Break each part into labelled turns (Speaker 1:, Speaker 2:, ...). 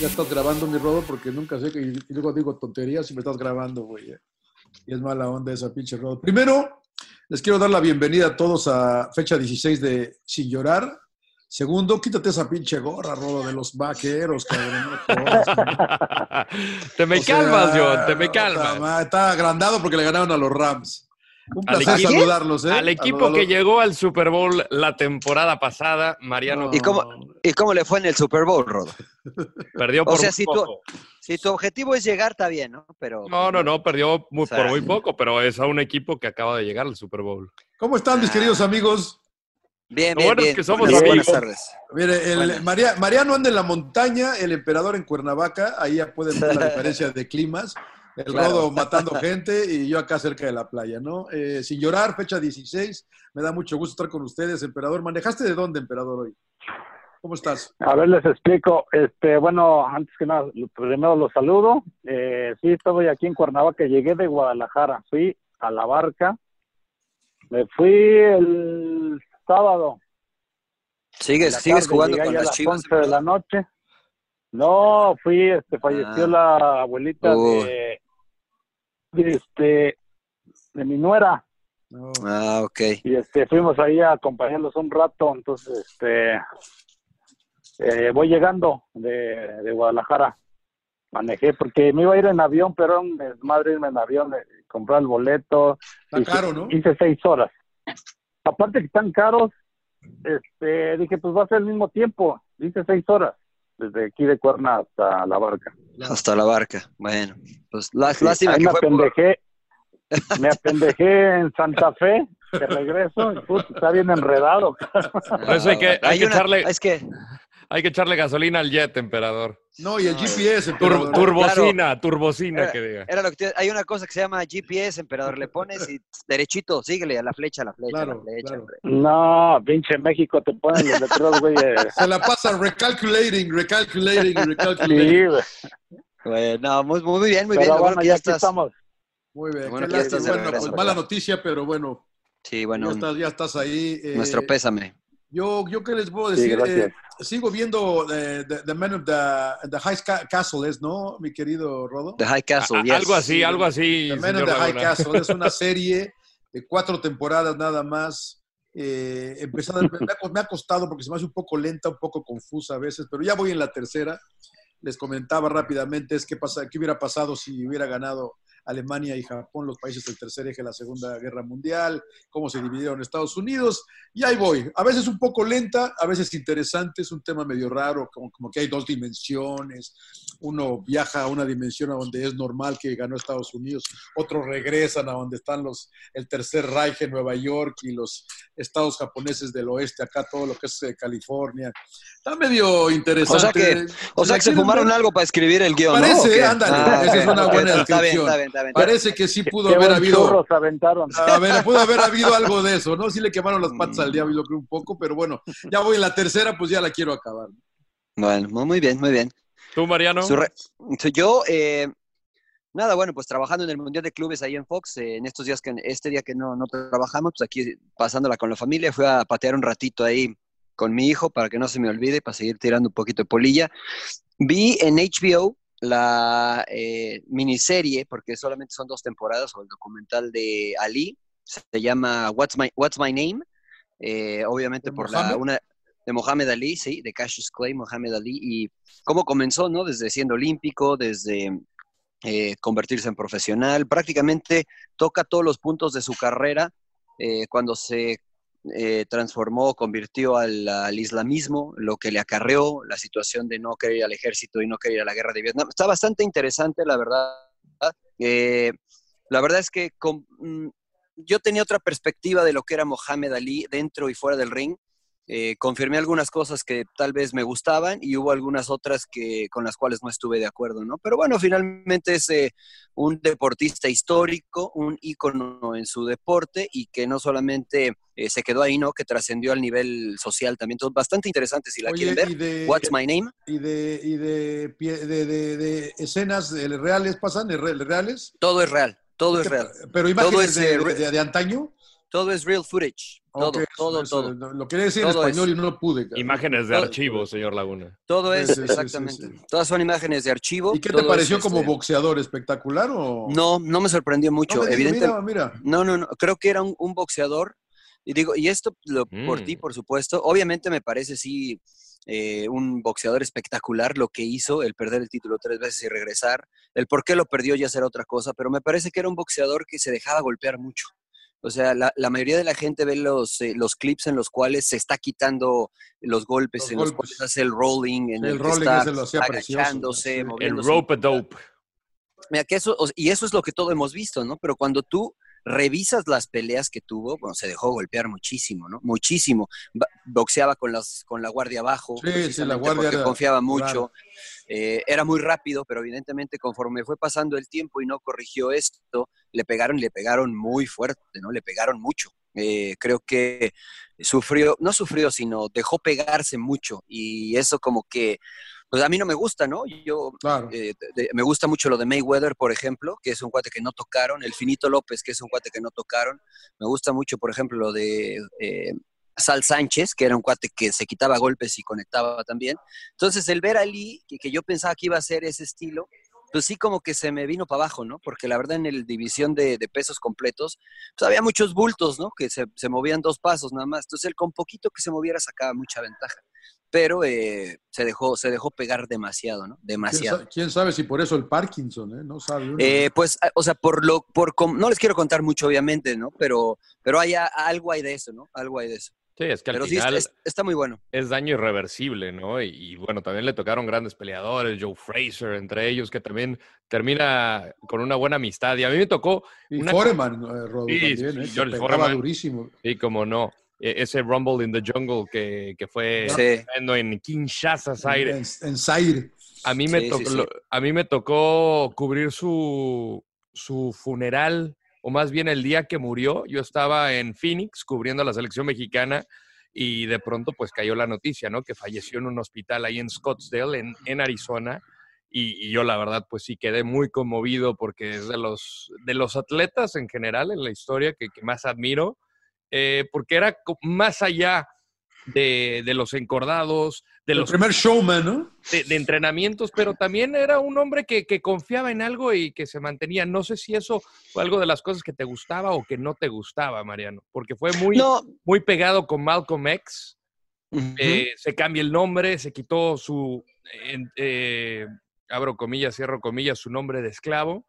Speaker 1: ya estás grabando mi rodo porque nunca sé que y luego digo tonterías y me estás grabando, güey. Eh. Y es mala onda esa pinche rodo. Primero, les quiero dar la bienvenida a todos a fecha 16 de Sin Llorar. Segundo, quítate esa pinche gorra, rodo, de los vaqueros, cabrón.
Speaker 2: te me o calmas, sea, John, te me calmas.
Speaker 1: Está agrandado porque le ganaron a los Rams. Un placer al equipo, saludarlos, ¿eh?
Speaker 2: Al equipo que llegó al Super Bowl la temporada pasada, Mariano.
Speaker 3: ¿Y cómo, ¿Y cómo le fue en el Super Bowl, Rodo?
Speaker 2: Perdió por
Speaker 3: o sea,
Speaker 2: muy
Speaker 3: si
Speaker 2: poco.
Speaker 3: Tu, si tu objetivo es llegar, está bien, ¿no? Pero,
Speaker 2: no, no, no, perdió muy, o sea, por muy poco, pero es a un equipo que acaba de llegar al Super Bowl.
Speaker 1: ¿Cómo están,
Speaker 2: Ah.
Speaker 1: mis queridos amigos?
Speaker 3: Bien,
Speaker 2: Lo
Speaker 3: bien,
Speaker 2: bueno
Speaker 3: bien.
Speaker 2: es que somos
Speaker 3: Buenas,
Speaker 2: amigos.
Speaker 3: buenas tardes.
Speaker 1: Mire, el María- Mariano anda en la montaña, el emperador en Cuernavaca, ahí ya pueden ver la diferencia de climas. El
Speaker 3: Claro.
Speaker 1: rodo matando gente y yo acá cerca de la playa, ¿no? Eh, sin llorar, fecha 16, me da mucho gusto estar con ustedes, emperador. ¿Manejaste de dónde, emperador, hoy? ¿Cómo estás?
Speaker 4: A ver, les explico. Este, bueno, antes que nada, lo- primero los saludo. Eh, sí, estoy aquí en Cuernavaca. Llegué de Guadalajara. Fui a la barca. Me fui el sábado.
Speaker 3: ¿Sigues,
Speaker 4: en la
Speaker 3: sigues
Speaker 4: tarde,
Speaker 3: jugando
Speaker 4: llegué
Speaker 3: con
Speaker 4: ahí a
Speaker 3: las
Speaker 4: las
Speaker 3: chivas?
Speaker 4: 11 de la noche. No, fui, este, falleció
Speaker 3: Ah.
Speaker 4: la abuelita
Speaker 3: Uy.
Speaker 4: de, de, este, de mi nuera.
Speaker 1: No.
Speaker 3: Ah, ok.
Speaker 4: y este fuimos ahí a acompañarlos un rato entonces este eh, voy llegando de, de Guadalajara manejé porque me iba a ir en avión pero era un desmadre irme en avión eh, comprar el boleto
Speaker 1: Está caro, ¿no?
Speaker 4: hice seis horas aparte que están caros este dije pues va a ser el mismo tiempo hice seis horas desde aquí de Cuerna hasta la barca
Speaker 3: Hasta la barca. Bueno, pues lá-
Speaker 4: Sí,
Speaker 3: lástima
Speaker 4: ahí
Speaker 3: que
Speaker 4: me
Speaker 3: fue por-
Speaker 4: apendejé, me apendejé en Santa Fe, de regreso, y, put, está bien enredado.
Speaker 2: Por eso hay que- hay que echarle-
Speaker 3: Es que,
Speaker 2: Hay que echarle gasolina al jet, emperador.
Speaker 1: No, y el GPS,
Speaker 2: Tur-
Speaker 1: emperador.
Speaker 2: turbocina, turbocina
Speaker 3: Era-
Speaker 2: que diga.
Speaker 3: era lo que te- hay una cosa que se llama GPS, emperador. Le pones y derechito, síguele a la flecha, a la flecha, a la
Speaker 1: Claro,
Speaker 3: flecha.
Speaker 1: claro.
Speaker 3: hombre.
Speaker 4: No, pinche México, te ponen los letreros, güey. eh,
Speaker 1: Se la pasa recalculating, recalculating, recalculating.
Speaker 4: Sí, güey.
Speaker 3: Bueno, muy, muy bien, muy bien.
Speaker 4: Pero
Speaker 3: Lo
Speaker 4: bueno,
Speaker 3: que
Speaker 4: ya
Speaker 3: ya
Speaker 4: aquí
Speaker 3: estás.
Speaker 4: estamos.
Speaker 1: Muy bien,
Speaker 3: Bueno,
Speaker 1: qué
Speaker 3: que ya
Speaker 1: lástima.
Speaker 3: estás de
Speaker 1: Bueno,
Speaker 3: regreso,
Speaker 1: pues
Speaker 3: ¿verdad?
Speaker 1: mala noticia, pero bueno,
Speaker 3: Sí, bueno,
Speaker 1: ya, estás, ya estás ahí. eh,
Speaker 3: nuestro pésame.
Speaker 1: Yo, yo qué les puedo
Speaker 4: Sí,
Speaker 1: decir,
Speaker 4: gracias.
Speaker 1: Eh, sigo viendo eh, the, the Man of the, the High Ca- Castle, ¿es, no, mi querido Rodo?
Speaker 3: The High Castle,
Speaker 2: A-
Speaker 3: yes.
Speaker 2: Algo así, algo así.
Speaker 1: The Man of
Speaker 2: señor
Speaker 1: the High
Speaker 2: Laguna.
Speaker 1: Castle es una serie de cuatro temporadas nada más. Eh, empezada, me, ha, co- me ha costado porque se me hace un poco lenta, un poco confusa a veces, pero ya voy en la tercera. Les comentaba rápidamente es qué, pasa, qué hubiera pasado si hubiera ganado Alemania y Japón, los países del tercer eje de la Segunda Guerra Mundial, cómo se dividieron Estados Unidos, y ahí voy. A veces un poco lenta, a veces interesante, es un tema medio raro, como, como que hay dos dimensiones. Uno viaja a una dimensión a donde es normal que ganó Estados Unidos, otros regresan a donde están los, el Tercer Reich en Nueva York y los estados japoneses del oeste, acá todo lo que es eh, California. Está medio interesante.
Speaker 3: O sea que- O sea, que se fumaron algo para escribir el guión, ¿no?
Speaker 1: Parece,
Speaker 3: ¿O qué? Ah,
Speaker 1: ándale, esa es
Speaker 3: ok,
Speaker 1: una
Speaker 3: ok,
Speaker 1: buena
Speaker 3: Está bien,
Speaker 1: descripción.
Speaker 3: está bien, está bien.
Speaker 1: Parece que sí
Speaker 4: Qué
Speaker 1: pudo haber
Speaker 4: buen
Speaker 1: habido
Speaker 4: churro se aventaron.
Speaker 1: a ver, pudo haber habido algo de eso, ¿no? Sí le quemaron las patas
Speaker 3: Mm.
Speaker 1: al diablo, yo creo un poco, pero bueno, ya voy en la tercera, pues ya la quiero acabar.
Speaker 3: Bueno, muy muy bien, muy bien.
Speaker 2: ¿Tú, Mariano?
Speaker 3: Su re- su- Yo, eh, nada, bueno, pues trabajando en el Mundial de Clubes ahí en Fox, eh, en estos días que, este día que no, no trabajamos, pues aquí pasándola con la familia, fui a patear un ratito ahí con mi hijo para que no se me olvide, para seguir tirando un poquito de polilla. Vi en HBO la eh, miniserie, porque solamente son dos temporadas, o el documental de Ali, se llama What's My, What's My Name, eh, obviamente
Speaker 1: ¿De
Speaker 3: por la,
Speaker 1: Mohamed?
Speaker 3: una, de Mohamed Ali, sí, de Cassius Clay, Mohamed Ali, y cómo comenzó, ¿no? Desde siendo olímpico, desde eh, convertirse en profesional, prácticamente toca todos los puntos de su carrera eh, cuando se eh, transformó, convirtió al, al, islamismo, lo que le acarreó, la situación de no querer ir al ejército y no querer ir a la guerra de Vietnam. Está bastante interesante, la verdad. Eh, la verdad es que con, yo tenía otra perspectiva de lo que era Mohamed Ali dentro y fuera del ring. Eh, confirmé algunas cosas que tal vez me gustaban y hubo algunas otras que con las cuales no estuve de acuerdo, ¿no? Pero bueno, finalmente es eh, un deportista histórico, un ícono en su deporte y que no solamente eh, se quedó ahí, ¿no? Que trascendió al nivel social también. Entonces, bastante interesante si la Oye, quieren ver. De, What's My Name.
Speaker 1: Y de, y de, de, de escenas reales, ¿pasan reales?
Speaker 3: Todo es real, todo es, es que, real.
Speaker 1: Pero imágenes todo es, de antaño.
Speaker 3: Todo es real footage. Todo, okay, todo,
Speaker 1: eso,
Speaker 3: todo.
Speaker 1: Lo quería decir todo en español es. y no lo pude. Cara.
Speaker 2: Imágenes de todo, archivo, señor Laguna.
Speaker 3: Todo es, sí, exactamente. Sí, sí, Todas son imágenes de archivo.
Speaker 1: ¿Y qué
Speaker 3: todo
Speaker 1: te pareció es, como este... boxeador? ¿Espectacular o...?
Speaker 3: No, no me sorprendió mucho. No Evidentemente,
Speaker 1: mira, mira.
Speaker 3: No, no, no. Creo que era un, un boxeador. Y digo, y esto lo, mm. por ti, por supuesto. Obviamente me parece, sí, eh, un boxeador espectacular lo que hizo, el perder el título tres veces y regresar. El por qué lo perdió ya será otra cosa. Pero me parece que era un boxeador que se dejaba golpear mucho. O sea, la, la, mayoría de la gente ve los, eh, los clips en los cuales se está quitando los golpes, los en golpes. los cuales hace el rolling, en
Speaker 1: el,
Speaker 3: el
Speaker 1: rolling
Speaker 3: que
Speaker 1: está lo hacía
Speaker 3: agachándose,
Speaker 1: precioso.
Speaker 3: moviéndose.
Speaker 2: El rope dope.
Speaker 3: Mira, que eso, y eso es lo que todo hemos visto, ¿no? Pero cuando tú revisas las peleas que tuvo, bueno, se dejó golpear muchísimo, ¿no? Muchísimo. Boxeaba con, las, con la guardia abajo,
Speaker 1: sí, sí, la guardia
Speaker 3: porque
Speaker 1: era,
Speaker 3: confiaba mucho. Claro. Eh, era muy rápido, pero evidentemente conforme fue pasando el tiempo y no corrigió esto, le pegaron, le pegaron muy fuerte, ¿no? Le pegaron mucho. Eh, creo que sufrió, no sufrió, sino dejó pegarse mucho y eso como que pues a mí no me gusta, ¿no? Yo
Speaker 1: claro.
Speaker 3: eh, de, me gusta mucho lo de Mayweather, por ejemplo, que es un cuate que no tocaron, el Finito López, que es un cuate que no tocaron. Me gusta mucho, por ejemplo, lo de eh, Sal Sánchez, que era un cuate que se quitaba golpes y conectaba también. Entonces, el ver a Lee, que, que yo pensaba que iba a ser ese estilo, pues sí como que se me vino para abajo, ¿no? Porque la verdad en el división de, de pesos completos, pues había muchos bultos, ¿no? Que se, se, movían dos pasos nada más. Entonces él con poquito que se moviera sacaba mucha ventaja. Pero eh, se, dejó, se dejó pegar demasiado, ¿no? Demasiado.
Speaker 1: ¿Quién, ¿Quién sabe, si por eso el Parkinson, ¿eh? No sabe. Uno.
Speaker 3: Eh, pues, o sea, por lo, por no les quiero contar mucho, obviamente, ¿no? Pero, pero hay, algo hay de eso, ¿no? Algo hay de eso.
Speaker 2: Sí, es que al
Speaker 3: Pero
Speaker 2: final
Speaker 3: sí, está, está, muy bueno.
Speaker 2: Es daño irreversible, ¿no? Y, y, bueno, también le tocaron grandes peleadores, Joe Fraser, entre ellos, que también termina con una buena amistad. Y a mí me tocó.
Speaker 1: Y
Speaker 2: una...
Speaker 1: Foreman, eh, Rodo, sí, también, ¿eh? George Foreman. durísimo.
Speaker 2: Sí, como no. E ese Rumble in the Jungle que, que fue
Speaker 3: sí.
Speaker 2: en Kinshasa, Zaire.
Speaker 1: En, en, Zaire.
Speaker 2: A mí, me sí, tocó, a mí me tocó cubrir su, su funeral o más bien el día que murió, yo estaba en Phoenix cubriendo a la selección mexicana y de pronto pues cayó la noticia, ¿no? Que falleció en un hospital ahí en Scottsdale, en, en Arizona. Y, y, yo la verdad pues sí quedé muy conmovido porque es de los, de los atletas en general en la historia que, que más admiro, eh, porque era más allá de, de, los encordados, de
Speaker 1: el
Speaker 2: los...
Speaker 1: primer showman, ¿no?
Speaker 2: De, de, entrenamientos, pero también era un hombre que, que, confiaba en algo y que se mantenía. No sé si eso fue algo de las cosas que te gustaba o que no te gustaba, Mariano, porque fue muy,
Speaker 3: no.
Speaker 2: muy pegado con Malcolm X. Uh -huh. eh, se cambia el nombre, se quitó su, eh, eh, abro comillas, cierro comillas, su nombre de esclavo,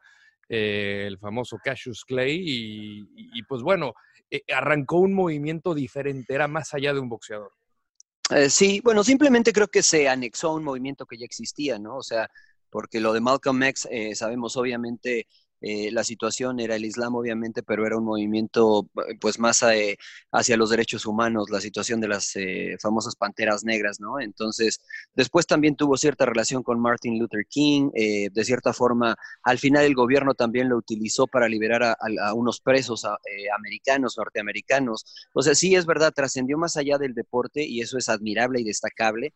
Speaker 2: eh, el famoso Cassius Clay, y, y, y pues bueno, eh, arrancó un movimiento diferente, era más allá de un boxeador.
Speaker 3: Eh, sí, bueno, simplemente creo que se anexó a un movimiento que ya existía, ¿no? O sea, porque lo de Malcolm X, eh, sabemos obviamente eh, la situación, era el Islam obviamente, pero era un movimiento pues más a, hacia los derechos humanos, la situación de las eh, famosas panteras negras, ¿no? Entonces, después también tuvo cierta relación con Martin Luther King, eh, de cierta forma, al final el gobierno también lo utilizó para liberar a, a, a unos presos a, eh, americanos, norteamericanos. O sea, sí es verdad, trascendió más allá del deporte y eso es admirable y destacable.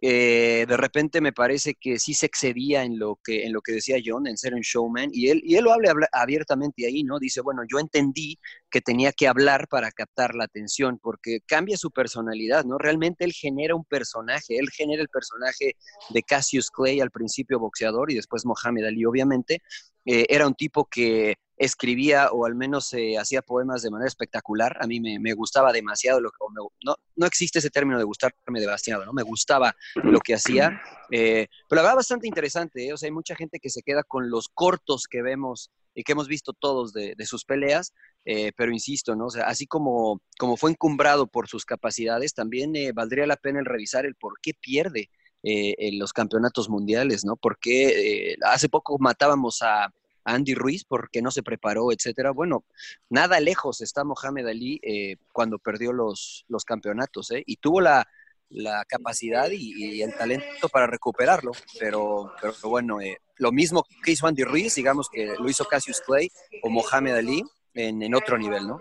Speaker 3: Eh, de repente me parece que sí se excedía en lo que, en lo que decía John, en ser un showman, y él, y él lo habla abiertamente ahí, ¿no? Dice, bueno, yo entendí que tenía que hablar para captar la atención, porque cambia su personalidad, ¿no? Realmente él genera un personaje, él genera el personaje de Cassius Clay al principio boxeador y después Mohamed Ali, obviamente. Eh, era un tipo que escribía o al menos eh, hacía poemas de manera espectacular. A mí me, me gustaba demasiado, lo que, o me- no, no existe ese término de gustarme demasiado, ¿no? Me gustaba lo que hacía. Eh, pero la verdad bastante interesante, ¿eh? o sea, hay mucha gente que se queda con los cortos que vemos y que hemos visto todos de, de sus peleas, eh, pero insisto, ¿no? O sea, así como, como fue encumbrado por sus capacidades, también eh, valdría la pena el revisar el por qué pierde eh, en los campeonatos mundiales, ¿no? Porque eh, hace poco matábamos a, a Andy Ruiz porque no se preparó, etcétera. Bueno, nada lejos está Mohamed Ali eh, cuando perdió los, los campeonatos, ¿eh? Y tuvo la, la capacidad y, y el talento para recuperarlo, pero, pero bueno, eh, lo mismo que hizo Andy Ruiz, digamos que lo hizo Cassius Clay o Mohamed Ali en, en otro nivel, ¿no?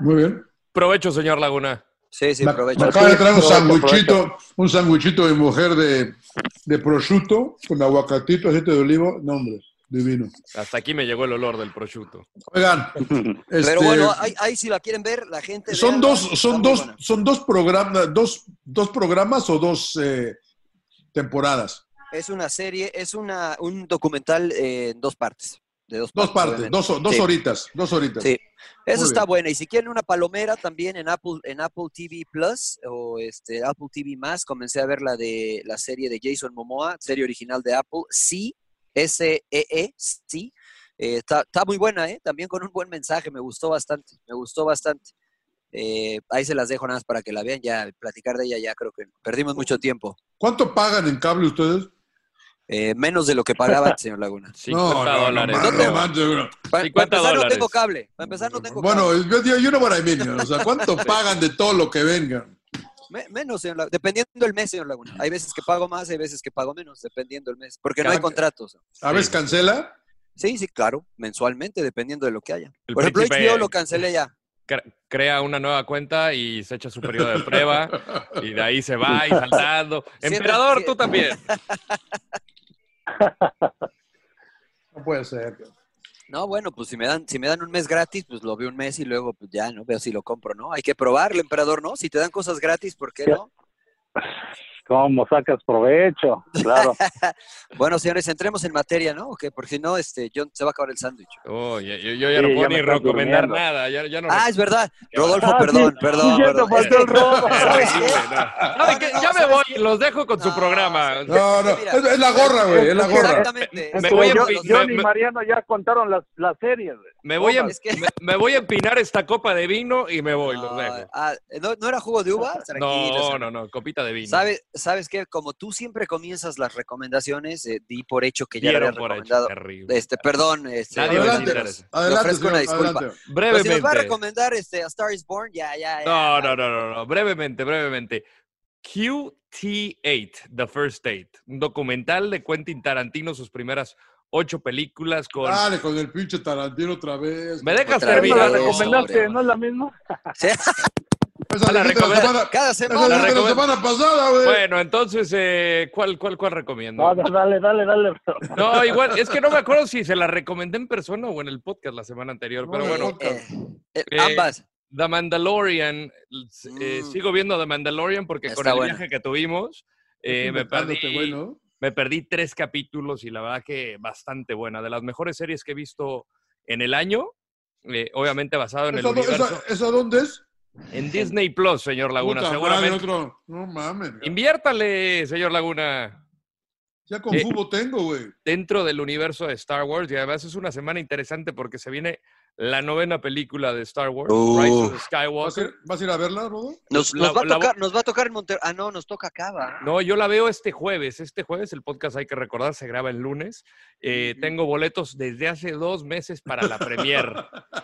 Speaker 1: Muy bien.
Speaker 2: Provecho, señor Laguna.
Speaker 3: Sí, sí,
Speaker 1: Me-
Speaker 3: aprovecho.
Speaker 1: Me acaba de traer un
Speaker 3: Aprovecho,
Speaker 1: sanguchito, un sanguchito de mujer de, de prosciutto con aguacatito, aceite de olivo. No, hombre, divino.
Speaker 2: Hasta aquí me llegó el olor del prosciutto.
Speaker 1: Oigan,
Speaker 3: Pero
Speaker 1: este,
Speaker 3: bueno, ahí, ahí si la quieren ver, la gente...
Speaker 1: son
Speaker 3: véanla,
Speaker 1: dos,
Speaker 3: está
Speaker 1: son
Speaker 3: muy
Speaker 1: dos,
Speaker 3: buena.
Speaker 1: son dos programas, dos, dos programas o dos eh, temporadas.
Speaker 3: Es una serie, es una, un documental eh, en dos partes. De dos,
Speaker 1: Dos partes,
Speaker 3: obviamente.
Speaker 1: dos, dos
Speaker 3: Sí.
Speaker 1: horitas, dos horitas.
Speaker 3: Sí. Eso
Speaker 1: Muy
Speaker 3: está
Speaker 1: bien.
Speaker 3: bueno. Y si quieren una palomera también en Apple, en Apple TV Plus o este, Apple TV más, comencé a ver la de la serie de Jason Momoa, serie original de Apple, sí, S-E-E, sí. Eh, está, está muy buena, ¿eh? También con un buen mensaje, me gustó bastante, me gustó bastante. Eh, ahí se las dejo nada más para que la vean, ya platicar de ella ya creo que perdimos mucho tiempo.
Speaker 1: ¿Cuánto pagan en cable ustedes?
Speaker 3: Eh, menos de lo que pagaban, señor Laguna.
Speaker 2: 50
Speaker 1: no, no,
Speaker 2: dólares.
Speaker 1: no,
Speaker 3: No tengo-
Speaker 1: manches, bro.
Speaker 3: Para,
Speaker 2: 50
Speaker 3: para empezar
Speaker 2: dólares.
Speaker 3: no tengo cable, para empezar Pues, no tengo cable.
Speaker 1: Bueno, yo digo, you know what I mean. O sea, ¿cuánto pagan de todo lo que venga?
Speaker 3: Me- menos, señor Laguna. Dependiendo del mes, señor Laguna. Hay veces que pago más, hay veces que pago menos, dependiendo del mes. Porque no hay
Speaker 1: Cada-
Speaker 3: contratos.
Speaker 1: ¿A veces cancela?
Speaker 3: Sí, sí, claro. Mensualmente, dependiendo de lo que haya.
Speaker 2: El
Speaker 3: Por ejemplo,
Speaker 2: príncipe-
Speaker 3: HBO lo cancelé ya.
Speaker 2: Cre- Crea una nueva cuenta y se echa su periodo de prueba y de ahí se va y saltando.
Speaker 3: Siete-
Speaker 2: Emperador,
Speaker 3: siete-
Speaker 2: tú también.
Speaker 1: No puede ser.
Speaker 3: No, bueno, pues si me dan, si me dan un mes gratis, pues lo veo un mes y luego pues ya, ¿no? Veo si lo compro, ¿no? Hay que probarlo, emperador, ¿no? Si te dan cosas gratis, ¿por qué no?
Speaker 4: ¿Cómo sacas provecho? Claro.
Speaker 3: Bueno, señores, entremos en materia, ¿no? ¿O qué? Porque si no, este, John se va a acabar el sándwich.
Speaker 2: Oh, ya- yo, yo ya
Speaker 4: Sí,
Speaker 2: no
Speaker 4: ya
Speaker 2: puedo
Speaker 4: me
Speaker 2: ni
Speaker 4: estás
Speaker 2: recomendar
Speaker 4: durmiendo.
Speaker 2: nada. Ya, ya no
Speaker 3: Ah, es verdad. Rodolfo,
Speaker 4: Ah, sí,
Speaker 3: perdón,
Speaker 4: sí,
Speaker 3: perdón.
Speaker 4: cierto,
Speaker 3: perdón.
Speaker 4: faltó el robo.
Speaker 3: ¿Sabes qué?
Speaker 2: ¿Saben qué?
Speaker 3: no,
Speaker 2: ya me
Speaker 3: ¿sabes
Speaker 2: voy, los dejo con su
Speaker 3: No,
Speaker 2: programa.
Speaker 1: No, no,
Speaker 3: Mira.
Speaker 1: es, es la gorra, güey, es la gorra.
Speaker 3: Exactamente.
Speaker 2: Me voy a
Speaker 4: Este, Yo-
Speaker 2: empi-
Speaker 4: John
Speaker 2: me-
Speaker 4: y
Speaker 2: me-
Speaker 4: Mariano ya contaron las, las series. güey.
Speaker 2: Me voy, a,
Speaker 3: Es que-
Speaker 2: me, me voy a empinar esta copa de vino y me voy, los
Speaker 3: Ah,
Speaker 2: dejo.
Speaker 3: ah, ¿no, no era jugo de uva? Tranquilo,
Speaker 2: No,
Speaker 3: señor.
Speaker 2: no, no, copita de vino.
Speaker 3: ¿Sabe- ¿Sabes qué? Como tú siempre comienzas las recomendaciones, eh, di por hecho que ya lo
Speaker 2: Dieron
Speaker 3: había
Speaker 2: por hecho,
Speaker 3: recomendado.
Speaker 2: terrible.
Speaker 3: Este, perdón, este,
Speaker 2: Nadie
Speaker 3: pero
Speaker 2: les
Speaker 1: Adelante,
Speaker 2: interesa.
Speaker 3: Le
Speaker 1: adelante,
Speaker 3: ofrezco una
Speaker 1: señor,
Speaker 3: disculpa.
Speaker 1: adelante.
Speaker 3: si nos va a
Speaker 2: Brevemente.
Speaker 3: recomendar este, a Star is Born, ya, ya, ya.
Speaker 2: No, no, no, no, no, brevemente, brevemente. QT8, The First Date, un documental de Quentin Tarantino, sus primeras ocho películas con...
Speaker 1: Dale, con el pinche Tarantino Ah, otra vez.
Speaker 2: ¿Me dejas
Speaker 3: Otra
Speaker 4: ¿Ya
Speaker 3: vez,
Speaker 4: no
Speaker 2: terminar?
Speaker 4: la
Speaker 3: Mira,
Speaker 4: recomendaste?
Speaker 3: hombre.
Speaker 4: ¿No es la misma?
Speaker 3: Sí,
Speaker 1: Esa
Speaker 2: la
Speaker 1: la dijiste la
Speaker 2: recomiendo.
Speaker 1: semana,
Speaker 3: cada
Speaker 1: esa la
Speaker 3: semana.
Speaker 2: La
Speaker 1: dijiste la
Speaker 2: recomiendo.
Speaker 1: semana pasada, güey.
Speaker 2: Bueno, entonces, eh, ¿cuál, cuál, cuál recomiendo?
Speaker 4: No, no, dale, dale, dale. bro.
Speaker 2: No, igual, es que no me acuerdo si se la recomendé en persona o en el podcast la semana anterior,
Speaker 1: No,
Speaker 2: pero
Speaker 1: no,
Speaker 2: bueno,
Speaker 1: no.
Speaker 3: Eh, eh,
Speaker 2: Eh,
Speaker 3: ambas.
Speaker 2: The Mandalorian, eh,
Speaker 3: Mm.
Speaker 2: sigo viendo The Mandalorian porque
Speaker 3: Está
Speaker 2: con el
Speaker 3: buena.
Speaker 2: viaje que tuvimos eh, me,
Speaker 1: Inventándote,
Speaker 2: perdí,
Speaker 1: güey, ¿no?
Speaker 2: me perdí tres capítulos y la verdad que bastante buena, de las mejores series que he visto en el año, eh, obviamente basado en el
Speaker 1: ¿Esa, do- esa-
Speaker 2: universo,
Speaker 1: esa dónde es?
Speaker 2: en Disney Plus, señor Laguna,
Speaker 1: Puta madre,
Speaker 2: seguramente.
Speaker 1: otro. No mames. güey.
Speaker 2: Inviértale, señor Laguna.
Speaker 1: Ya con
Speaker 2: Eh.
Speaker 1: fútbol tengo, güey.
Speaker 2: dentro del universo de Star Wars. Y además es una semana interesante porque se viene la novena película de Star Wars, Rise of the
Speaker 1: ¿Vas a,
Speaker 2: Skywalker.
Speaker 1: ir, vas a ir a verla, Rodo?
Speaker 3: Nos,
Speaker 2: la-
Speaker 3: nos va a
Speaker 2: la-
Speaker 3: tocar, nos va a tocar en Monterrey. Ah, no, nos toca acá, va.
Speaker 2: No, yo la veo este jueves. Este jueves el podcast hay que recordar, se graba el lunes. Eh, Tengo boletos desde hace dos meses para la premier.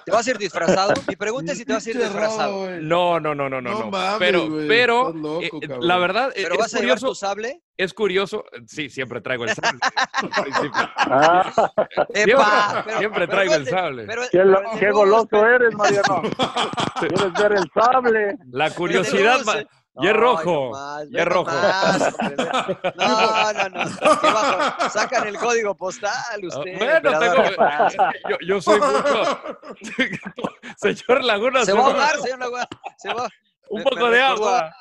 Speaker 3: ¿Te vas a ir disfrazado? Mi pregunta es si te vas a ir
Speaker 1: Pinche Rodo,
Speaker 3: disfrazado.
Speaker 1: güey.
Speaker 2: No, no, no, no, no.
Speaker 1: No
Speaker 2: no.
Speaker 1: mames,
Speaker 2: pero,
Speaker 1: güey,
Speaker 2: pero,
Speaker 1: estás loco,
Speaker 2: eh, eh, la
Speaker 1: cabrón.
Speaker 2: verdad, eh,
Speaker 3: ¿Pero
Speaker 2: es
Speaker 3: vas a llevar
Speaker 2: curioso,
Speaker 3: tu sable?
Speaker 2: es curioso. Sí, siempre traigo el sable. al principio.
Speaker 4: Ah,
Speaker 2: Siempre-
Speaker 3: ¡Epa! Pero-
Speaker 2: siempre
Speaker 3: pero
Speaker 2: traigo
Speaker 3: no
Speaker 2: el
Speaker 3: te-
Speaker 2: sable.
Speaker 3: pero-
Speaker 4: qué, lo-
Speaker 3: pero el
Speaker 4: qué
Speaker 3: de Rose,
Speaker 4: goloso eres, Mariano. Quieres ver el sable.
Speaker 2: La curiosidad.
Speaker 3: Dulce.
Speaker 2: ma- Y es
Speaker 3: Ay,
Speaker 2: rojo.
Speaker 3: nomás,
Speaker 2: y es
Speaker 3: ve
Speaker 2: rojo. Ah,
Speaker 3: nomás, hombre, ve. No, no, no. qué bajo. Sacan el código postal
Speaker 2: Ah,
Speaker 3: usted.
Speaker 2: Bueno, tengo,
Speaker 3: emperador.
Speaker 2: es que yo, yo soy mucho. Señor Laguna,
Speaker 3: Se
Speaker 2: soy
Speaker 3: va a
Speaker 2: un-
Speaker 3: ahogar, señor Laguna. Se va.
Speaker 2: un
Speaker 3: me-
Speaker 2: poco
Speaker 3: me
Speaker 2: de
Speaker 3: recordó a-
Speaker 2: agua.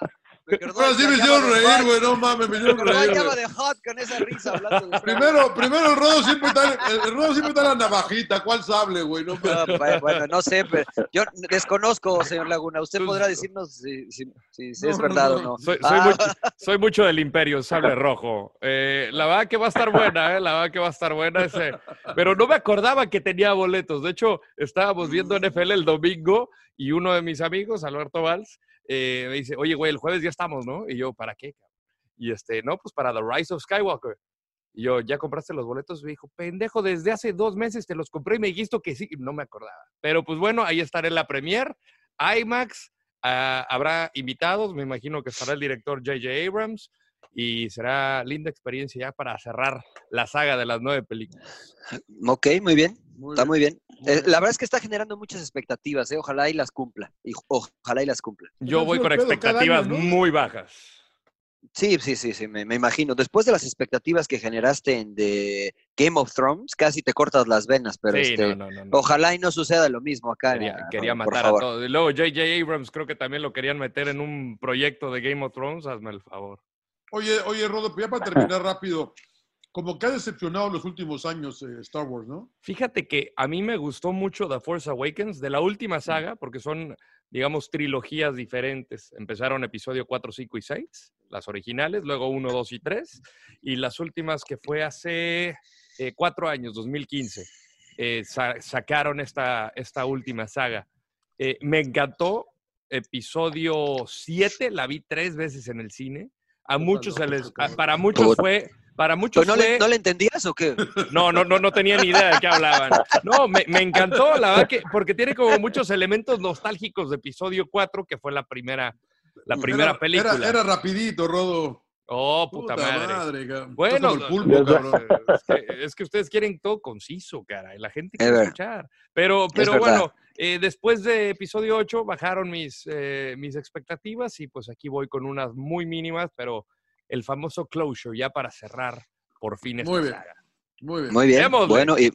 Speaker 1: Ahora sí me hicieron reír, güey, no mames, me hicieron
Speaker 3: Pero
Speaker 1: reír.
Speaker 3: acaba
Speaker 1: güey.
Speaker 3: de hot con esa risa hablando de...
Speaker 1: Primero, primero el rodo siempre está, el el rodo siempre está en la navajita, ¿cuál sable, güey? No,
Speaker 3: No, bu- bueno, no sé, pero yo desconozco, señor Laguna. Usted podrá decirnos si, si- si- si es
Speaker 2: No, no,
Speaker 3: verdad
Speaker 2: no,
Speaker 3: o no.
Speaker 2: Pues, Soy, soy
Speaker 3: Ah,
Speaker 2: mucho, soy mucho del Imperio, sable rojo. Eh, la verdad que va a estar buena, eh, la verdad que va a estar buena. Ese. Pero no me acordaba que tenía boletos. De hecho, estábamos viendo NFL el domingo y uno de mis amigos, Alberto Valls, eh, me dice, oye, güey, el jueves ya estamos, ¿no? Y yo, ¿para qué? cabrón?" Y este, no, pues para The Rise of Skywalker. Y yo, ¿ya compraste los boletos? Me dijo, pendejo, desde hace dos meses te los compré y me dijiste que sí. No me acordaba. Pero pues bueno, ahí estaré en la premier, IMAX, ah, habrá invitados, me imagino que estará el director J.J. Abrams y será linda experiencia ya para cerrar la saga de las nueve
Speaker 1: Pues
Speaker 2: películas.
Speaker 3: ok, muy bien.
Speaker 1: Muy
Speaker 3: está
Speaker 1: bien,
Speaker 3: muy bien. Eh, la verdad es que está generando muchas expectativas. eh, Ojalá y las cumpla. Y ojalá y las cumpla.
Speaker 2: Yo
Speaker 1: Pero
Speaker 2: voy
Speaker 1: sí,
Speaker 2: con
Speaker 1: el pedo, cada año,
Speaker 2: expectativas
Speaker 1: ¿no?
Speaker 2: muy bajas.
Speaker 3: Sí, sí, sí, sí, me, me imagino. Después de las expectativas que generaste en de Game of Thrones, casi te cortas las venas, pero
Speaker 2: Sí,
Speaker 3: este,
Speaker 2: no, no, no, no.
Speaker 3: ojalá y no suceda lo mismo acá.
Speaker 2: Quería,
Speaker 3: ¿no?
Speaker 2: quería
Speaker 3: Por
Speaker 2: matar a
Speaker 3: favor.
Speaker 2: todos. Y luego J.J. Abrams creo que también lo querían meter en un proyecto de Game of Thrones, hazme el favor.
Speaker 1: Oye, oye, Rodo, pues ya para terminar rápido, como que ha decepcionado en los últimos años eh, Star Wars, ¿no?
Speaker 2: Fíjate que a mí me gustó mucho The Force Awakens de la última saga, porque son, digamos, trilogías diferentes. Empezaron episodio 4, 5 y 6, las originales, luego 1, 2 y 3, y las últimas que fue hace eh, cuatro años, 2015, eh, sa- sacaron esta, esta última saga. Eh, me encantó episodio 7, la vi tres veces en el cine. A muchos se les, a- para muchos
Speaker 3: Puta.
Speaker 2: fue, para
Speaker 3: ¿Pero
Speaker 2: muchos
Speaker 3: no,
Speaker 2: fue...
Speaker 3: le, ¿No le entendías o qué?
Speaker 2: No, no, no, no tenía ni idea de qué hablaban. No, me, me encantó, la verdad que, porque tiene como muchos elementos nostálgicos de episodio 4, que fue la primera, la primera
Speaker 1: Era-
Speaker 2: película.
Speaker 1: Era, era rapidito, Rodo.
Speaker 2: Oh, puta, madre.
Speaker 1: cabrón.
Speaker 2: Bueno,
Speaker 1: Estás como el pulpo, cabrón.
Speaker 2: Es que, es que ustedes quieren todo conciso, cara, y la gente
Speaker 3: Es
Speaker 2: quiere
Speaker 3: verdad.
Speaker 2: escuchar. Pero,
Speaker 3: Es
Speaker 2: pero
Speaker 3: verdad.
Speaker 2: bueno, eh, después de episodio 8 bajaron mis, eh, mis expectativas y pues aquí voy con unas muy mínimas, pero el famoso closure ya para cerrar por fin esta
Speaker 1: Muy bien.
Speaker 2: saga.
Speaker 1: Muy bien.
Speaker 3: Muy bien.
Speaker 2: Démosle.
Speaker 3: Bueno, y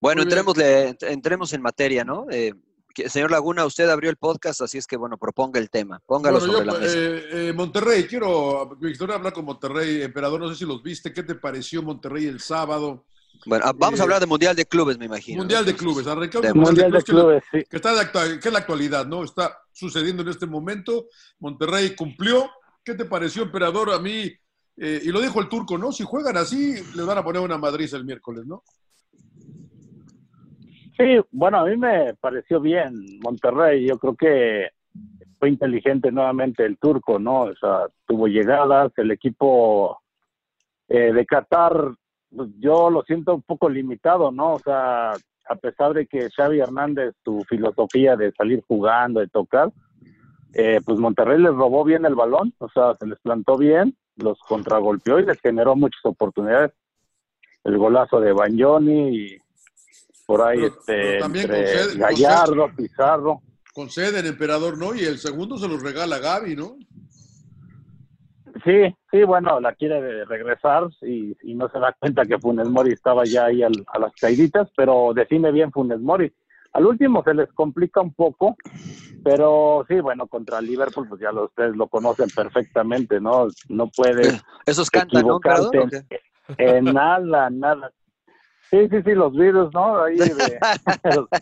Speaker 3: bueno,
Speaker 1: Muy bien.
Speaker 3: entrémosle- ent- entremos en materia, ¿no? Eh, que- señor Laguna, usted abrió el podcast, así es que bueno, proponga el tema, póngalo
Speaker 1: Bueno,
Speaker 3: sobre
Speaker 1: yo,
Speaker 3: la mesa.
Speaker 1: eh, eh, Monterrey, quiero, Victoria, hablar con Monterrey. Emperador, no sé si los viste. ¿Qué te pareció Monterrey el sábado?
Speaker 3: bueno, ah, vamos
Speaker 1: eh,
Speaker 3: a hablar de Mundial de Clubes, me imagino. ¿no?
Speaker 1: Mundial de
Speaker 3: Entonces,
Speaker 1: Clubes. Arrancamos
Speaker 3: de
Speaker 1: con
Speaker 4: Mundial
Speaker 1: que
Speaker 4: de
Speaker 1: es la-
Speaker 4: Clubes, sí.
Speaker 1: Que, está de actua- que es la actualidad, ¿no? Está sucediendo en este momento. Monterrey cumplió. ¿Qué te pareció, Emperador? A mí, eh, y lo dijo el turco, ¿no? Si juegan así, les van a poner una madriz el miércoles, ¿no?
Speaker 4: Sí, bueno, a mí me pareció bien Monterrey. Yo creo que fue inteligente nuevamente el turco, ¿no? O sea, tuvo llegadas, el equipo eh, de Qatar, pues, yo lo siento un poco limitado, ¿no? O sea, a pesar de que Xavi Hernández, su filosofía de salir jugando, de tocar, eh, pues Monterrey les robó bien el balón, o sea, se les plantó bien, los contragolpeó y les generó muchas oportunidades. El golazo de Bagnoni y por ahí
Speaker 1: Pero-
Speaker 4: este
Speaker 1: pero también
Speaker 4: entre
Speaker 1: con Ced- con
Speaker 4: Gallardo, Pizarro.
Speaker 1: Conceden, Emperador, ¿no? Y el segundo se los regala a Gaby, ¿no?
Speaker 4: Sí, sí, bueno, la quiere de- regresar y, y no se da cuenta que Funes Mori estaba ya ahí al- a las caiditas, pero define bien Funes Mori. Al último se les complica un poco, pero sí, bueno, contra Liverpool, pues ya lo- ustedes lo conocen perfectamente, ¿no? No puedes
Speaker 3: Esos cantan, ¿no?
Speaker 4: equivocarte
Speaker 3: Emperador? ¿O qué?
Speaker 4: eh, nada, nada. Sí, sí, sí, los virus, ¿no? Ahí de-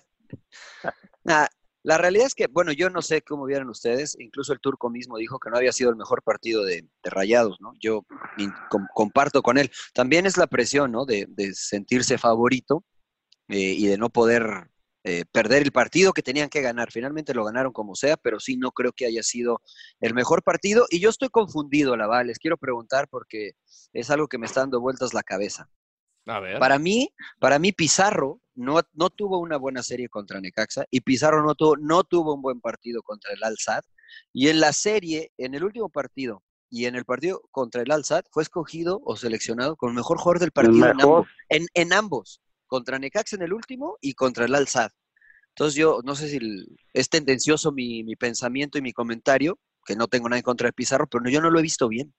Speaker 3: Nah, ah, la realidad es que, bueno, yo no sé cómo vieron ustedes, incluso el turco mismo dijo que no había sido el mejor partido de, de Rayados, ¿no? Yo in- com- comparto con él. También es la presión, ¿no? De, de sentirse favorito eh, y de no poder eh, perder el partido que tenían que ganar. Finalmente lo ganaron como sea, pero sí no creo que haya sido el mejor partido. Y yo estoy confundido, Laval, les quiero preguntar porque es algo que me está dando vueltas la cabeza.
Speaker 2: A ver.
Speaker 3: Para mí, para mí Pizarro no, no tuvo una buena serie contra Necaxa y Pizarro no tuvo, no tuvo un buen partido contra el Al-Sad. Y en la serie, en el último partido y en el partido contra el Al-Sad, fue escogido o seleccionado como el mejor jugador del partido en
Speaker 4: mejor.
Speaker 3: ambos, en, en ambos, contra Necaxa en el último y contra el Al-Sad. Entonces yo no sé si el- es tendencioso mi, mi pensamiento y mi comentario, que no tengo nada en contra de Pizarro, pero no- yo no lo he visto bien.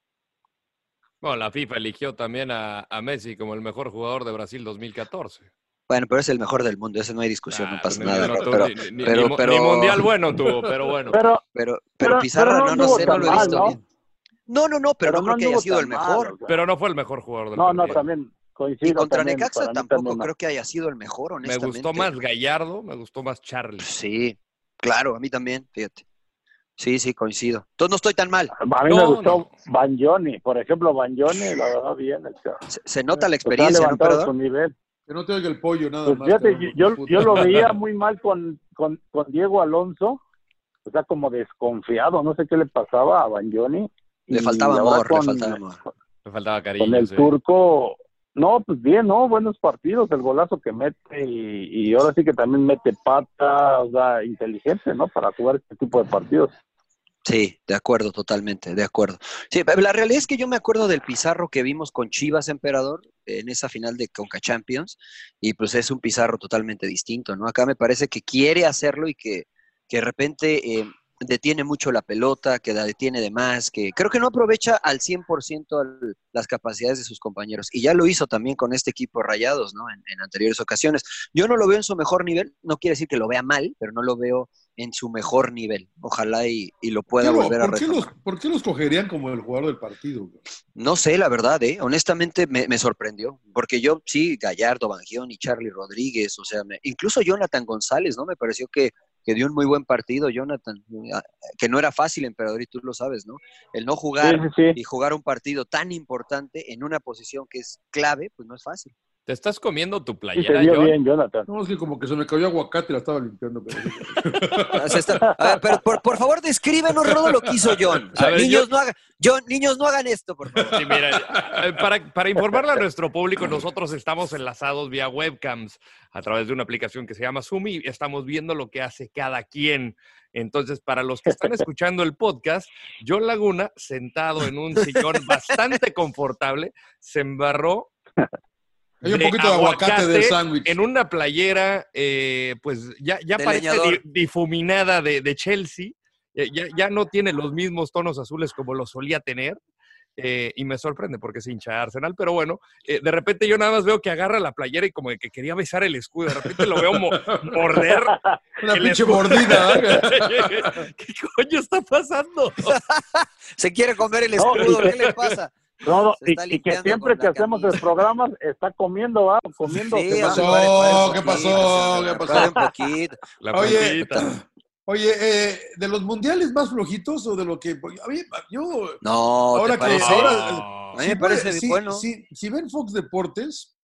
Speaker 2: Bueno, la FIFA eligió también a, a Messi como el mejor jugador de Brasil 2014.
Speaker 3: Bueno, pero es el mejor del mundo, eso no hay discusión, no pasa
Speaker 2: ni-
Speaker 3: nada.
Speaker 2: no, tú,
Speaker 3: pero,
Speaker 2: ni- ni-
Speaker 3: pero-
Speaker 2: ni mu-
Speaker 3: pero-
Speaker 2: ni mundial bueno tuvo, pero bueno.
Speaker 3: Pero, pero,
Speaker 2: pero-
Speaker 3: Pizarro,
Speaker 2: pero
Speaker 3: no,
Speaker 2: no
Speaker 3: no
Speaker 2: anduvo
Speaker 3: sé, no
Speaker 2: tan
Speaker 3: lo he
Speaker 2: mal,
Speaker 3: visto
Speaker 2: ¿no?
Speaker 3: bien. No, no, no, pero
Speaker 2: Pero
Speaker 3: no,
Speaker 2: no
Speaker 3: creo que haya
Speaker 2: anduvo
Speaker 3: sido
Speaker 2: tan
Speaker 3: el mejor.
Speaker 2: mal, o sea. Pero no fue el mejor jugador del
Speaker 3: No,
Speaker 2: partido.
Speaker 3: no,
Speaker 4: también coincido.
Speaker 3: y contra
Speaker 2: también,
Speaker 3: Necaxa
Speaker 2: para mí
Speaker 3: tampoco
Speaker 2: también no.
Speaker 3: creo que haya sido el mejor,
Speaker 2: Me
Speaker 3: honestamente.
Speaker 2: gustó más Gallardo, me gustó más Charlie.
Speaker 3: Sí, claro, a mí también, fíjate. Sí, sí, coincido. Entonces no estoy tan mal.
Speaker 4: A mí me gustó Banjoni, por ejemplo, Banjoni, la verdad, bien. el chavo.
Speaker 3: Se nota la
Speaker 4: Pues ha
Speaker 3: experiencia, ¿no,
Speaker 4: levantado
Speaker 3: Perdón?
Speaker 4: su nivel.
Speaker 1: Que no te oiga el pollo, nada
Speaker 4: Pues
Speaker 1: más.
Speaker 4: fíjate,
Speaker 1: cabrón.
Speaker 4: yo, yo- yo lo veía muy mal con, con, con Diego Alonso, o sea, como desconfiado, no sé qué le pasaba a Banjoni.
Speaker 3: Le
Speaker 4: Y
Speaker 3: faltaba
Speaker 4: la verdad
Speaker 3: amor,
Speaker 4: con-
Speaker 3: le faltaba amor.
Speaker 2: Me faltaba cariño.
Speaker 4: Con el
Speaker 2: sí.
Speaker 4: turco, no, pues bien, ¿no? Buenos partidos, el golazo que mete y, y ahora sí que también mete pata, o sea, inteligente, ¿no? Para jugar este tipo de partidos.
Speaker 3: Sí, de acuerdo, totalmente, de acuerdo. Sí, pero la realidad es que yo me acuerdo del Pizarro que vimos con Chivas Emperador en esa final de Conca Champions, y pues es un Pizarro totalmente distinto, ¿no? Acá me parece que quiere hacerlo y que, que de repente eh, detiene mucho la pelota, que la detiene de más, que creo que no aprovecha al 100% al- las capacidades de sus compañeros. Y ya lo hizo también con este equipo Rayados, ¿no? En, en anteriores ocasiones. Yo no lo veo en su mejor nivel, no quiere decir que lo vea mal, pero no lo veo en su mejor nivel. Ojalá y, y lo
Speaker 1: ¿Por
Speaker 3: pueda
Speaker 1: qué lo-
Speaker 3: volver a
Speaker 1: ¿por qué,
Speaker 3: retomar.
Speaker 1: los, ¿Por qué los cogerían como el jugador del partido? güey?
Speaker 3: No sé, la verdad, ¿eh? honestamente me, me sorprendió, porque yo sí, Gallardo, Bangión y Charlie Rodríguez, o sea, me- incluso Jonathan González, ¿no? Me pareció que, que dio un muy buen partido, Jonathan, a- que no era fácil, emperador, y tú lo sabes, ¿no? El no jugar
Speaker 4: Sí, sí, sí.
Speaker 3: y jugar un partido tan importante en una posición que es clave, pues no es fácil.
Speaker 2: Te estás comiendo tu
Speaker 4: Y se
Speaker 2: playera,
Speaker 4: vio
Speaker 2: John.
Speaker 4: bien, Jonathan.
Speaker 1: No, es que como que se me cayó aguacate y la estaba limpiando. Pero...
Speaker 3: Se está- a ver, pero por, por favor, descríbenos, Rodo, lo que hizo John. O sea,
Speaker 2: A ver,
Speaker 3: niños,
Speaker 2: yo-
Speaker 3: No hagan, John, niños, no hagan esto, por favor.
Speaker 2: Sí, mira, eh, para, para informarle a nuestro público, nosotros estamos enlazados vía webcams a través de una aplicación que se llama Zoom y estamos viendo lo que hace cada quien. Entonces, para los que están escuchando el podcast, John Laguna, sentado en un sillón bastante confortable, se embarró
Speaker 1: Hay un poquito de aguacate del sándwich.
Speaker 2: en una playera, eh, pues ya, ya
Speaker 3: De
Speaker 2: parece
Speaker 3: leñador.
Speaker 2: di- difuminada de, de Chelsea, eh, ya, ya no tiene los mismos tonos azules como lo solía tener. eh, y me sorprende porque es hincha de Arsenal, pero bueno, eh, de repente yo nada más veo que agarra la playera y como que quería besar el escudo, de repente lo veo mo- morder.
Speaker 1: Una
Speaker 2: el
Speaker 1: pinche
Speaker 2: escudo.
Speaker 1: mordida. ¿eh?
Speaker 2: ¿Qué coño está pasando?
Speaker 3: Se quiere comer el
Speaker 4: No,
Speaker 3: escudo,
Speaker 4: y-
Speaker 3: ¿qué le pasa?
Speaker 4: No,
Speaker 3: Se
Speaker 4: y,
Speaker 3: está
Speaker 4: y que
Speaker 3: limpiando
Speaker 4: siempre
Speaker 3: con
Speaker 4: que
Speaker 3: la
Speaker 4: hacemos
Speaker 3: camisa.
Speaker 4: el programa está comiendo, va, comiendo.
Speaker 3: Sí,
Speaker 4: se va.
Speaker 1: pasó?
Speaker 3: hombre, paren
Speaker 1: Oh, ¿Qué
Speaker 3: poquito,
Speaker 1: pasó?
Speaker 3: o sea,
Speaker 1: ¿Qué pasó?
Speaker 3: paren poquito.
Speaker 2: La
Speaker 1: Oye,
Speaker 2: puntita.
Speaker 1: Oye, eh, ¿de los mundiales más flojitos o de lo que.? porque A mí, yo.
Speaker 3: No,
Speaker 1: ahora
Speaker 3: ¿te parece?
Speaker 1: que. Ahora, pues,
Speaker 3: a mí me
Speaker 1: ve-
Speaker 3: parece
Speaker 1: si-
Speaker 3: bueno.
Speaker 1: si- si ven Fox Deportes,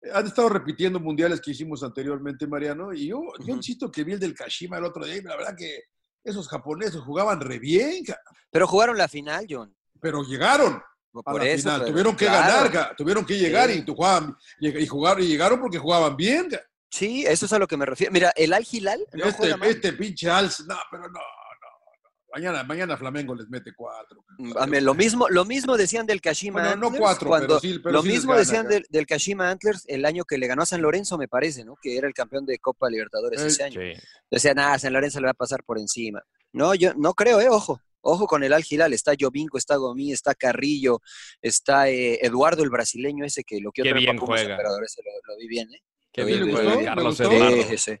Speaker 1: eh, han estado repitiendo mundiales que hicimos anteriormente, Mariano, y yo, yo insisto que vi el del Kashima el otro día, y la verdad que esos japoneses jugaban re bien, ca-
Speaker 3: Pero jugaron la final, John.
Speaker 1: pero llegaron.
Speaker 3: Por
Speaker 1: a la
Speaker 3: eso,
Speaker 1: final.
Speaker 3: pero-
Speaker 1: tuvieron que
Speaker 3: claro.
Speaker 1: ganar, ca- tuvieron que llegar
Speaker 3: Sí.
Speaker 1: y, tu- jugaban, y, y jugaron, y llegaron porque jugaban bien. ca.
Speaker 3: Sí, eso es a lo que me refiero. Mira, el Al Hilal no
Speaker 1: este,
Speaker 3: juega mal.
Speaker 1: este pinche Alce, no, pero no, no, no. Mañana, mañana Flamengo les mete cuatro.
Speaker 3: A mí, lo mismo, lo mismo decían del Kashima
Speaker 1: Bueno, no
Speaker 3: Antlers
Speaker 1: cuatro,
Speaker 3: cuando
Speaker 1: pero sí- pero
Speaker 3: lo
Speaker 1: sí les
Speaker 3: mismo
Speaker 1: gana,
Speaker 3: decían
Speaker 1: claro.
Speaker 3: del, del Kashima Antlers el año que le ganó a San Lorenzo, me parece, ¿no? Que era el campeón de Copa Libertadores
Speaker 1: Eh,
Speaker 3: ese año.
Speaker 2: Sí.
Speaker 3: Decían, ah, San Lorenzo le va a pasar por encima. No, yo no creo, eh, ojo. Ojo con el Al Hilal, está Jovinko, está Gomí, está Carrillo, está eh, Eduardo el brasileño ese que lo que
Speaker 2: Qué
Speaker 3: otro
Speaker 2: bien juega.
Speaker 3: emperadores lo, lo vi bien, ¿eh?
Speaker 2: Qué
Speaker 3: Lo
Speaker 2: bien
Speaker 3: vi
Speaker 1: ¿Le
Speaker 2: juega
Speaker 1: gustó? ¿Le
Speaker 2: Carlos
Speaker 1: gustó?
Speaker 2: Eduardo.
Speaker 3: Sí, sí, sí.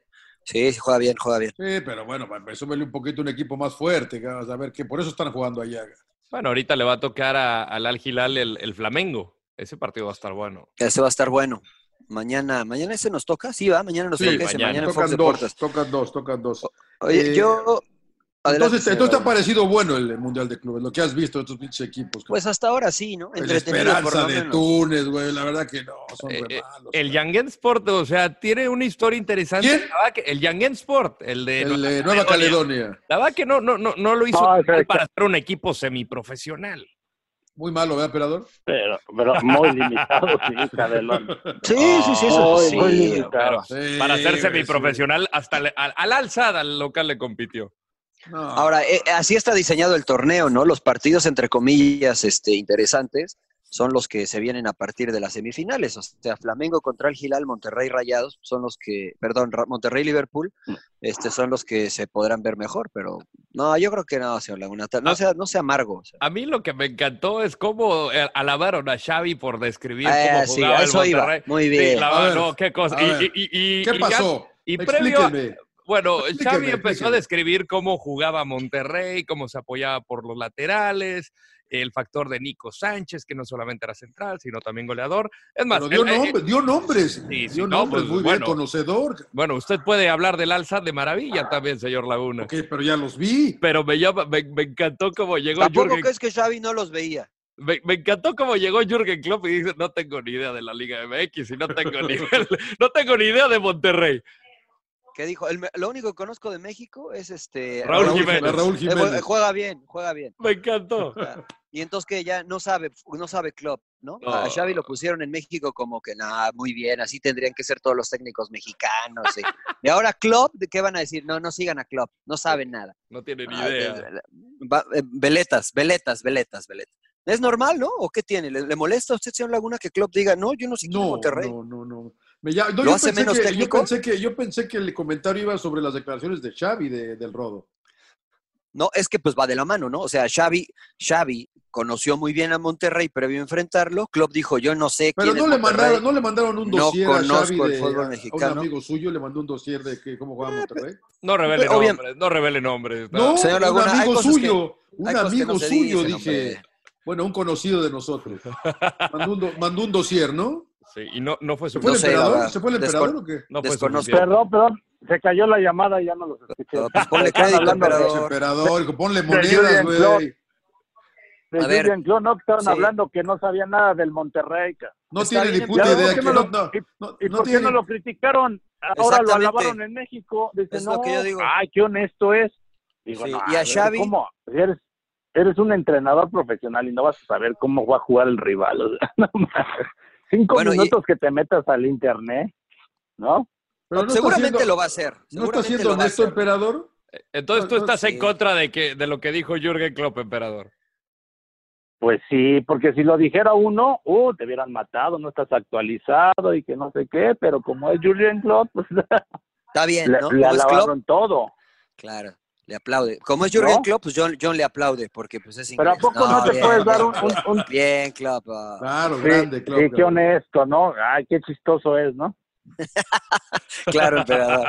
Speaker 3: Sí, sí, juega bien, juega bien.
Speaker 1: Sí, pero bueno, para súbele un poquito un equipo más fuerte, ca, a ver que por eso están jugando allá. ca.
Speaker 2: Bueno, ahorita le va a tocar a- al Al Hilal el, el Flamengo. Ese partido va a estar bueno.
Speaker 3: Ese va a estar bueno. Mañana, mañana ese nos toca, sí, va, mañana nos
Speaker 1: Sí,
Speaker 3: toca ese,
Speaker 2: mañana.
Speaker 3: mañana en Fox
Speaker 1: Tocan dos,
Speaker 3: Deportes.
Speaker 1: tocan dos, tocan dos.
Speaker 3: Oye,
Speaker 1: Eh,
Speaker 3: yo. Adelante,
Speaker 1: entonces,
Speaker 3: señor
Speaker 1: entonces te ha
Speaker 3: Raúl.
Speaker 1: parecido bueno el Mundial de Clubes, lo que has visto de estos pinches equipos. ca.
Speaker 3: Pues hasta ahora sí, ¿no?
Speaker 1: el
Speaker 3: Entretenido por
Speaker 1: Esperanza
Speaker 3: lo
Speaker 1: de
Speaker 3: menos.
Speaker 1: Túnez, güey, la verdad que no, son
Speaker 2: Eh,
Speaker 1: re
Speaker 2: eh,
Speaker 1: malos.
Speaker 2: El Yangen Sport, o sea, tiene una historia interesante.
Speaker 1: ¿Quién?
Speaker 2: La verdad que- el Yangen Sport, el de
Speaker 1: El
Speaker 2: Nueva
Speaker 1: de Nueva Caledonia.
Speaker 2: La verdad que no, no, no, no lo hizo
Speaker 3: Ah,
Speaker 4: No,
Speaker 2: tan mal
Speaker 4: exacto.
Speaker 2: para ser un equipo semiprofesional.
Speaker 1: Muy malo, ¿verdad, emperador?
Speaker 4: Pero, pero muy limitado, sí, Cadelón.
Speaker 3: Sí, sí, sí, eso pues
Speaker 4: Muy,
Speaker 3: sí.
Speaker 4: muy limitado.
Speaker 2: Pero para ser
Speaker 1: güey,
Speaker 2: semiprofesional, hasta le- al, al alzada al local le compitió.
Speaker 1: sí. No.
Speaker 2: Ah.
Speaker 3: Ahora, eh, así está diseñado el torneo, ¿no? Los partidos, entre comillas, este, interesantes, son los que se vienen a partir de las semifinales. O sea, Flamengo contra el Gilal, Monterrey Rayados, son los que, perdón, Ra- Monterrey Liverpool,
Speaker 2: Mm.
Speaker 3: este, son los que se podrán ver mejor, pero no, yo creo que no, señor Laguna, ta-
Speaker 2: Ah.
Speaker 3: no sea, no sea amargo. o sea.
Speaker 2: A mí lo que me encantó es cómo eh, alabaron a Xavi por describir
Speaker 3: Ah,
Speaker 2: cómo
Speaker 3: sí,
Speaker 2: jugaba
Speaker 3: a
Speaker 2: el
Speaker 3: eso iba.
Speaker 2: Monterrey.
Speaker 3: Muy
Speaker 2: Sí,
Speaker 3: bien.
Speaker 2: la
Speaker 3: A ver,
Speaker 2: verdad, no, qué cosa.
Speaker 3: a
Speaker 2: Y-
Speaker 3: ver.
Speaker 2: y- y- y-
Speaker 1: ¿Qué
Speaker 2: y
Speaker 1: pasó?
Speaker 2: ya- Y previo, a-
Speaker 1: Explíquenme.
Speaker 2: bueno,
Speaker 1: Explíqueme,
Speaker 2: Xavi empezó a describir cómo jugaba Monterrey, cómo se apoyaba por los laterales, el factor de Nico Sánchez, que no solamente era central, sino también goleador. Es más,
Speaker 1: Pero dio,
Speaker 2: el- eh,
Speaker 1: nombre- dio nombres,
Speaker 2: sí, sí,
Speaker 1: dio
Speaker 2: no,
Speaker 1: nombres,
Speaker 2: pues,
Speaker 1: muy
Speaker 2: bueno.
Speaker 1: bien, conocedor.
Speaker 2: Bueno, usted puede hablar del alza de maravilla también, señor Laguna.
Speaker 1: Ok, pero ya los vi.
Speaker 2: Pero me, llama- me, me encantó cómo llegó
Speaker 3: Tampoco
Speaker 2: Jürgen
Speaker 3: crees que Xavi no los veía.
Speaker 2: Me, me encantó cómo llegó Jürgen Klopp y dice, no tengo ni idea de la Liga MX y no tengo ni, no tengo ni idea de Monterrey.
Speaker 3: ¿Qué dijo? El me- lo único que conozco de México es este a
Speaker 2: Raúl Jiménez.
Speaker 1: Raúl
Speaker 3: Eh, bu-
Speaker 1: Jiménez.
Speaker 3: juega bien, juega bien.
Speaker 2: Me encantó.
Speaker 3: Ah, Y entonces que ya no sabe, no sabe Klopp, ¿no?
Speaker 2: No.
Speaker 3: A Xavi lo pusieron en México como que nada, muy bien, así tendrían que ser todos los técnicos mexicanos. sí". Y ahora Klopp, ¿de qué van a decir? No, no sigan a Klopp, no saben nada.
Speaker 2: No tiene ni
Speaker 3: Ah,
Speaker 2: idea.
Speaker 3: eh, va- eh, veletas, veletas, veletas, veletas. Es normal, ¿no? ¿O qué tiene? ¿Le, le molesta a usted, señor Laguna, que Klopp diga, no, yo no sé quién es
Speaker 1: No,
Speaker 3: Monterrey?
Speaker 1: no, no, no. Me ya-
Speaker 3: ¿Lo
Speaker 1: no, yo
Speaker 3: hace
Speaker 1: pensé
Speaker 3: menos
Speaker 1: que,
Speaker 3: técnico?
Speaker 1: Yo pensé, que, yo pensé que el comentario iba sobre las declaraciones de Xavi de- del Rodo.
Speaker 3: No, es que pues va de la mano, ¿no? O sea, Xavi, Xavi conoció muy bien a Monterrey previo a enfrentarlo. Klopp dijo, yo no sé
Speaker 1: Pero
Speaker 3: quién
Speaker 1: no
Speaker 3: es
Speaker 1: le,
Speaker 3: Monterrey.
Speaker 1: mandaron, no le mandaron un
Speaker 3: No
Speaker 1: dossier a Xavi
Speaker 3: conozco el
Speaker 1: de-
Speaker 3: fútbol
Speaker 1: a- a
Speaker 3: mexicano.
Speaker 1: un amigo suyo, le mandó un dossier de que, cómo jugaba Monterrey.
Speaker 2: No revele
Speaker 3: Obvia-
Speaker 2: nombres, no revele nombres. no.
Speaker 1: No,
Speaker 3: Señor Laguna,
Speaker 1: un
Speaker 3: hay
Speaker 1: amigo
Speaker 3: cosas
Speaker 1: suyo, un
Speaker 3: hay cosas que
Speaker 1: amigo
Speaker 3: no se
Speaker 1: suyo,
Speaker 3: dicen,
Speaker 1: dije.
Speaker 3: hombre.
Speaker 1: Bueno, un conocido de nosotros. Mandó un, do- mandó un dossier, ¿no?
Speaker 2: Sí, y no, no fue
Speaker 1: ¿Se
Speaker 2: su
Speaker 1: fue
Speaker 3: No
Speaker 1: el
Speaker 3: sé, la
Speaker 1: emperador?
Speaker 3: verdad.
Speaker 1: ¿Se fue el
Speaker 3: Descon-
Speaker 1: emperador o qué?
Speaker 2: no fue
Speaker 3: desconozco.
Speaker 2: suficiente.
Speaker 4: Perdón, perdón, se cayó la llamada y ya no los escuché.
Speaker 3: No, pues ponle
Speaker 4: Están
Speaker 3: crédito,
Speaker 4: hablando de-
Speaker 3: emperador.
Speaker 1: Emperador, hijo, ponle
Speaker 4: de Jürgen
Speaker 1: monedas,
Speaker 4: Klopp.
Speaker 1: güey.
Speaker 4: de
Speaker 3: A ver.
Speaker 4: Jürgen Klopp, no estaban
Speaker 3: Sí.
Speaker 4: hablando que no sabía nada del Monterrey. ca.
Speaker 1: No
Speaker 3: Está
Speaker 1: tiene
Speaker 3: bien,
Speaker 1: ni puta
Speaker 4: emperador,
Speaker 1: idea.
Speaker 4: ¿por
Speaker 1: Que
Speaker 4: qué no
Speaker 1: no,
Speaker 4: lo-
Speaker 1: no, no,
Speaker 4: ¿Y
Speaker 1: no
Speaker 4: por qué
Speaker 1: tiene-
Speaker 4: no lo criticaron? Ahora lo
Speaker 3: Exactamente.
Speaker 4: alabaron en México. Dice,
Speaker 3: Es
Speaker 4: no,
Speaker 3: lo que yo digo.
Speaker 4: ay, qué honesto es. Digo,
Speaker 3: Sí,
Speaker 4: no,
Speaker 3: y a
Speaker 4: ver,
Speaker 3: Xavi-
Speaker 4: ¿Cómo? Eres, eres un entrenador profesional y no vas a saber cómo va a jugar el rival. o sea, no mames. Cinco
Speaker 3: Bueno, y-
Speaker 4: minutos que te metas al internet, ¿no?
Speaker 3: No,
Speaker 1: pero no está
Speaker 3: seguramente
Speaker 1: siendo-
Speaker 3: lo va a hacer.
Speaker 1: ¿No está
Speaker 3: seguramente
Speaker 1: siendo
Speaker 3: lo va a
Speaker 1: honesto,
Speaker 3: hacer.
Speaker 1: emperador?
Speaker 2: Entonces tú
Speaker 1: No, no,
Speaker 2: estás en
Speaker 3: sí.
Speaker 2: contra de, que, de lo que dijo Jürgen Klopp, emperador.
Speaker 4: Pues sí, porque si lo dijera uno, uh, te hubieran matado, no estás actualizado y que no sé qué, pero como es Julian Klopp, pues
Speaker 3: Está bien,
Speaker 4: le,
Speaker 3: Eh, ¿no?
Speaker 4: le
Speaker 3: Como es Klopp,
Speaker 4: alabaron todo.
Speaker 3: claro, le aplaude. Como es Jürgen
Speaker 4: ¿No?
Speaker 3: Klopp, pues John, John le aplaude porque pues es
Speaker 4: Pero ¿a
Speaker 3: inglés.
Speaker 4: poco no, te
Speaker 3: bien,
Speaker 4: puedes dar un,
Speaker 3: bien,
Speaker 4: un- un-
Speaker 3: Bien, Klopp. ah.
Speaker 1: Claro,
Speaker 4: Sí,
Speaker 1: grande,
Speaker 4: sí,
Speaker 1: claro.
Speaker 4: qué honesto, ¿no? Ay, qué chistoso es, ¿no?
Speaker 3: Claro, emperador.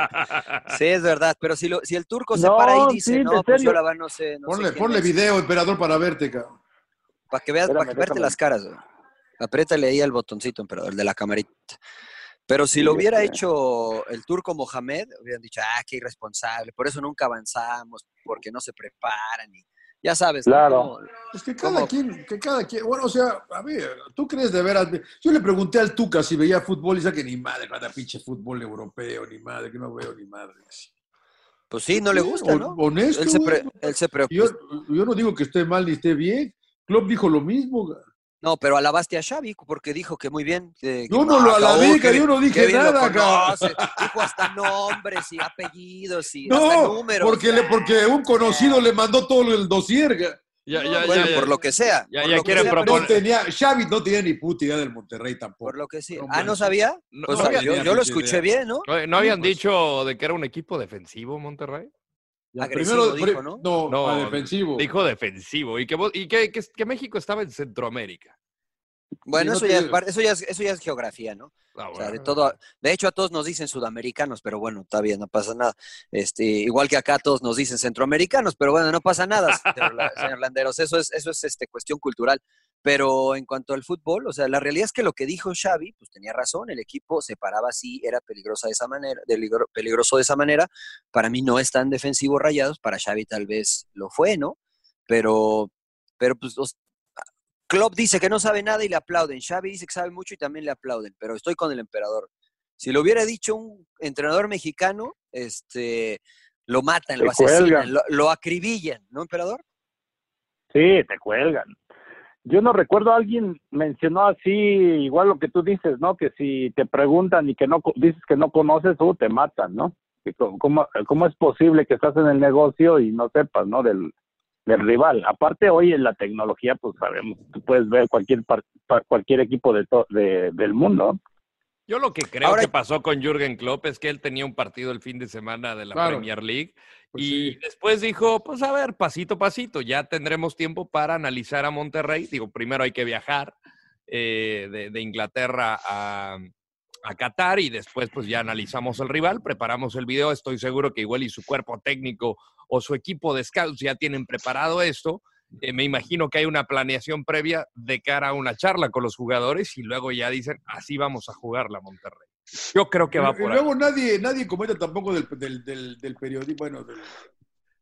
Speaker 3: Sí, es verdad. Pero si, lo, si el turco se
Speaker 4: No,
Speaker 3: para ahí y dice,
Speaker 4: sí, de
Speaker 3: no, pues
Speaker 4: serio.
Speaker 3: yo la va, no sé. No
Speaker 1: Ponle, ponle video, emperador, para verte, cabrón.
Speaker 3: Para que veas, para
Speaker 4: Espérame,
Speaker 3: que verte
Speaker 4: déjame.
Speaker 3: las caras. güey. Apriétale ahí al botoncito, emperador, el de la camarita. Pero si lo
Speaker 4: Sí,
Speaker 3: hubiera
Speaker 4: este.
Speaker 3: hecho el turco Mohamed, hubieran dicho, ah, qué irresponsable, por eso nunca avanzamos, porque no se preparan. Y, ya sabes, ¿no?
Speaker 4: Claro.
Speaker 3: Como-
Speaker 1: Pues que cada
Speaker 3: ¿Cómo?
Speaker 1: quien, que cada quien, bueno, o sea, a ver, ¿tú crees de veras? Yo le pregunté al Tuca si veía fútbol y dice que ni madre, nada pinche fútbol europeo, ni madre, que no veo ni madre.
Speaker 3: Pues sí, no le
Speaker 1: Sí,
Speaker 3: gusta,
Speaker 1: hon-
Speaker 3: ¿no?
Speaker 1: Honesto,
Speaker 3: Él se,
Speaker 1: güey.
Speaker 3: pre- él se preocupa.
Speaker 1: Yo, yo no digo que esté mal ni esté bien. Klopp dijo lo mismo. güey.
Speaker 3: No, pero alabaste a Xavi porque dijo que muy bien. que-
Speaker 1: Yo no lo
Speaker 3: cabrón,
Speaker 1: alabé,
Speaker 3: qué
Speaker 1: que yo
Speaker 3: bien-
Speaker 1: no dije
Speaker 3: qué bien lo
Speaker 1: nada, cabrón.
Speaker 3: conoce. Dijo hasta nombres y apellidos y hasta
Speaker 1: No,
Speaker 3: números. eh.
Speaker 1: porque, le, porque un conocido le mandó todo el dossier. güey.
Speaker 2: Ya,
Speaker 3: No,
Speaker 2: ya, ya,
Speaker 3: bueno,
Speaker 2: ya.
Speaker 3: por lo que sea.
Speaker 2: Ya-
Speaker 3: por
Speaker 2: ya
Speaker 3: lo que
Speaker 2: quieren
Speaker 3: sea, pero-
Speaker 1: No
Speaker 2: proponer.
Speaker 1: tenía, Xavi no tenía ni puta idea del Monterrey tampoco.
Speaker 3: Por lo que sí.
Speaker 1: No
Speaker 3: ah, ¿no
Speaker 1: manches.
Speaker 3: sabía?
Speaker 2: No,
Speaker 3: Pues
Speaker 2: no había-
Speaker 3: yo,
Speaker 1: ni
Speaker 3: yo lo
Speaker 1: pinche
Speaker 3: escuché
Speaker 1: idea.
Speaker 3: bien, ¿no?
Speaker 2: no- no habían dicho de que era un equipo defensivo Monterrey?
Speaker 3: Agresivo dijo, ¿no?
Speaker 1: no,
Speaker 2: No,
Speaker 1: a
Speaker 3: Uh.
Speaker 1: defensivo.
Speaker 2: Dijo defensivo y que, vos- y que, que, que México estaba en Centroamérica.
Speaker 3: Bueno,
Speaker 1: no
Speaker 3: eso, ya es,
Speaker 1: tiene-
Speaker 3: par- eso, ya es, eso ya es geografía, ¿no?
Speaker 2: Ah,
Speaker 3: O sea, de
Speaker 2: bueno.
Speaker 3: todo. De hecho, a todos nos dicen sudamericanos, pero bueno, está bien, no pasa nada. Este, igual que acá a todos nos dicen centroamericanos, pero bueno, no pasa nada, señor La- señor Landeros. Eso es, eso es este, cuestión cultural. Pero en cuanto al fútbol, o sea, la realidad es que lo que dijo Xavi, pues tenía razón, el equipo se paraba así, era peligrosa de esa manera, deligro- peligroso de esa manera. Para mí no es tan defensivo rayados, para Xavi tal vez lo fue, ¿no? Pero, pero pues los- Klopp dice que no sabe nada y le aplauden. Xavi dice que sabe mucho y también le aplauden. Pero estoy con el emperador. Si lo hubiera dicho un entrenador mexicano, este, lo matan,
Speaker 4: Te
Speaker 3: lo asesinan,
Speaker 4: cuelgan.
Speaker 3: lo, lo acribillan, ¿no, emperador?
Speaker 4: Sí, te cuelgan. Yo no recuerdo, alguien mencionó así, igual lo que tú dices, ¿no? Que si te preguntan y que no co- dices que no conoces, uh, te matan, ¿no? Que co- ¿Cómo, ¿Cómo es posible que estás en el negocio y no sepas, ¿no? Del, del rival. Aparte, hoy en la tecnología, pues sabemos, tú puedes ver cualquier par- par- cualquier equipo de to- de- del mundo.
Speaker 2: Yo lo que creo
Speaker 4: Ahora-
Speaker 2: que pasó con Jürgen Klopp es que él tenía un partido el fin de semana de la
Speaker 1: Claro.
Speaker 2: Premier League
Speaker 1: Pues
Speaker 2: y después dijo, pues a ver, pasito pasito, ya tendremos tiempo para analizar a Monterrey. Digo, primero hay que viajar eh, de, de Inglaterra a, a Qatar y después pues ya analizamos el rival, preparamos el video. Estoy seguro que igual y su cuerpo técnico o su equipo de scouts ya tienen preparado esto. Eh, me imagino que hay una planeación previa de cara a una charla con los jugadores y luego ya dicen, así vamos a jugar la Monterrey. Yo creo que va
Speaker 1: y
Speaker 2: por ahí.
Speaker 1: luego nadie, nadie comenta tampoco del, del, del, del periodi- bueno, del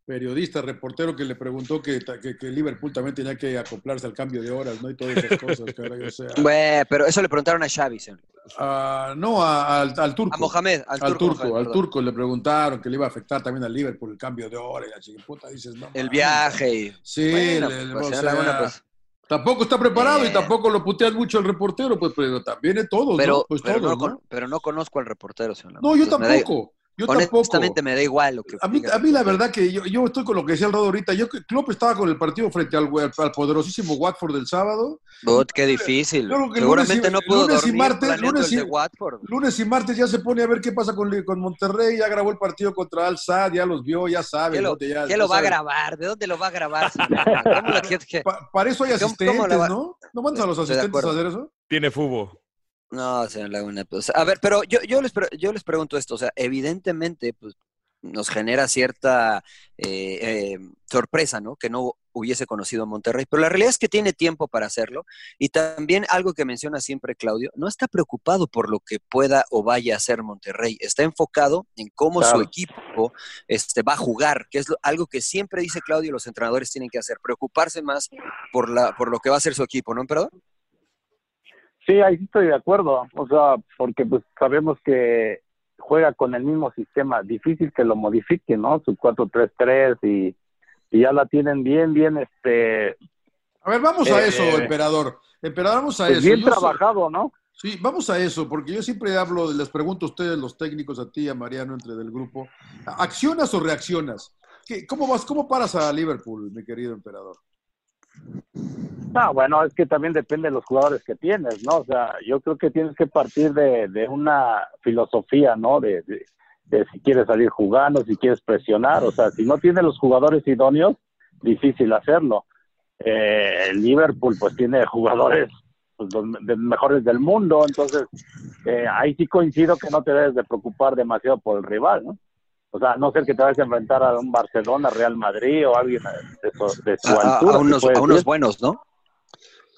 Speaker 1: periodista, reportero que le preguntó que, que- que Liverpool también tenía que acoplarse al cambio de horas, ¿no? Y todas esas cosas, caray, o sea.
Speaker 3: Bueno, pero eso le preguntaron a Xavi. señor.
Speaker 1: Ah, no, a- al, al turco.
Speaker 3: A Mohamed, al
Speaker 1: Al
Speaker 3: turco,
Speaker 1: turco,
Speaker 3: Mohamed,
Speaker 1: al
Speaker 3: perdón.
Speaker 1: turco le preguntaron que le iba a afectar también al Liverpool el cambio de hora y la chiquiputa, dices, no.
Speaker 3: El
Speaker 1: mames.
Speaker 3: viaje. y-
Speaker 1: Sí,
Speaker 3: Bueno,
Speaker 1: le-
Speaker 3: pues,
Speaker 1: o
Speaker 3: señor
Speaker 1: sea,
Speaker 3: Laguna, pues,
Speaker 1: tampoco está preparado
Speaker 3: Eh.
Speaker 1: y tampoco lo puteas mucho el reportero, pues pero también es todo,
Speaker 3: pero,
Speaker 1: ¿no? Pues
Speaker 3: pero,
Speaker 1: todos,
Speaker 3: no,
Speaker 1: ¿no?
Speaker 3: con- pero no conozco al reportero, señor Laguna.
Speaker 1: No, yo
Speaker 3: Entonces, me da-
Speaker 1: tampoco. Yo
Speaker 3: honestamente
Speaker 1: tampoco.
Speaker 3: me da igual lo que
Speaker 1: A mí,
Speaker 3: diga.
Speaker 1: a mí la verdad que yo, yo estoy con lo que decía el Rodo ahorita. Yo que Klopp estaba con el partido frente al, al poderosísimo Watford del sábado.
Speaker 3: But, qué difícil.
Speaker 1: Yo creo que
Speaker 3: Seguramente
Speaker 1: lunes y-
Speaker 3: no pudo
Speaker 1: lunes y
Speaker 3: dormir
Speaker 1: martes,
Speaker 3: planeando
Speaker 1: lunes
Speaker 3: el
Speaker 1: y-
Speaker 3: de Watford.
Speaker 1: Lunes y martes ya se pone a ver qué pasa con, con Monterrey. Ya grabó el partido contra Al Sadd, ya los vio, ya sabe.
Speaker 3: ¿Qué lo,
Speaker 1: ¿no? Ya-
Speaker 3: qué lo
Speaker 1: ya
Speaker 3: va a
Speaker 1: sabe.
Speaker 3: grabar? ¿De dónde lo va a grabar? señor Laguna? ¿Cómo lo que- que-
Speaker 1: Pa- para eso hay
Speaker 3: ¿Cómo- cómo
Speaker 1: asistentes,
Speaker 3: la va-
Speaker 1: ¿no? ¿No mandas a los
Speaker 3: Estoy de
Speaker 1: asistentes a
Speaker 3: acuerdo.
Speaker 1: hacer eso?
Speaker 2: Tiene fútbol.
Speaker 3: No, señor Laguna. pues, a ver, pero yo, yo, les, pre- yo les pregunto esto. O sea, evidentemente pues, nos genera cierta eh, eh, sorpresa, ¿no? Que no hubiese conocido a Monterrey. Pero la realidad es que tiene tiempo para hacerlo. Y también algo que menciona siempre Claudio, no está preocupado por lo que pueda o vaya a hacer Monterrey. Está enfocado en cómo su
Speaker 4: Claro.
Speaker 3: equipo este, va a jugar, que es lo- algo que siempre dice Claudio, los entrenadores tienen que hacer, preocuparse más por, la, por lo que va a hacer su equipo, ¿no, emperador?
Speaker 4: Sí, ahí sí estoy de acuerdo. O sea, porque pues sabemos que juega con el mismo sistema. Difícil que lo modifique, ¿no? Su 4-3-3 y, y ya la tienen bien, bien, este...
Speaker 1: A ver, vamos a
Speaker 4: Eh,
Speaker 1: eso,
Speaker 4: eh.
Speaker 1: emperador. Emperador, vamos a
Speaker 4: pues,
Speaker 1: eso.
Speaker 4: bien
Speaker 1: Yo so-
Speaker 4: trabajado, ¿no?
Speaker 1: Sí, vamos a eso, porque yo siempre hablo, les pregunto a ustedes, los técnicos, a ti, a Mariano, entre del grupo, ¿accionas o reaccionas? ¿Qué- ¿Cómo vas, cómo paras a Liverpool, mi querido emperador?
Speaker 4: No, bueno, es que también depende de los jugadores que tienes, ¿no? O sea, yo creo que tienes que partir de, de una filosofía, ¿no? De, de- de si quieres salir jugando, si quieres presionar, o sea, si no tienes los jugadores idóneos, difícil hacerlo. Eh, el Liverpool pues tiene jugadores pues, los me- de- mejores del mundo, entonces eh, ahí sí coincido que no te debes de preocupar demasiado por el rival, ¿no? O sea, a no ser que te vayas a enfrentar a un Barcelona, Real Madrid o alguien de, su- de su
Speaker 3: A- a-
Speaker 4: altura.
Speaker 3: a
Speaker 4: que
Speaker 3: unos-
Speaker 4: puede
Speaker 3: a unos
Speaker 4: ser
Speaker 3: buenos, ¿no?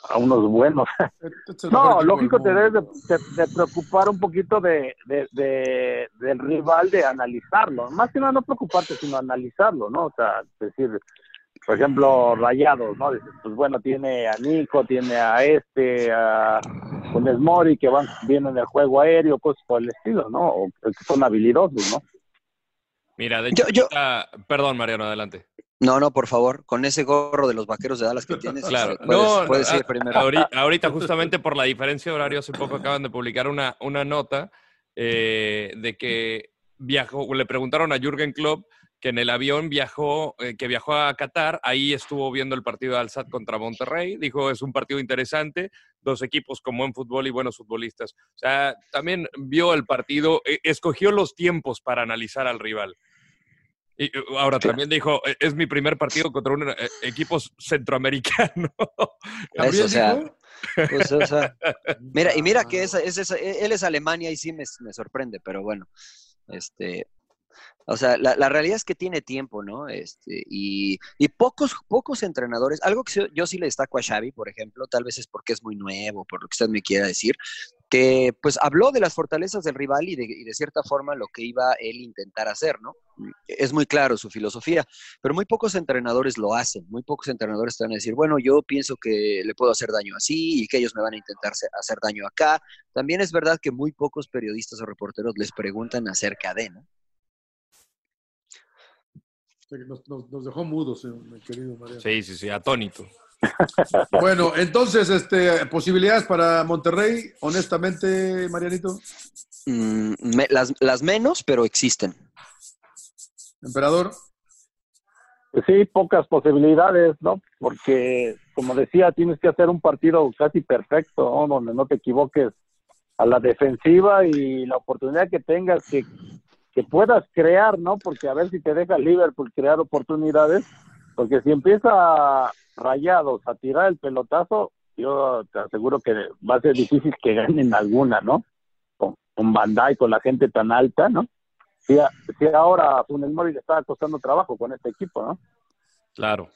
Speaker 4: a unos buenos.
Speaker 1: el mejor
Speaker 4: no,
Speaker 1: equipo
Speaker 4: lógico,
Speaker 1: del
Speaker 4: te
Speaker 1: mundo.
Speaker 4: debes de, de- de preocupar un poquito de, de- de- del rival, de analizarlo. Más que nada, no preocuparte, sino analizarlo, ¿no? O sea, es decir, por ejemplo, Rayados, ¿no? Dices, pues bueno, tiene a Nico, tiene a este, a Funes Mori, que van bien en el juego aéreo, cosas por el estilo, ¿no? O que son habilidosos, ¿no?
Speaker 2: Mira, de hecho,
Speaker 3: Yo- yo-
Speaker 2: ahorita- perdón, Mariano, adelante.
Speaker 3: No, no, por favor, con ese gorro de los vaqueros de Dallas que tienes,
Speaker 2: Claro,
Speaker 3: este, puedes,
Speaker 2: no,
Speaker 3: puedes
Speaker 2: no, ah,
Speaker 3: ir
Speaker 2: a-
Speaker 3: primero.
Speaker 2: ahori- Ahorita, justamente por la diferencia de horario, hace poco acaban de publicar una, una nota eh, de que viajó, le preguntaron a Jürgen Klopp que en el avión viajó, eh, que viajó a Qatar, ahí estuvo viendo el partido de Alsat contra Monterrey, dijo es un partido interesante, dos equipos con buen fútbol y buenos futbolistas. O sea, también vio el partido, eh, escogió los tiempos para analizar al rival. Y eh, ahora también dijo, "Eh, es mi primer partido contra un eh, equipo centroamericano.
Speaker 3: Eso, o sea,
Speaker 1: dijo?
Speaker 3: pues, o sea, mira, y mira que esa- es, esa- e, él es Alemania y sí me, me sorprende, pero bueno, este, o sea, la, la realidad es que tiene tiempo, ¿no? Este, y, y pocos, pocos entrenadores, algo que yo, yo sí le destaco a Xavi, por ejemplo, tal vez es porque es muy nuevo, por lo que usted me quiera decir, que pues habló de las fortalezas del rival y de, y de cierta forma lo que iba él a intentar hacer, ¿no? Es muy claro su filosofía, pero muy pocos entrenadores lo hacen, muy pocos entrenadores te van a decir, bueno, yo pienso que le puedo hacer daño así y que ellos me van a intentar hacer- hacer daño acá. También es verdad que muy pocos periodistas o reporteros les preguntan acerca de, ¿no?
Speaker 1: Nos, nos- nos dejó mudos, eh, mi querido Mariano.
Speaker 2: Sí, sí, sí, atónito.
Speaker 1: Bueno, entonces, este, posibilidades para Monterrey, honestamente, Marianito,
Speaker 3: Mm, me- las, las menos, pero existen.
Speaker 1: emperador.
Speaker 4: Sí, pocas posibilidades, ¿no? Porque, como decía, tienes que hacer un partido casi perfecto, ¿no? Donde no te equivoques a la defensiva y la oportunidad que tengas que, que puedas crear, ¿no? Porque a ver si te deja Liverpool crear oportunidades, porque si empieza rayados a tirar el pelotazo, yo te aseguro que va a ser difícil que ganen alguna, ¿no? Con, con Bandai, con la gente tan alta, ¿no? Si, a- si ahora a Funel Mori le está costando trabajo con este equipo, ¿no?
Speaker 2: Claro.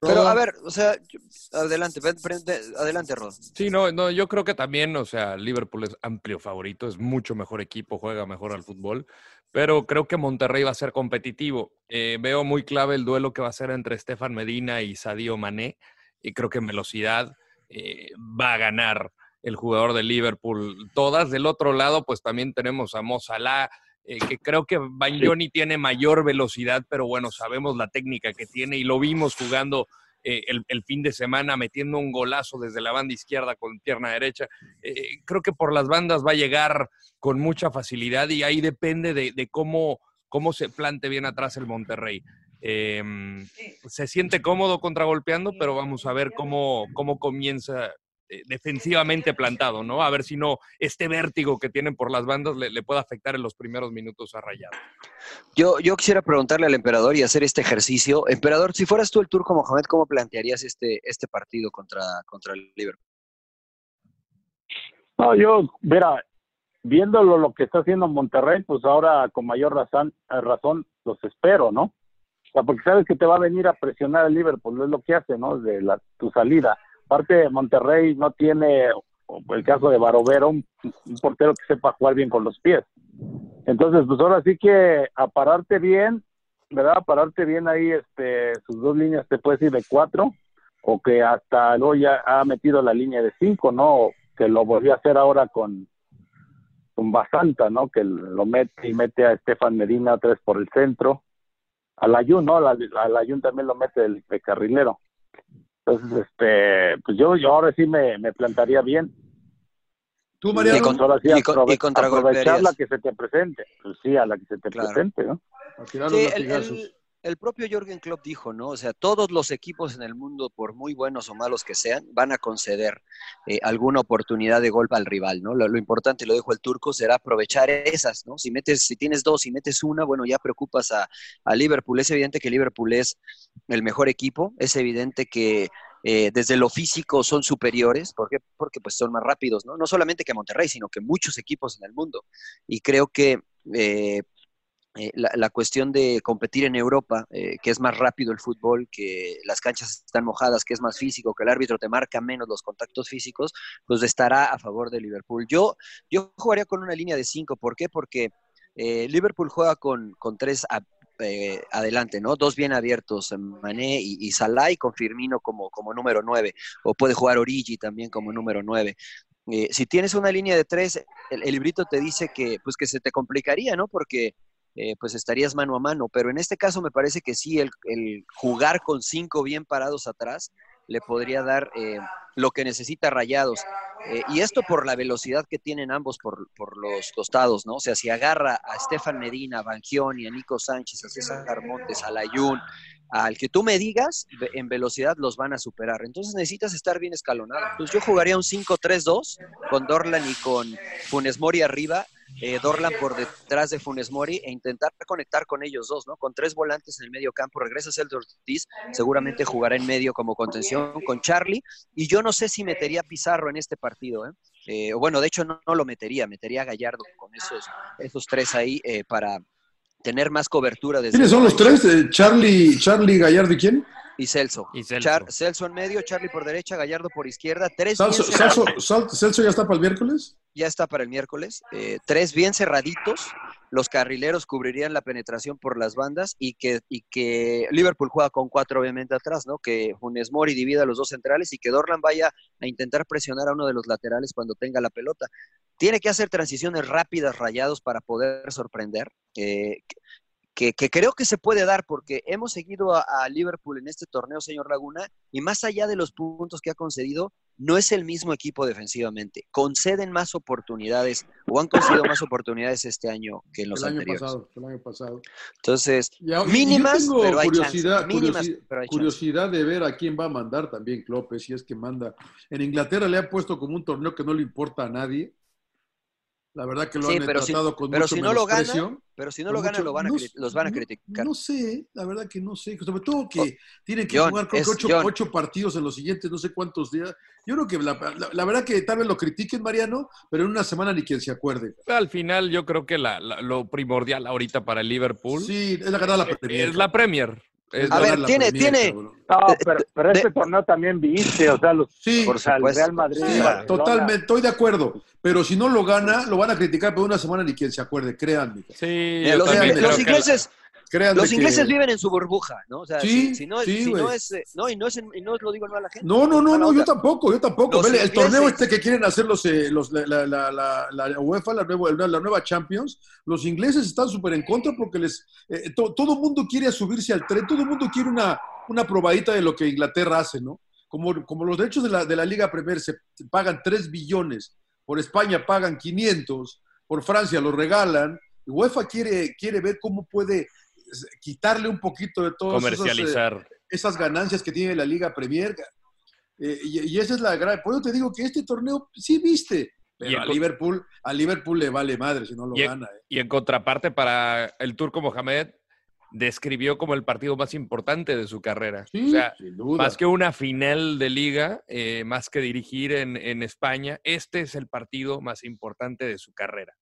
Speaker 3: Pero a ver, o sea, yo- adelante, ven, pre- de- adelante, Rod.
Speaker 2: Sí, no, no, yo creo que también, o sea, Liverpool es amplio favorito, es mucho mejor equipo, juega mejor al fútbol, pero creo que Monterrey va a ser competitivo. Eh, veo muy clave el duelo que va a ser entre Estefan Medina y Sadio Mané, y creo que en velocidad eh, va a ganar el jugador de Liverpool. Todas del otro lado, pues también tenemos a Mo Salah, eh, que creo que Bagnoni tiene mayor velocidad, pero bueno, sabemos la técnica que tiene y lo vimos jugando eh, el, el fin de semana metiendo un golazo desde la banda izquierda con pierna derecha. Eh, creo que por las bandas va a llegar con mucha facilidad y ahí depende de, de cómo, cómo se plante bien atrás el Monterrey. Eh, se siente cómodo contragolpeando, pero vamos a ver cómo, cómo comienza eh, defensivamente plantado, ¿no? A ver si no este vértigo que tienen por las bandas le, le puede afectar en los primeros minutos a Rayado.
Speaker 3: Yo, yo quisiera preguntarle al emperador y hacer este ejercicio. Emperador, si fueras tú el turco Mohamed, ¿cómo plantearías este, este partido contra, contra el Liverpool?
Speaker 4: No, yo, mira, viéndolo lo que está haciendo Monterrey, pues ahora con mayor razón, eh, razón los espero, ¿no? O sea, porque sabes que te va a venir a presionar el Liverpool, es lo que hace, ¿no? De la, tu salida. Aparte, Monterrey no tiene, o el caso de Barovero, un, un portero que sepa jugar bien con los pies. Entonces, pues ahora sí que a pararte bien, ¿verdad? A pararte bien ahí, este, sus dos líneas te puedes ir de cuatro, o que hasta luego ya ha metido la línea de cinco, ¿no? O Que lo volvió a hacer ahora con, con Basanta, ¿no? Que lo mete y mete a Estefan Medina tres por el centro. Al Ayun, ¿no? Al, al Ayun también lo mete el, el carrilero. Entonces, este, pues yo, yo ahora sí me, me plantaría bien.
Speaker 1: Tú,
Speaker 3: Mariano? Y con- y contragolpearías.
Speaker 4: aprovechar la que se te presente. Pues sí, a la que se te
Speaker 3: Claro. Eh,
Speaker 4: presente, ¿no?
Speaker 3: Sí, el, el- el propio Jürgen Klopp dijo, ¿no? O sea, todos los equipos en el mundo, por muy buenos o malos que sean, van a conceder eh, alguna oportunidad de golpe al rival, ¿no? Lo, lo importante, lo dijo el turco, será aprovechar esas, ¿no? Si metes, si tienes dos, si metes una, bueno, ya preocupas a, a Liverpool. Es evidente que Liverpool es el mejor equipo, es evidente que eh, desde lo físico son superiores, ¿por qué? Porque pues son más rápidos, ¿no? No solamente que Monterrey, sino que muchos equipos en el mundo. Y creo que eh, eh, la, la cuestión de competir en Europa, eh, que es más rápido el fútbol, que las canchas están mojadas, que es más físico, que el árbitro te marca menos los contactos físicos, pues estará a favor de Liverpool. Yo, yo jugaría con una línea de cinco. ¿Por qué? Porque eh, Liverpool juega con, con tres a- eh, adelante, ¿no? Dos bien abiertos, Mané y, y Salah, y con Firmino como, como número nueve. O puede jugar Origi también como número nueve. Eh, si tienes una línea de tres, el, el librito te dice que, pues que se te complicaría, ¿no? Porque eh, pues estarías mano a mano. Pero en este caso me parece que sí, el, el jugar con cinco bien parados atrás le podría dar eh, lo que necesita Rayados. Eh, y esto por la velocidad que tienen ambos por, por los costados, ¿no? O sea, si agarra a Estefan Medina, a Bangioni, a Nico Sánchez, a César Montes, a Layun, al que tú me digas, ve- en velocidad los van a superar. Entonces necesitas estar bien escalonado. Pues yo jugaría un 5-3-2 con Dorlan y con Funes Mori arriba, eh, Dorlan por detrás de Funes Mori e intentar conectar con ellos dos, ¿no? Con tres volantes en el medio campo, regresa Celso Ortiz, seguramente jugará en medio como contención con Charlie y yo no sé si metería a Pizarro en este partido, ¿eh? Eh, bueno, de hecho no, no lo metería, metería a Gallardo con esos, esos tres ahí eh, para tener más cobertura. Desde
Speaker 1: ¿Quiénes son los tres? Eh, Charlie, Charlie Gallardo y quién?
Speaker 3: y Celso. Char- Celso en medio, Charlie por derecha, Gallardo por izquierda. Tres
Speaker 1: Salso-
Speaker 3: bien
Speaker 1: Salso-
Speaker 3: cerraditos.
Speaker 1: Sal- ¿Celso ya está para el miércoles?
Speaker 3: Ya está para el miércoles. Eh, tres bien cerraditos. Los carrileros cubrirían la penetración por las bandas y que, y que Liverpool juega con cuatro obviamente atrás, ¿no? Que Funes Mori divida los dos centrales y que Dorlan vaya a intentar presionar a uno de los laterales cuando tenga la pelota. Tiene que hacer transiciones rápidas, rayados, para poder sorprender. Eh, que, que creo que se puede dar porque hemos seguido a, a Liverpool en este torneo, señor Laguna, y más allá de los puntos que ha concedido, no es el mismo equipo defensivamente. Conceden más oportunidades o han concedido más oportunidades este año que en los
Speaker 1: el año
Speaker 3: anteriores.
Speaker 1: pasado, el año pasado.
Speaker 3: Entonces,
Speaker 1: Y ahora-
Speaker 3: mínimas,
Speaker 1: yo tengo
Speaker 3: pero hay chance,
Speaker 1: curiosidad,
Speaker 3: mínimas,
Speaker 1: curiosi-
Speaker 3: pero hay chance.
Speaker 1: curiosidad de ver a quién va a mandar también Klopp, si es que manda. En Inglaterra le han puesto como un torneo que no le importa a nadie. La verdad que lo
Speaker 3: Sí,
Speaker 1: han
Speaker 3: pero si-
Speaker 1: tratado con
Speaker 3: pero
Speaker 1: mucho
Speaker 3: si no lo gana,
Speaker 1: menosprecio.
Speaker 3: pero si no lo
Speaker 1: Con
Speaker 3: gana,
Speaker 1: mucho-
Speaker 3: lo van a
Speaker 1: no
Speaker 3: cri- los van a criticar.
Speaker 1: No sé, la verdad que no sé. Sobre todo que tienen que
Speaker 3: John,
Speaker 1: jugar creo que
Speaker 3: es-
Speaker 1: ocho,
Speaker 3: John.
Speaker 1: ocho partidos en los siguientes no sé cuántos días. Yo creo que la, la- la verdad que tal vez lo critiquen, Mariano, pero en una semana ni quien se acuerde.
Speaker 2: Al final, yo creo que la- la- lo primordial ahorita para el Liverpool
Speaker 1: Sí, es la ganar la Premier.
Speaker 2: es la Premier. Es
Speaker 1: A
Speaker 2: la-
Speaker 1: ver, tiene- tiene-
Speaker 4: No, pero,
Speaker 3: eh,
Speaker 4: pero este torneo también viste, o sea, los, o sea, el Real Madrid.
Speaker 1: Sí,
Speaker 4: Barcelona.
Speaker 1: totalmente, estoy de acuerdo. Pero si no lo gana, lo van a criticar por una semana ni quien se acuerde, créanme. eh,
Speaker 2: Sí,
Speaker 3: Mira, Eh, los ingle- los ingleses, los ingleses viven en su burbuja, ¿no? O sea,
Speaker 1: Sí,
Speaker 3: si, si no,
Speaker 1: sí,
Speaker 3: si no
Speaker 1: güey.
Speaker 3: es, eh, no, y no, es, en- y no lo digo mal a la gente.
Speaker 1: No, no, no,
Speaker 3: Mala
Speaker 1: no, yo
Speaker 3: onda.
Speaker 1: tampoco, yo tampoco.
Speaker 3: Los
Speaker 1: Vele, el
Speaker 3: ingleses.
Speaker 1: torneo este que quieren hacer los, eh, los- la, la- la- la- la UEFA, la, nuevo- la- la nueva Champions, los ingleses están súper en contra porque les eh, to- todo el mundo quiere subirse al tren, todo el mundo quiere una, una probadita de lo que Inglaterra hace, ¿no? Como, como los derechos de la, de la Liga Premier se pagan 3 billones, por España pagan 500, por Francia lo regalan, UEFA quiere, quiere ver cómo puede eh, quitarle un poquito de todo
Speaker 2: comercializar.
Speaker 1: esas ganancias que tiene la Liga Premier. Eh, y, y esa es la gran. Por eso te digo que este torneo sí viste,
Speaker 2: Y
Speaker 1: pero
Speaker 2: el
Speaker 1: a
Speaker 2: co-
Speaker 1: Liverpool, a Liverpool le vale madre si no lo
Speaker 2: Y-
Speaker 1: gana. eh.
Speaker 2: Y en contraparte, para el turco Mohamed, describió como el partido más importante de su carrera.
Speaker 1: Sí,
Speaker 2: o sea,
Speaker 1: sin duda.
Speaker 2: más que una final de liga, eh, más que dirigir en, en España, este es el partido más importante de su carrera.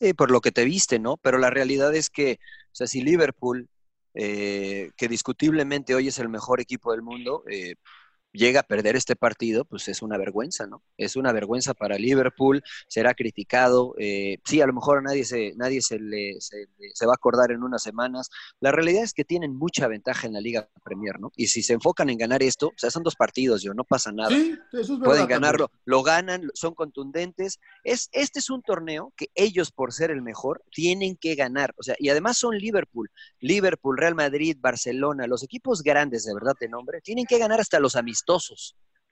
Speaker 3: Sí, eh, por lo que te viste, ¿no? Pero la realidad es que, o sea, si Liverpool, eh, que discutiblemente hoy es el mejor equipo del mundo, eh, llega a perder este partido, pues es una vergüenza, ¿no? Es una vergüenza para Liverpool, será criticado, eh, sí, a lo mejor a nadie, se, nadie se, le, se, le- se va a acordar en unas semanas. La realidad es que tienen mucha ventaja en la Liga Premier, ¿no? Y si se enfocan en ganar esto, o sea, son dos partidos, yo, no pasa nada
Speaker 1: Sí, eso es verdad.
Speaker 3: pueden
Speaker 1: también.
Speaker 3: ganarlo, lo ganan, son contundentes. Es, este es un torneo que ellos, por ser el mejor, tienen que ganar. O sea, y además son Liverpool, Liverpool, Real Madrid, Barcelona, los equipos grandes de verdad de nombre, tienen que ganar hasta los amistosos,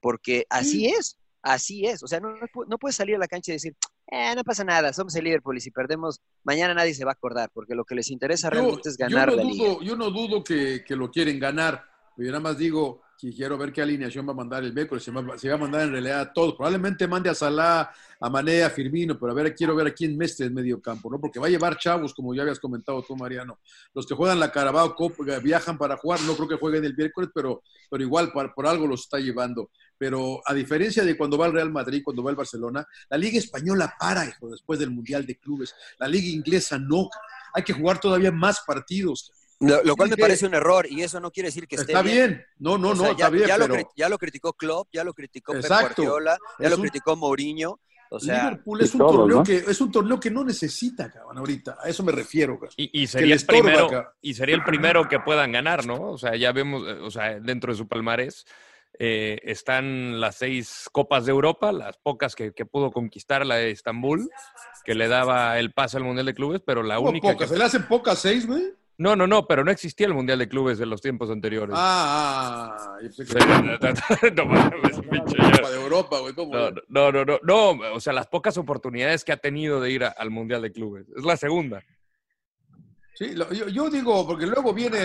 Speaker 3: porque así es, así es. O sea, no, no pu- no puedes salir a la cancha y decir, "Eh, no pasa nada, somos el Liverpool y si perdemos, mañana nadie se va a acordar, porque lo que les interesa realmente es ganar
Speaker 1: yo no
Speaker 3: la liga.
Speaker 1: dudo, yo no dudo que, que lo quieren ganar, pero yo nada más digo que quiero ver qué alineación va a mandar el miércoles. Se va, se va a mandar en realidad a todos. Probablemente mande a Salah, a Mané, a Firmino, pero a ver, quiero ver a quién mete en medio campo, ¿no? Porque va a llevar chavos, como ya habías comentado tú, Mariano. Los que juegan la Carabao Cup eh, viajan para jugar, no creo que jueguen el miércoles, pero, pero igual por, por algo los está llevando. Pero a diferencia de cuando va el Real Madrid, cuando va el Barcelona, la Liga Española para, hijo, después del Mundial de Clubes. La Liga Inglesa no hay que jugar todavía más partidos.
Speaker 3: Lo, lo cual
Speaker 1: Sí,
Speaker 3: me
Speaker 1: que-
Speaker 3: parece un error y eso no quiere decir que esté
Speaker 1: Está bien. No, no,
Speaker 3: O sea,
Speaker 1: no,
Speaker 3: ya,
Speaker 1: está bien,
Speaker 3: ya lo,
Speaker 1: pero
Speaker 3: cri- ya lo criticó Klopp, ya lo criticó Pep
Speaker 1: Exacto.
Speaker 3: Guardiola, ya
Speaker 1: Es
Speaker 3: lo
Speaker 1: un-
Speaker 3: criticó Mourinho. O sea,
Speaker 1: Liverpool es
Speaker 4: y
Speaker 1: un,
Speaker 4: todos,
Speaker 1: torneo
Speaker 4: ¿no?
Speaker 1: que, es un torneo que no necesita, cabrón, ahorita. A eso me refiero, cabrón.
Speaker 2: Y, y
Speaker 1: le
Speaker 2: sería el
Speaker 1: estorba
Speaker 2: primero,
Speaker 1: acá.
Speaker 2: y sería el primero que puedan ganar, ¿no? O sea, ya vemos, eh, o sea, dentro de su palmarés eh, están las seis copas de Europa, las pocas que, que pudo conquistar la de Estambul, que le daba el pase al Mundial de Clubes, pero la
Speaker 1: Como
Speaker 2: única.
Speaker 1: pocas.
Speaker 2: que-
Speaker 1: Se le hacen pocas seis, güey.
Speaker 2: No, no, no, pero no existía el Mundial de Clubes en los tiempos anteriores.
Speaker 1: Ah, ah, yo pensé
Speaker 2: Sí,
Speaker 1: que
Speaker 2: no, no, no, mames, pinche yo.
Speaker 1: Copa de Europa, güey. ¿cómo,
Speaker 2: No,
Speaker 1: güey?
Speaker 2: no, no, no, no, o sea, las pocas oportunidades que ha tenido de ir a- al Mundial de Clubes. Es la segunda.
Speaker 1: Sí, lo- yo, yo digo, porque luego viene,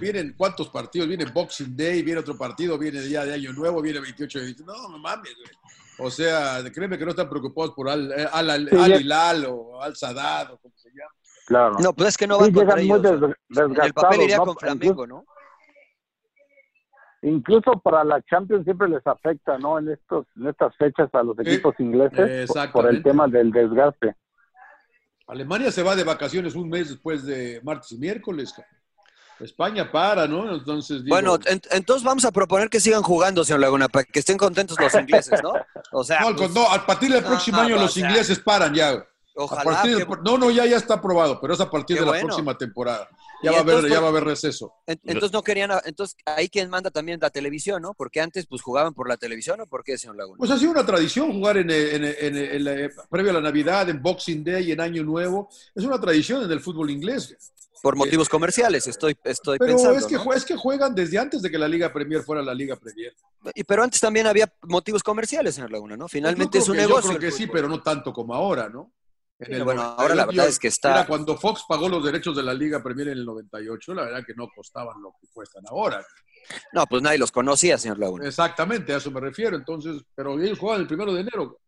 Speaker 1: vienen cuántos partidos, viene Boxing Day, viene otro partido, viene el día de Año Nuevo, viene 28 de diciembre. No, no mames, güey. O sea, créeme que no están preocupados por Al, eh, al, al,
Speaker 4: Sí, ya-
Speaker 1: Al Hilal o Al Sadad o como se llama.
Speaker 4: Claro.
Speaker 3: no, pues es que no van
Speaker 4: Sí,
Speaker 3: contra
Speaker 4: llegan muy
Speaker 3: ellos.
Speaker 4: des-
Speaker 3: En
Speaker 4: desgastados.
Speaker 3: el papel iría
Speaker 4: ¿no? Pues,
Speaker 3: con Flamengo, ¿no?
Speaker 4: Incluso para la Champions siempre les afecta, ¿no? En estos en estas fechas a los equipos ingleses por- por,
Speaker 1: exactamente.
Speaker 4: el tema del desgaste.
Speaker 1: Alemania se va de vacaciones un mes después de martes y miércoles. cabrón. España para, ¿no? Entonces, digo,
Speaker 3: Bueno, eh, ent- entonces vamos a proponer que sigan jugando, señor Laguna, para que estén contentos los ingleses, ¿no? O sea,
Speaker 1: no, al,
Speaker 3: pues,
Speaker 1: no, a partir del
Speaker 3: no,
Speaker 1: próximo año
Speaker 3: o
Speaker 1: los
Speaker 3: sea,
Speaker 1: ingleses paran ya. güey. A
Speaker 3: ojalá.
Speaker 1: partir
Speaker 3: que-
Speaker 1: del- no, no, ya, ya está aprobado, pero es a partir
Speaker 3: Qué
Speaker 1: de la
Speaker 3: bueno.
Speaker 1: próxima temporada. Ya
Speaker 3: Y
Speaker 1: va, a haber,
Speaker 3: entonces, pues,
Speaker 1: ya
Speaker 3: ¿por-
Speaker 1: va a haber receso.
Speaker 3: en- entonces no querían, a- entonces ahí quien manda también la televisión, ¿no? Porque antes pues jugaban por la televisión, ¿o por qué, señor Laguna?
Speaker 1: Pues ha sido una tradición jugar en, eh, en, eh, en, eh, en la- eh, previo a la Navidad, en Boxing Day, en Año Nuevo. Es una tradición en el fútbol inglés.
Speaker 3: Por motivos comerciales, estoy, estoy
Speaker 1: Pero
Speaker 3: pensando.
Speaker 1: es, que,
Speaker 3: ¿no?
Speaker 1: jue- es que juegan desde antes de que la Liga Premier fuera la Liga Premier.
Speaker 3: Y- Pero antes también había motivos comerciales, señor Laguna, ¿no? Finalmente
Speaker 1: Pues Yo
Speaker 3: es un
Speaker 1: creo que-
Speaker 3: negocio.
Speaker 1: Yo creo que sí, pero no tanto como ahora, ¿no? En el
Speaker 3: bueno, ahora la
Speaker 1: 98,
Speaker 3: verdad es que está-
Speaker 1: Mira, cuando Fox pagó los derechos de la Liga Premier en el 98, la verdad que no costaban lo que cuestan ahora.
Speaker 3: No, pues nadie los conocía, señor
Speaker 1: Eh,
Speaker 3: Laguna.
Speaker 1: Exactamente, a eso me refiero. Entonces, pero ellos jugaban el primero de enero.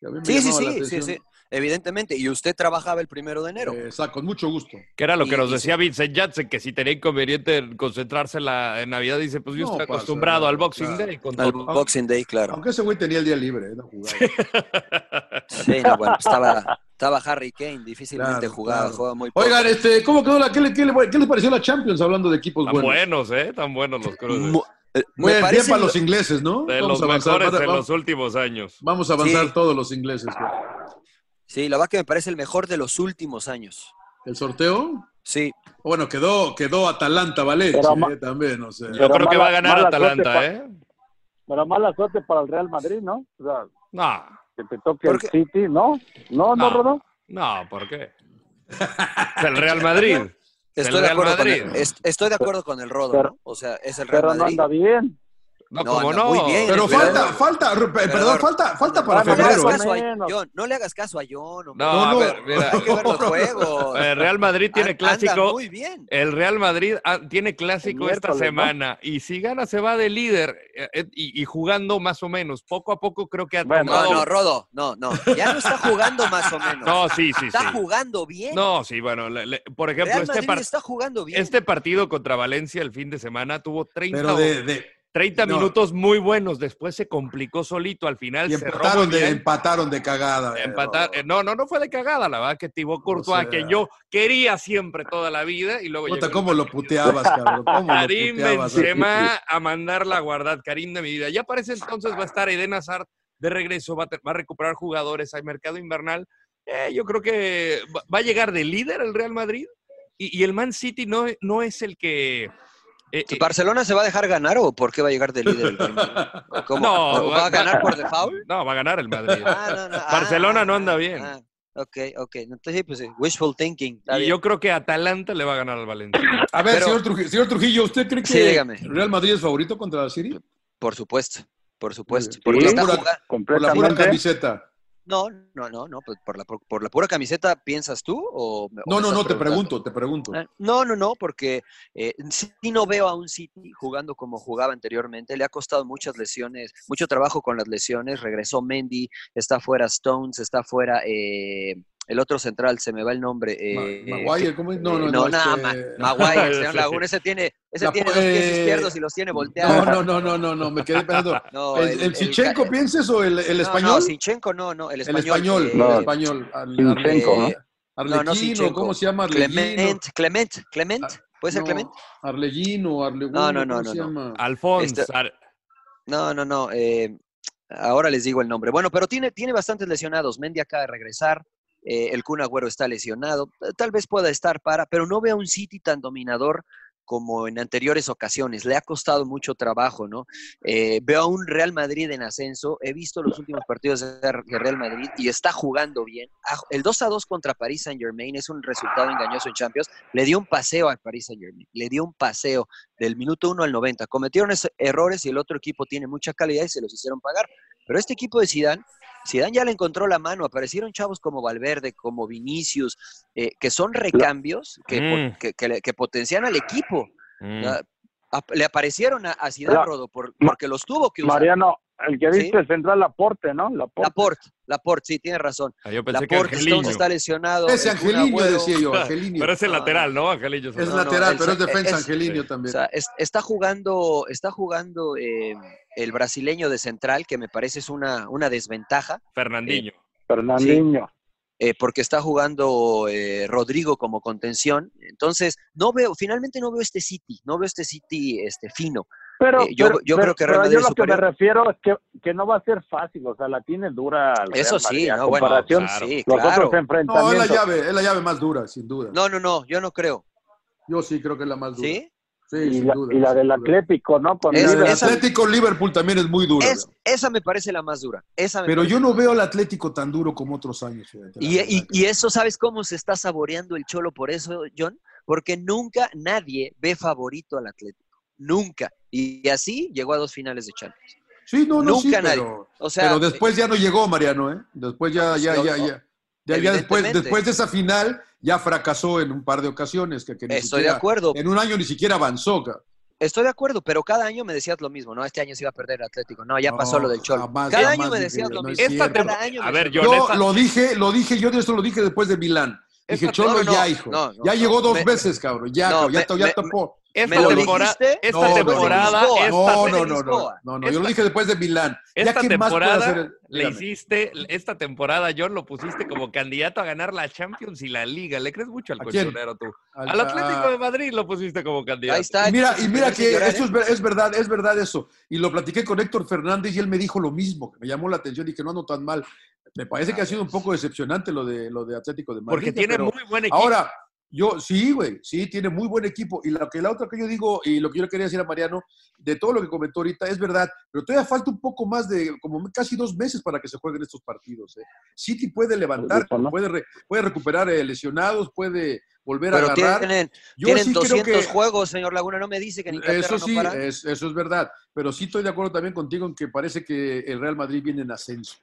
Speaker 1: que a mí me
Speaker 3: Sí, sí,
Speaker 1: llamaba la
Speaker 3: sí, sí,
Speaker 1: atención. Eh,
Speaker 3: sí, evidentemente. Y usted trabajaba el primero de enero.
Speaker 1: Exacto, con mucho gusto.
Speaker 2: Que era lo que
Speaker 3: Y-
Speaker 2: nos
Speaker 3: y-
Speaker 2: decía Vincent Janssen, que si tenía inconveniente en concentrarse en, la, en Navidad, dice, pues yo
Speaker 1: No
Speaker 2: estoy
Speaker 1: pasa
Speaker 2: acostumbrado
Speaker 1: nada,
Speaker 2: al Boxing
Speaker 1: claro.
Speaker 2: Day. Con
Speaker 3: Al
Speaker 2: todo.
Speaker 3: Boxing Day, claro.
Speaker 1: Aunque ese güey tenía el día libre, ¿eh? no jugaba.
Speaker 3: Sí, no, bueno, pues estaba, estaba Harry Kane, difícilmente
Speaker 1: Claro,
Speaker 3: jugaba,
Speaker 1: claro.
Speaker 3: jugaba muy poco.
Speaker 1: Oigan, este, ¿cómo quedó la, qué, le- qué le- qué les pareció la Champions hablando de equipos
Speaker 2: Tan
Speaker 1: buenos?
Speaker 2: buenos, ¿eh? Tan buenos los cruces.
Speaker 3: Mu- eh, me
Speaker 1: Muy bien,
Speaker 3: parece-
Speaker 1: para los ingleses, ¿no?
Speaker 2: de
Speaker 1: Vamos
Speaker 2: los
Speaker 1: a avanzar,
Speaker 2: mejores
Speaker 1: va-
Speaker 2: de
Speaker 1: va-
Speaker 2: los últimos años.
Speaker 1: Vamos a avanzar
Speaker 3: Sí.
Speaker 1: todos los ingleses. güey.
Speaker 3: Sí, la verdad que me parece el mejor de los últimos años.
Speaker 1: ¿El sorteo?
Speaker 3: Sí,
Speaker 1: Bueno, quedó, quedó Atalanta Valencia
Speaker 4: Pero ma-
Speaker 1: eh, también, o sea.
Speaker 2: Yo creo que
Speaker 4: mala-
Speaker 2: va a ganar
Speaker 4: mala
Speaker 2: Atalanta,
Speaker 4: suerte
Speaker 2: ¿eh?
Speaker 4: Pero mala suerte para el Real Madrid, ¿no? O sea,
Speaker 2: No,
Speaker 4: que te toque el
Speaker 3: Porque-
Speaker 4: City, ¿no? No, no,
Speaker 2: No.
Speaker 4: Rodo.
Speaker 2: no, ¿por qué? Es el Real Madrid. Es
Speaker 3: estoy
Speaker 2: el
Speaker 3: de,
Speaker 2: Real
Speaker 3: acuerdo con
Speaker 2: Madrid.
Speaker 3: el, es- estoy de acuerdo con el Rodo,
Speaker 4: Pero-
Speaker 3: ¿no? O sea, es el Real
Speaker 4: Pero no
Speaker 3: Madrid.
Speaker 4: anda bien.
Speaker 2: No,
Speaker 3: No,
Speaker 2: como
Speaker 3: anda
Speaker 2: no.
Speaker 3: muy bien.
Speaker 1: Pero
Speaker 3: Pero-
Speaker 1: falta, falta, re- pe- perdón, falta, falta para
Speaker 4: Ah,
Speaker 3: no, le hagas
Speaker 1: febrero. ¿eh?
Speaker 4: Pero-
Speaker 3: caso a
Speaker 4: Menos.
Speaker 3: John, no le hagas caso a John. hombre.
Speaker 2: No,
Speaker 1: No,
Speaker 2: a
Speaker 1: no.
Speaker 2: ver, mira.
Speaker 3: Hay que ver los juegos.
Speaker 2: El Real Madrid tiene
Speaker 3: An- Anda
Speaker 2: clásico.
Speaker 3: muy bien.
Speaker 2: El Real Madrid ah, tiene clásico
Speaker 4: El
Speaker 2: esta
Speaker 4: miércoles, ¿no?
Speaker 2: semana y si gana se va de líder eh, eh, y, y jugando más o menos. Poco a poco creo que ha
Speaker 4: Bueno,
Speaker 3: No,
Speaker 2: tomado-
Speaker 3: no, Rodo, no, no. Ya no está jugando más o menos.
Speaker 2: No, sí, sí,
Speaker 3: está
Speaker 2: sí.
Speaker 3: jugando bien.
Speaker 2: No, sí, bueno, le- le- por ejemplo,
Speaker 3: Real
Speaker 2: este,
Speaker 3: Madrid
Speaker 2: par-
Speaker 3: está jugando bien.
Speaker 2: este partido contra Valencia el fin de semana tuvo 30,
Speaker 1: Pero
Speaker 2: o-
Speaker 1: de, de-
Speaker 2: 30
Speaker 1: no.
Speaker 2: minutos muy buenos, después se complicó solito, al final
Speaker 1: y
Speaker 2: cerró muy
Speaker 1: empataron de,
Speaker 2: bien.
Speaker 1: empataron de cagada. eh,
Speaker 2: Empatar, eh, no, no, no fue de cagada, la verdad que Thibaut Courtois,
Speaker 1: sea-
Speaker 2: a quien yo quería siempre toda la vida y luego
Speaker 1: Puta,
Speaker 2: llegó
Speaker 1: cómo lo puteabas, cabrón. ¿Cómo lo
Speaker 2: Karim
Speaker 1: puteabas?
Speaker 2: Benzema a mandarla a guardar, Karim de mi vida. Ya parece entonces va a estar Eden Hazard de regreso, va a, ter- va a recuperar jugadores, hay mercado invernal. Eh, yo creo que va, va a llegar de líder el Real Madrid y, y el Man City no, no es el que... eh, eh,
Speaker 3: ¿El ¿Barcelona se va a dejar ganar o por qué va a llegar de líder? el Real Madrid? ¿Cómo?
Speaker 2: No,
Speaker 3: ¿Va
Speaker 2: va-
Speaker 3: a ganar por default?
Speaker 2: no, va a ganar el Madrid.
Speaker 3: Ah, no, no. Ah,
Speaker 2: Barcelona no anda
Speaker 3: ah,
Speaker 2: bien.
Speaker 3: ah. ok, ok. Entonces, pues, eh, wishful thinking. Está
Speaker 2: y
Speaker 3: bien.
Speaker 2: yo creo que Atalanta le va a ganar al Valencia.
Speaker 1: A ver,
Speaker 3: Pero-
Speaker 1: señor, Trujillo, señor Trujillo, ¿usted cree que
Speaker 3: Sí, dígame.
Speaker 1: Real Madrid es favorito contra la City?
Speaker 3: Por supuesto, por supuesto.
Speaker 1: Sí.
Speaker 3: Porque
Speaker 4: Sí.
Speaker 3: está
Speaker 1: Pura-
Speaker 3: jugando.
Speaker 1: Por la
Speaker 4: Completamente.
Speaker 1: pura camiseta.
Speaker 3: No, no, no, no. pues, Por la, por, por la pura camiseta, ¿piensas tú? O, me- o
Speaker 1: No,
Speaker 3: me
Speaker 1: no,
Speaker 3: estás
Speaker 1: no, te
Speaker 3: preguntando?
Speaker 1: pregunto, te pregunto.
Speaker 3: Eh, No, no, no, porque eh, sí no veo a un City jugando como jugaba anteriormente. Le ha costado muchas lesiones, mucho trabajo con las lesiones. Regresó Mendy, está fuera Stones, está fuera eh, el otro central, se me va el nombre.
Speaker 1: Ma-
Speaker 3: eh,
Speaker 1: Maguire, ¿cómo es? No, no, no.
Speaker 3: no, nada,
Speaker 1: este-
Speaker 3: Ma- Maguire,
Speaker 2: Sí.
Speaker 3: señor Laguna, ese tiene, ese
Speaker 1: La-
Speaker 3: tiene los pies
Speaker 1: eh,
Speaker 3: izquierdos y los tiene
Speaker 1: No,
Speaker 3: volteados.
Speaker 1: no, no, no, no, no, me quedé pensando.
Speaker 3: No,
Speaker 1: ¿El,
Speaker 3: el-
Speaker 1: el
Speaker 3: el-
Speaker 1: Chichenko
Speaker 3: el-
Speaker 1: piensas o el, el
Speaker 3: No,
Speaker 1: español?
Speaker 3: No, Sinchenko no, no, el
Speaker 1: el
Speaker 3: español.
Speaker 1: español,
Speaker 3: eh,
Speaker 1: el
Speaker 4: No.
Speaker 1: español. Ar-
Speaker 4: Sinchenko,
Speaker 1: Arle- eh,
Speaker 3: ¿no?
Speaker 1: Arlequino,
Speaker 3: No, no, Sinchenko.
Speaker 1: ¿cómo se llama? Arlequino.
Speaker 3: Clement, Clement, Clement, ¿puede
Speaker 1: Ah,
Speaker 3: ser Clement?
Speaker 1: Arleguino, Arleguino,
Speaker 3: No, no, no,
Speaker 1: ¿cómo
Speaker 3: no,
Speaker 1: se
Speaker 3: no.
Speaker 1: llama?
Speaker 2: Alfonso,
Speaker 3: Este- No, no, no. eh, ahora les digo el nombre. Bueno, pero tiene, tiene bastantes lesionados. Mendy acaba de regresar. eh, el Kun Agüero está lesionado. eh, Tal vez pueda estar para, pero no veo a un City tan dominador como en anteriores ocasiones. Le ha costado mucho trabajo, ¿no? Eh, veo a un Real Madrid en ascenso. He visto los últimos partidos de de Real Madrid y está jugando bien. Ah, El 2 a 2 contra París Saint Germain es un resultado engañoso en Champions. Le dio un paseo al París Saint Germain. Le dio un paseo del minuto 1 al 90. Cometieron esos errores y el otro equipo tiene mucha calidad y se los hicieron pagar. Pero este equipo de Zidane, Zidane ya le encontró la mano. Aparecieron chavos como Valverde, como Vinicius, eh, que son recambios que, po-
Speaker 2: Mm.
Speaker 3: que, que le- que potencian al equipo.
Speaker 2: Mm.
Speaker 3: Ya, ap- Le aparecieron a, a Zidane
Speaker 4: La-
Speaker 3: Rodo por-
Speaker 4: Ma-
Speaker 3: porque los tuvo que usar.
Speaker 4: Mariano, el que
Speaker 3: Sí.
Speaker 4: viste central Laporte, ¿no? Laporte.
Speaker 3: Laporte, Laporte, sí, tiene razón.
Speaker 2: Ah, yo pensé que
Speaker 3: Laporte, Stones
Speaker 2: Angelino.
Speaker 3: está lesionado.
Speaker 1: Ese
Speaker 3: el Kun
Speaker 1: Angelinho
Speaker 3: Agüero-
Speaker 1: decía yo, Angelinho.
Speaker 2: Pero es el
Speaker 3: No,
Speaker 2: lateral, ¿no, Angelillo?
Speaker 1: Es
Speaker 3: No, no,
Speaker 1: lateral,
Speaker 3: el-
Speaker 1: pero es defensa,
Speaker 3: es-
Speaker 1: Angelinho
Speaker 3: O
Speaker 1: también.
Speaker 3: sea, es- está jugando, está jugando eh, el brasileño de central, que me parece es una, una desventaja,
Speaker 2: Fernandinho.
Speaker 4: Fernandinho.
Speaker 3: eh, porque está jugando eh, Rodrigo como contención. Entonces, no veo, finalmente no veo este City, no veo este City este, fino.
Speaker 4: Pero,
Speaker 3: Eh, yo-
Speaker 4: pero-
Speaker 3: yo creo que
Speaker 4: pero
Speaker 3: Real Madrid
Speaker 4: yo
Speaker 3: es
Speaker 4: lo que me
Speaker 3: superior.
Speaker 4: refiero es que, que no va a ser fácil, o sea, la tiene dura. al Real
Speaker 3: Eso sí,
Speaker 4: Madrid, a
Speaker 3: no, bueno,
Speaker 4: comparación,
Speaker 2: claro.
Speaker 3: sí,
Speaker 4: los
Speaker 3: claro.
Speaker 4: otros
Speaker 1: No, es la
Speaker 4: enfrentamientos.
Speaker 1: llave, es la llave más dura, sin duda.
Speaker 3: No, no, no, yo no creo.
Speaker 1: Yo sí creo que es la más dura. Sí,
Speaker 3: ¿Sí?
Speaker 4: y,
Speaker 1: sin
Speaker 4: la,
Speaker 1: duda.
Speaker 4: y la
Speaker 1: sin
Speaker 4: del
Speaker 1: duda.
Speaker 4: Atlético, ¿no? Con
Speaker 1: Y la
Speaker 3: Es-
Speaker 1: del
Speaker 4: River.
Speaker 3: esa-
Speaker 1: Atlético Liverpool también es muy dura.
Speaker 3: Es- esa me parece la más dura. Esa me
Speaker 1: Pero
Speaker 3: parece
Speaker 1: yo
Speaker 3: la
Speaker 1: no
Speaker 3: más
Speaker 1: veo al Atlético tan duro como otros años. fíjate, la
Speaker 3: Y,
Speaker 1: verdad.
Speaker 3: y- y eso, ¿sabes cómo se está saboreando el Cholo por eso, John? porque nunca nadie ve favorito al Atlético. Nunca. Y y así llegó a dos finales de Champions.
Speaker 1: Sí, no, no,
Speaker 3: Nunca
Speaker 1: sí,
Speaker 3: nadie.
Speaker 1: pero,
Speaker 3: O sea,
Speaker 1: pero después ya no llegó, Mariano, ¿eh? Después ya, ya,
Speaker 3: Sí,
Speaker 1: ya,
Speaker 3: no.
Speaker 1: ya. Ya, ya después,
Speaker 3: Evidentemente.
Speaker 1: después de esa final, ya fracasó en un par de ocasiones. Que, que ni
Speaker 3: eh, Estoy de
Speaker 1: siquiera-
Speaker 3: acuerdo.
Speaker 1: En un año ni siquiera avanzó. ca-
Speaker 3: Estoy de acuerdo, pero cada año me decías lo mismo, ¿no? Este año se iba a perder el Atlético. No, ya pasó
Speaker 1: No,
Speaker 3: lo del Cholo.
Speaker 1: jamás,
Speaker 3: cada
Speaker 1: jamás
Speaker 3: año me
Speaker 1: dije
Speaker 3: decías
Speaker 1: yo,
Speaker 3: lo
Speaker 1: no es
Speaker 3: mismo.
Speaker 1: cierto.
Speaker 3: Cada año me
Speaker 2: A ver,
Speaker 3: decías-
Speaker 2: yo,
Speaker 1: Yo
Speaker 2: neta-
Speaker 1: lo dije, lo dije, yo de esto lo dije después de Milán. Dije,
Speaker 2: Esta-
Speaker 1: Cholo,
Speaker 3: no, no,
Speaker 1: ya, hijo.
Speaker 3: no, no,
Speaker 1: ya
Speaker 3: no,
Speaker 1: llegó dos
Speaker 3: me-
Speaker 1: veces, cabrón. Ya,
Speaker 3: no,
Speaker 1: cabrón, ya,
Speaker 3: me-
Speaker 1: to- ya
Speaker 3: me-
Speaker 1: topó.
Speaker 2: Esta
Speaker 3: me lo
Speaker 2: temporora-
Speaker 3: dijiste
Speaker 2: esta
Speaker 1: después de
Speaker 2: temporada,
Speaker 3: Lisboa.
Speaker 2: esta,
Speaker 1: No,
Speaker 3: de
Speaker 1: no, no, no,
Speaker 3: Lisboa.
Speaker 1: no, no, yo lo dije después de Milán. Ya
Speaker 2: esta
Speaker 1: quién más puede
Speaker 2: temporada
Speaker 1: hacer el-
Speaker 2: le
Speaker 1: Dígame.
Speaker 2: hiciste, esta temporada, John, lo pusiste como candidato a ganar la Champions y la Liga. ¿Le crees mucho al
Speaker 1: ¿A quién?
Speaker 2: colchonero tú?
Speaker 1: Al- Ah.
Speaker 2: Al Atlético
Speaker 1: a-
Speaker 2: de Madrid lo pusiste como candidato.
Speaker 3: Ahí está.
Speaker 1: Y mira, y mira
Speaker 3: Tenemos
Speaker 1: que
Speaker 3: llorar,
Speaker 1: esto
Speaker 3: ¿eh?
Speaker 1: es, ver- es verdad, es verdad eso. Y lo platiqué con Héctor Fernández y él me dijo lo mismo, que me llamó la atención y que no ando tan mal. Me parece que ha sido un poco decepcionante lo de, lo de Atlético de Madrid.
Speaker 2: Porque tiene
Speaker 1: pero
Speaker 2: muy buen equipo.
Speaker 1: Ahora, yo sí, güey, sí, tiene muy buen equipo. Y lo que la otra que yo digo, y lo que yo le quería decir a Mariano, de todo lo que comentó ahorita, es verdad, pero todavía falta un poco más de, como casi dos meses para que se jueguen estos partidos. ¿eh? City puede levantar,
Speaker 4: Ojo, ¿no?
Speaker 1: puede, re- puede recuperar eh, lesionados, puede volver a
Speaker 3: ¿eh? Pero
Speaker 1: agarrar.
Speaker 3: tienen,
Speaker 1: Yo
Speaker 3: tienen
Speaker 1: sí creo
Speaker 3: 200
Speaker 1: que-
Speaker 3: juegos, señor Laguna. No me dice que en Inglaterra
Speaker 1: eso
Speaker 3: no
Speaker 1: sí,
Speaker 3: para.
Speaker 1: es- eso es verdad. Pero sí estoy de acuerdo también contigo en que parece que el Real Madrid viene en ascenso.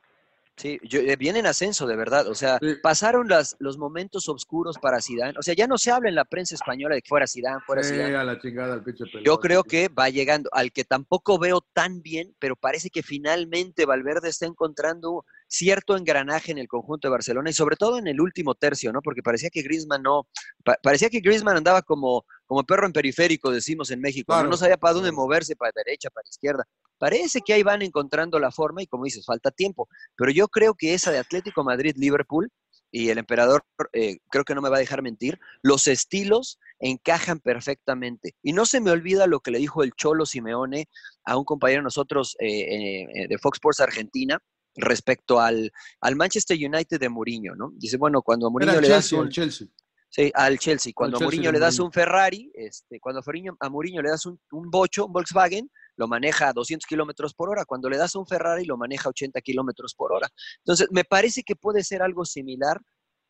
Speaker 3: Sí, yo- eh, viene en ascenso, de verdad. O sea,
Speaker 1: Sí.
Speaker 3: pasaron las, los momentos oscuros para Zidane. O sea, ya no se habla en la prensa española de que fuera Zidane, fuera Zidane.
Speaker 1: Eh, a la chingada, al pinche pelón.
Speaker 3: Yo creo que va llegando al que tampoco veo tan bien, pero parece que finalmente Valverde está encontrando cierto engranaje en el conjunto de Barcelona y sobre todo en el último tercio, ¿no? Porque parecía que Griezmann no pa- parecía que Griezmann andaba como como perro en periférico, decimos en México, ¿no?
Speaker 1: Claro.
Speaker 3: no sabía para dónde moverse, para derecha, para izquierda. Parece que ahí van encontrando la forma y como dices, falta tiempo, pero yo creo que esa de Atlético Madrid Liverpool y el emperador eh, creo que no me va a dejar mentir, los estilos encajan perfectamente. Y no se me olvida lo que le dijo el Cholo Simeone a un compañero de nosotros eh, eh, eh, de Fox Sports Argentina respecto al, al Manchester United de Mourinho, ¿no? Dice, bueno, cuando a
Speaker 1: Era
Speaker 3: Mourinho
Speaker 1: el
Speaker 3: le das
Speaker 1: Chelsea,
Speaker 3: un,
Speaker 1: el Chelsea.
Speaker 3: sí, al Chelsea, cuando
Speaker 1: Chelsea
Speaker 3: a Mourinho
Speaker 1: de
Speaker 3: le das
Speaker 1: Mourinho.
Speaker 3: un Ferrari, este, cuando a Mourinho, a Mourinho le das un, un bocho, un Volkswagen, lo maneja a 200 kilómetros por hora. Cuando le das un Ferrari, lo maneja a 80 kilómetros por hora. Entonces, me parece que puede ser algo similar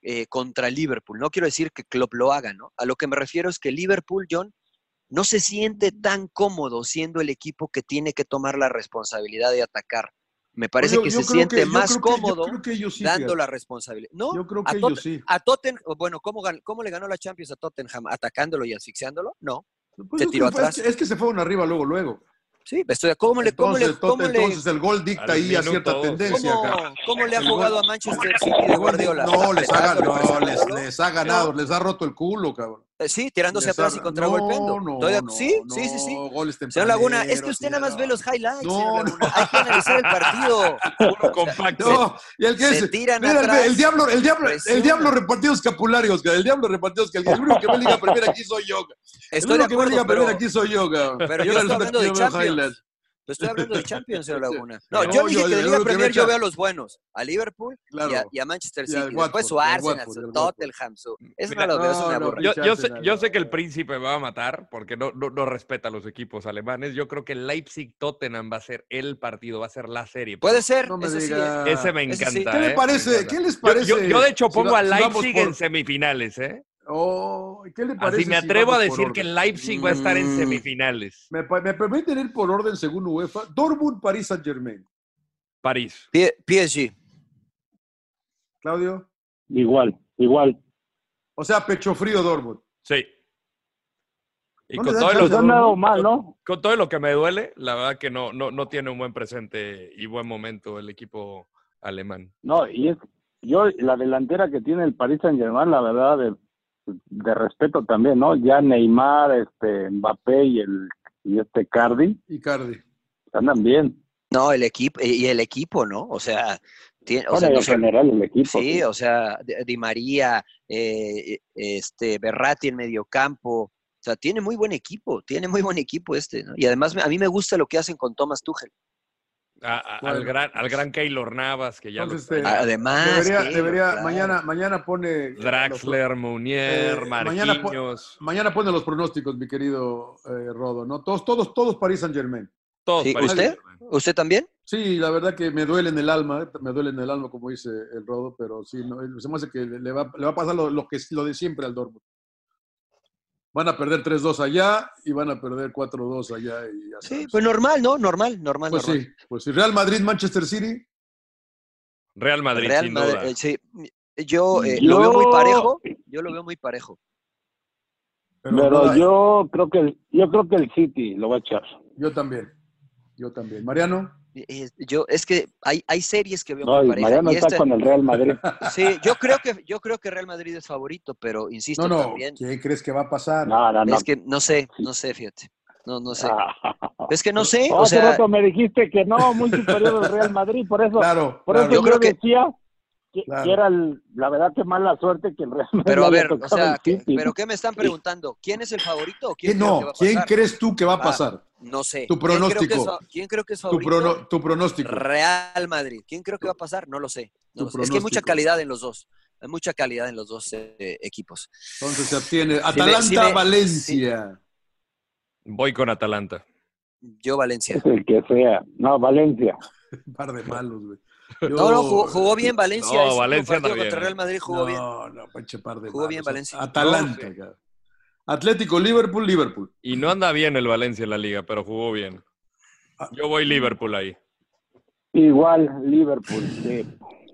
Speaker 3: eh, contra Liverpool. No quiero decir que Klopp lo haga, ¿no? A lo que me refiero es que Liverpool, John, no se siente tan cómodo siendo el equipo que tiene que tomar la responsabilidad de atacar. Me parece
Speaker 1: Yo-
Speaker 3: que
Speaker 1: yo
Speaker 3: se
Speaker 1: creo
Speaker 3: siente
Speaker 1: yo
Speaker 3: más
Speaker 1: creo que- yo
Speaker 3: cómodo
Speaker 1: creo que ellos sí,
Speaker 3: dando
Speaker 1: fíjate.
Speaker 3: la responsabilidad. No,
Speaker 1: Yo creo
Speaker 3: a
Speaker 1: que
Speaker 3: Tot-
Speaker 1: ellos sí.
Speaker 3: a Tottenham, bueno, ¿cómo, gan- ¿cómo le ganó la Champions a Tottenham? ¿Atacándolo y asfixiándolo? No.
Speaker 1: Pues
Speaker 3: se
Speaker 1: es que
Speaker 3: tiró
Speaker 1: fue-
Speaker 3: atrás.
Speaker 1: Es que se fueron arriba luego, luego.
Speaker 3: Sí, estoy de- ¿Cómo le, cómo le,
Speaker 1: Entonces,
Speaker 3: cómo
Speaker 1: tot-
Speaker 3: le-
Speaker 1: entonces el gol dicta
Speaker 2: Al
Speaker 1: ahí a
Speaker 2: minuto
Speaker 1: cierta
Speaker 2: dos.
Speaker 1: tendencia.
Speaker 3: cómo-
Speaker 1: cabrón.
Speaker 3: cómo le ha
Speaker 1: El gol-
Speaker 3: jugado a Manchester City de Guardiola?
Speaker 1: No, les ha,
Speaker 3: Apretándolo,
Speaker 1: no, les,
Speaker 3: presionándolo.
Speaker 1: les ha ganado, les ha roto el culo, cabrón.
Speaker 3: Eh, Sí, tirándose
Speaker 1: Les ha-
Speaker 3: atrás y contragolpeando.
Speaker 1: No, no,
Speaker 3: Estoy de-
Speaker 1: no,
Speaker 3: sí,
Speaker 1: no,
Speaker 3: sí, sí, sí.
Speaker 1: Goles
Speaker 3: Señor Laguna, es que
Speaker 1: tempraneros,
Speaker 3: usted nada más
Speaker 1: sí,
Speaker 3: ve los highlights.
Speaker 1: No,
Speaker 3: señor
Speaker 1: no.
Speaker 3: Laguna. Hay que analizar el partido.
Speaker 2: Puro compacto.
Speaker 1: No, y el que
Speaker 3: se
Speaker 1: es,
Speaker 3: tiran
Speaker 1: mira, el-
Speaker 3: atrás,
Speaker 1: el, diablo, el diablo,
Speaker 3: presionan.
Speaker 1: el diablo repartido escapularios, cara, el diablo repartido escapularios, el único que ve Liga Primera aquí soy yo. cara. El
Speaker 3: Estoy de
Speaker 1: único que ve
Speaker 3: acuerdo,
Speaker 1: Liga
Speaker 3: pero,
Speaker 1: Primera aquí soy yo, cabrón.
Speaker 3: pero yo
Speaker 1: Yo
Speaker 3: estoy
Speaker 1: la-
Speaker 3: hablando de
Speaker 1: yo veo
Speaker 3: Champions.
Speaker 1: highlights.
Speaker 3: Yo pues estoy hablando de Champions, señor
Speaker 1: Sí.
Speaker 3: Laguna. No,
Speaker 1: No,
Speaker 3: yo le dije
Speaker 1: yo-
Speaker 3: que de
Speaker 1: yo
Speaker 3: Liga
Speaker 1: lo que
Speaker 3: Premier
Speaker 1: veo
Speaker 3: yo
Speaker 1: Cha-
Speaker 3: veo a los buenos. A Liverpool y, a,
Speaker 1: Claro.
Speaker 3: y a Manchester
Speaker 1: Y al
Speaker 3: City. Después su
Speaker 1: Watford, y al
Speaker 3: Arsenal, su
Speaker 1: Watford, y al
Speaker 3: Tottenham. Su... Eso
Speaker 2: Mira,
Speaker 3: no lo veo, es
Speaker 1: no,
Speaker 3: una
Speaker 1: no,
Speaker 3: burra.
Speaker 2: Yo, yo
Speaker 1: Pinchazo,
Speaker 2: sé,
Speaker 1: nada.
Speaker 2: yo sé que el príncipe me va a matar porque no, no, no respeta a los equipos alemanes. Yo creo que el Leipzig-Tottenham va a ser el partido, va a ser la serie.
Speaker 3: Puede ser,
Speaker 1: No me
Speaker 3: ese sí,
Speaker 1: diga.
Speaker 3: ¿eh?
Speaker 2: Ese me
Speaker 3: Ese
Speaker 2: encanta.
Speaker 3: sí.
Speaker 1: Ah, ¿Qué
Speaker 2: ¿eh?
Speaker 1: les
Speaker 2: Me
Speaker 1: parece?
Speaker 2: encanta.
Speaker 1: ¿Qué les
Speaker 2: Yo,
Speaker 1: parece?
Speaker 2: yo- yo de hecho
Speaker 1: si
Speaker 2: pongo
Speaker 1: va-
Speaker 2: a
Speaker 1: si vamos
Speaker 2: Leipzig
Speaker 1: por-
Speaker 2: en semifinales, ¿eh?
Speaker 1: Oh, ¿Qué le parece?
Speaker 2: Así me
Speaker 1: si
Speaker 2: atrevo a
Speaker 1: vamos por
Speaker 2: decir que
Speaker 1: orden?
Speaker 2: el Leipzig va a estar en
Speaker 1: Mm.
Speaker 2: semifinales.
Speaker 1: Me, pa- me permiten ir por orden según UEFA. Dortmund, París, Saint Germain.
Speaker 2: París.
Speaker 3: P- PSG.
Speaker 1: Claudio.
Speaker 4: Igual, igual.
Speaker 1: O sea, pecho frío Dortmund.
Speaker 2: Sí. Y
Speaker 1: No
Speaker 2: con
Speaker 1: le dan
Speaker 2: todo,
Speaker 1: chance
Speaker 4: Los
Speaker 2: lo,
Speaker 4: han dado mal, ¿no?
Speaker 2: con todo lo que me duele, la verdad que no, no, no tiene un buen presente y buen momento el equipo alemán.
Speaker 4: No, y es, yo, la delantera que tiene el Paris Saint Germain, la verdad, de, de respeto también, ¿no? Ya Neymar, este, Mbappé y el y este Cardi
Speaker 1: Icardi.
Speaker 4: andan bien.
Speaker 3: No, el equipo, y el equipo, ¿no? O sea, tiene, o
Speaker 4: Bueno,
Speaker 3: sea,
Speaker 4: en
Speaker 3: no sé-
Speaker 4: general el equipo.
Speaker 3: Sí, o sea, Di- Di María, eh, este, Berratti en mediocampo. O sea, tiene muy buen equipo, tiene muy buen equipo este, ¿no? Y además me- a mí me gusta lo que hacen con Thomas Tuchel.
Speaker 2: A- a- al,
Speaker 1: Bueno.
Speaker 2: gran, al gran Keylor Navas, que ya
Speaker 1: Entonces,
Speaker 2: lo
Speaker 1: este,
Speaker 2: extraña.
Speaker 3: Además,
Speaker 1: debería,
Speaker 3: Keylor,
Speaker 1: debería,
Speaker 3: claro.
Speaker 1: mañana, mañana pone.
Speaker 2: Draxler, Munier,
Speaker 1: Eh, mañana po-
Speaker 2: Marquinhos,
Speaker 1: Mañana pone los pronósticos, mi querido eh, Rodo, ¿no? Todos, todos, todos París Saint Germain.
Speaker 2: todos.
Speaker 3: Sí,
Speaker 2: Paris
Speaker 3: ¿usted?
Speaker 2: Saint-Germain.
Speaker 3: ¿Usted también?
Speaker 1: Sí, la verdad que me duele en el alma, eh, me duele en el alma, como dice el eh, Rodo, pero sí, no, se me hace que le va, le va a pasar lo, lo que, lo de siempre al Dortmund. Van a perder 3-2 allá y van a perder 4-2 allá. Y ya
Speaker 3: Sí, pues normal, ¿no? Normal, normal,
Speaker 1: Pues
Speaker 3: normal.
Speaker 1: sí, pues sí. Real Madrid, Manchester City.
Speaker 2: Real Madrid,
Speaker 3: Real
Speaker 2: sin
Speaker 3: Madrid,
Speaker 2: duda.
Speaker 3: eh, sí. Yo, eh, lo veo muy
Speaker 2: Yo-
Speaker 3: parejo. Yo lo veo muy parejo.
Speaker 1: Pero,
Speaker 4: Pero
Speaker 1: nada,
Speaker 4: yo creo que el, yo creo que el City lo va a echar.
Speaker 1: Yo también. Yo también. Mariano.
Speaker 3: Eh, Yo, es que hay, hay series que veo
Speaker 4: No,
Speaker 3: muy
Speaker 4: y
Speaker 3: parejas.
Speaker 4: Mariano
Speaker 3: y este
Speaker 4: está
Speaker 3: esta-
Speaker 4: con el Real Madrid.
Speaker 3: Sí, yo creo, que, yo creo que Real Madrid es favorito, pero insisto
Speaker 1: No, no.
Speaker 3: también.
Speaker 1: ¿Qué crees que va a pasar?
Speaker 4: No, Ah, no, no.
Speaker 3: Es que no sé, no sé, fíjate. No, no sé.
Speaker 4: Ah.
Speaker 3: Es que no sé, o
Speaker 4: Hace
Speaker 3: sea-
Speaker 4: rato me dijiste que no, muy superior al Real Madrid, por eso,
Speaker 1: Claro,
Speaker 4: por
Speaker 1: claro.
Speaker 4: eso
Speaker 3: Yo
Speaker 4: yo,
Speaker 3: creo que-
Speaker 4: decía que,
Speaker 1: Claro.
Speaker 4: que era el- la verdad que mala suerte que el Real Madrid.
Speaker 3: Pero a
Speaker 4: haya
Speaker 3: ver, o
Speaker 4: tocado
Speaker 3: sea,
Speaker 4: el
Speaker 3: que-
Speaker 4: City.
Speaker 3: ¿pero qué me están preguntando? ¿Quién es el favorito o
Speaker 1: ¿Quién
Speaker 3: quién creo que va
Speaker 1: no?
Speaker 3: a
Speaker 1: ¿Quién
Speaker 3: pasar?
Speaker 1: crees tú que va a
Speaker 3: Ah,
Speaker 1: pasar?
Speaker 3: No sé. ¿Quién
Speaker 1: Tu
Speaker 3: creo que es
Speaker 1: pronóstico.
Speaker 3: fa- ¿Quién creo que es
Speaker 1: Tu,
Speaker 3: favorito?
Speaker 1: prono- tu pronóstico.
Speaker 3: Real Madrid. ¿Quién creo que va a pasar? No lo sé. No
Speaker 1: Tu
Speaker 3: lo sé. Es que hay mucha
Speaker 1: pronóstico.
Speaker 3: calidad en los dos. Hay mucha calidad en los dos eh, equipos.
Speaker 1: Entonces se abstiene.
Speaker 3: le- sí le-
Speaker 1: Atalanta-Valencia.
Speaker 2: Voy con Atalanta.
Speaker 3: Yo Valencia.
Speaker 4: Es el que sea. No, Valencia.
Speaker 1: Un par de malos, güey.
Speaker 3: No, no, jugó, jugó bien Valencia.
Speaker 2: No,
Speaker 3: ese
Speaker 2: Valencia
Speaker 3: partido
Speaker 2: anda
Speaker 3: contra
Speaker 2: bien,
Speaker 3: Real Madrid jugó bien.
Speaker 1: No, no, pinche par de
Speaker 3: Jugó
Speaker 1: malos.
Speaker 3: bien Valencia.
Speaker 1: Atalanta, cabrón. Atlético, Liverpool, Liverpool.
Speaker 2: Y no anda bien el Valencia en la liga, pero jugó bien.
Speaker 3: Ah.
Speaker 2: Yo voy Liverpool ahí.
Speaker 4: Igual Liverpool, sí.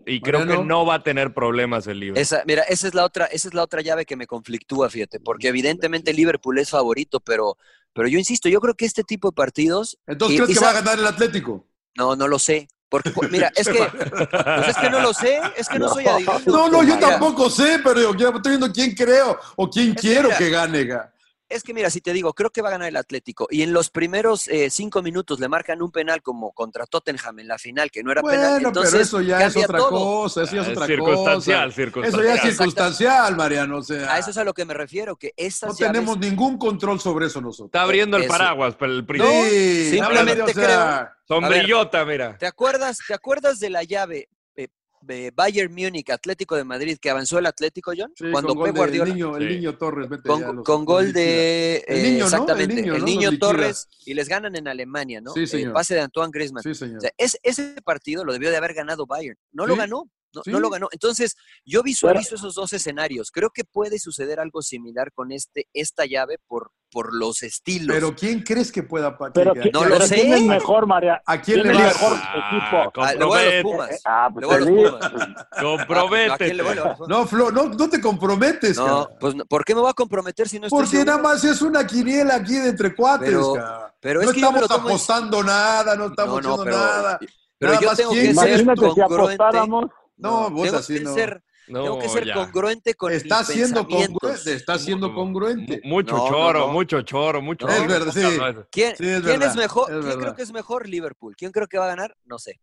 Speaker 2: Y creo
Speaker 1: Mariano.
Speaker 2: que no va a tener problemas el Liverpool.
Speaker 3: Esa, mira, esa es la otra, esa es la otra llave que me conflictúa, fíjate, porque evidentemente Liverpool es favorito, pero, pero yo insisto, yo creo que este tipo de partidos,
Speaker 1: Entonces,
Speaker 3: Y-
Speaker 1: ¿crees
Speaker 3: y
Speaker 1: que
Speaker 3: sa-
Speaker 1: va a ganar el Atlético?
Speaker 3: no, no lo sé. Porque, cu- mira, es que, pues es que no lo sé, es que no, soy adivino.
Speaker 1: No, no, yo
Speaker 3: Mira,
Speaker 1: tampoco sé, pero yo quiero- estoy viendo quién creo o quién
Speaker 3: que
Speaker 1: quiero
Speaker 3: mira-
Speaker 1: que gane. ga.
Speaker 3: Es que mira, si te digo, creo que va a ganar el Atlético. Y en los primeros eh, cinco minutos le marcan un penal como contra Tottenham en la final, que no era penal.
Speaker 1: Bueno,
Speaker 3: Entonces,
Speaker 1: pero eso ya es
Speaker 3: cambia
Speaker 1: otra
Speaker 3: todo.
Speaker 1: cosa, eso ya es
Speaker 2: Ah,
Speaker 1: otra
Speaker 2: circunstancial,
Speaker 1: cosa. Eso
Speaker 2: circunstancial.
Speaker 1: ya es circunstancial, Mariano. O sea,
Speaker 3: A eso es a lo que me refiero, que estas
Speaker 1: no
Speaker 3: llaves-
Speaker 1: tenemos ningún control sobre eso nosotros.
Speaker 2: Está abriendo el
Speaker 3: Eso.
Speaker 2: paraguas para el
Speaker 1: No,
Speaker 2: principio.
Speaker 3: simplemente
Speaker 1: o sea,
Speaker 2: Sombrillota, mira.
Speaker 3: ¿Te acuerdas, ¿Te acuerdas de la llave eh, de Bayern Múnich, Atlético de Madrid, que avanzó el Atlético, John?
Speaker 1: sí,
Speaker 3: Cuando
Speaker 1: con gol
Speaker 3: Pep
Speaker 1: de-
Speaker 3: Guardiola.
Speaker 1: El niño, el
Speaker 2: Sí.
Speaker 1: niño Torres, vete
Speaker 3: con,
Speaker 1: ya, los-
Speaker 3: con
Speaker 1: los
Speaker 3: gol
Speaker 1: liquida.
Speaker 3: de.
Speaker 1: El
Speaker 3: eh,
Speaker 1: niño, ¿no?
Speaker 3: exactamente.
Speaker 1: El niño, ¿no? Los liquida.
Speaker 3: Torres. Y les ganan en Alemania, ¿no?
Speaker 1: Sí, señor.
Speaker 3: El pase de Antoine Griezmann.
Speaker 1: Sí, señor.
Speaker 3: O sea, es- ese partido lo debió de haber ganado Bayern. No lo
Speaker 1: Sí,
Speaker 3: ganó. No,
Speaker 1: sí.
Speaker 3: no lo ganó. Entonces, yo visualizo esos dos escenarios. Creo que puede suceder algo similar con este, esta llave por, por los estilos.
Speaker 1: Pero ¿quién crees que pueda pa-
Speaker 4: Pero,
Speaker 1: que-
Speaker 4: ¿qui-
Speaker 3: No
Speaker 4: pero
Speaker 3: lo sé.
Speaker 4: ¿quién es mejor, María?
Speaker 1: ¿A quién le
Speaker 4: ¿Quién es
Speaker 1: vas?
Speaker 4: mejor? equipo.
Speaker 3: Ah, le voy a los
Speaker 2: compromete-
Speaker 3: Pumas.
Speaker 4: Ah, pues
Speaker 3: Le voy a los
Speaker 4: sí.
Speaker 3: Pumas. Ah, ¿a
Speaker 2: Comprométete.
Speaker 3: quién le voy? Le voy a los Pumas.
Speaker 1: No, Flo, no, no te comprometes,
Speaker 3: No,
Speaker 1: cara.
Speaker 3: pues, no, ¿por qué me voy a comprometer si no estoy
Speaker 1: Porque
Speaker 3: seguro?
Speaker 1: nada más es una quiniela aquí de entre cuates,
Speaker 3: Pero-
Speaker 1: cara.
Speaker 3: pero
Speaker 1: no
Speaker 3: es que yo me
Speaker 1: estamos
Speaker 3: lo tomo en-
Speaker 1: apostando nada, no
Speaker 3: No,
Speaker 1: estamos
Speaker 3: no,
Speaker 1: haciendo
Speaker 3: pero-
Speaker 1: nada.
Speaker 3: Pero
Speaker 1: Nada
Speaker 3: yo
Speaker 1: más
Speaker 3: tengo
Speaker 1: quién
Speaker 3: que
Speaker 1: cree-
Speaker 3: ser
Speaker 4: Imagínate si
Speaker 3: congruente.
Speaker 4: apostáramos.
Speaker 1: No, vos
Speaker 3: tengo
Speaker 1: así
Speaker 3: que
Speaker 1: no.
Speaker 3: ser,
Speaker 2: No,
Speaker 3: tengo que ser
Speaker 2: ya.
Speaker 3: congruente con
Speaker 1: Está
Speaker 3: mis
Speaker 1: siendo
Speaker 3: pensamientos.
Speaker 1: congruente, está siendo
Speaker 2: Mu-
Speaker 1: congruente.
Speaker 2: Mucho
Speaker 3: No, no,
Speaker 2: choro,
Speaker 3: no.
Speaker 2: mucho choro, mucho
Speaker 3: No.
Speaker 2: choro.
Speaker 3: Es
Speaker 1: verdad, sí.
Speaker 2: No, no,
Speaker 3: ¿Quién,
Speaker 1: Sí, es
Speaker 3: quién
Speaker 1: verdad,
Speaker 3: es mejor?
Speaker 1: es
Speaker 3: ¿Quién
Speaker 1: verdad.
Speaker 3: creo que es mejor? Liverpool. ¿Quién creo que va a ganar? No sé.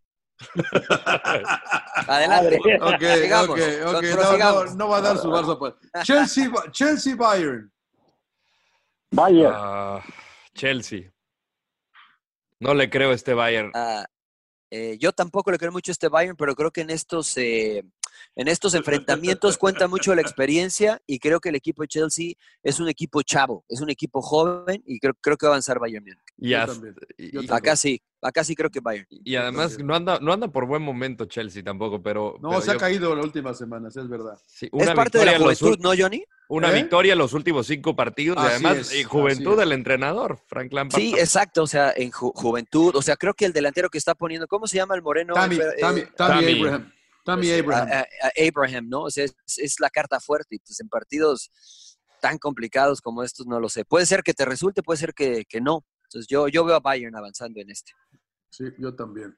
Speaker 3: Adelante.
Speaker 4: Madre.
Speaker 1: Ok,
Speaker 3: Sigamos,
Speaker 1: ok, ok.
Speaker 3: pro-
Speaker 1: No, no,
Speaker 3: prosigamos.
Speaker 1: no va a dar su Barça. pues. Chelsea, Chelsea Bayern.
Speaker 4: Bayern.
Speaker 2: Ah, Chelsea. No le creo a este Bayern.
Speaker 3: Ah, eh, yo tampoco le creo mucho a este Bayern, pero creo que en estos, eh, en estos enfrentamientos cuenta mucho la experiencia y creo que el equipo de Chelsea es un equipo chavo, es un equipo joven y creo, creo que va a avanzar Bayern. Múnich.
Speaker 2: y,
Speaker 1: yo
Speaker 2: as-
Speaker 1: también,
Speaker 2: y-
Speaker 1: yo
Speaker 2: y-
Speaker 1: también.
Speaker 3: Acá sí, acá sí creo que Bayern.
Speaker 2: y además no anda, no anda por buen momento Chelsea tampoco, pero.
Speaker 1: No,
Speaker 2: pero
Speaker 1: se ha
Speaker 2: yo-
Speaker 1: caído las últimas semanas, es verdad.
Speaker 2: sí,
Speaker 3: Es
Speaker 2: una
Speaker 3: parte de la
Speaker 2: victoria en los
Speaker 3: juventud,
Speaker 2: ul-
Speaker 3: ¿no, Johnny?
Speaker 2: Una
Speaker 1: ¿Eh?
Speaker 2: victoria en los últimos cinco partidos.
Speaker 1: Así
Speaker 2: y además,
Speaker 1: es,
Speaker 2: y
Speaker 1: así
Speaker 2: juventud
Speaker 1: es.
Speaker 2: del entrenador, Frank Lampard.
Speaker 3: Sí, exacto, o sea, en ju- juventud, o sea, creo que el delantero que está poniendo, ¿cómo se llama el moreno?
Speaker 1: Tammy,
Speaker 3: Eh,
Speaker 1: Tammy,
Speaker 3: eh,
Speaker 1: Tammy
Speaker 2: Tammy.
Speaker 1: Abraham. Tammy
Speaker 3: pues,
Speaker 1: Abraham.
Speaker 3: a- a- a Abraham, ¿no? O sea, es, es la carta fuerte y pues en partidos tan complicados como estos no lo sé. Puede ser que te resulte, puede ser que, que no. Entonces yo, yo veo a Bayern avanzando en este.
Speaker 1: Sí, yo también.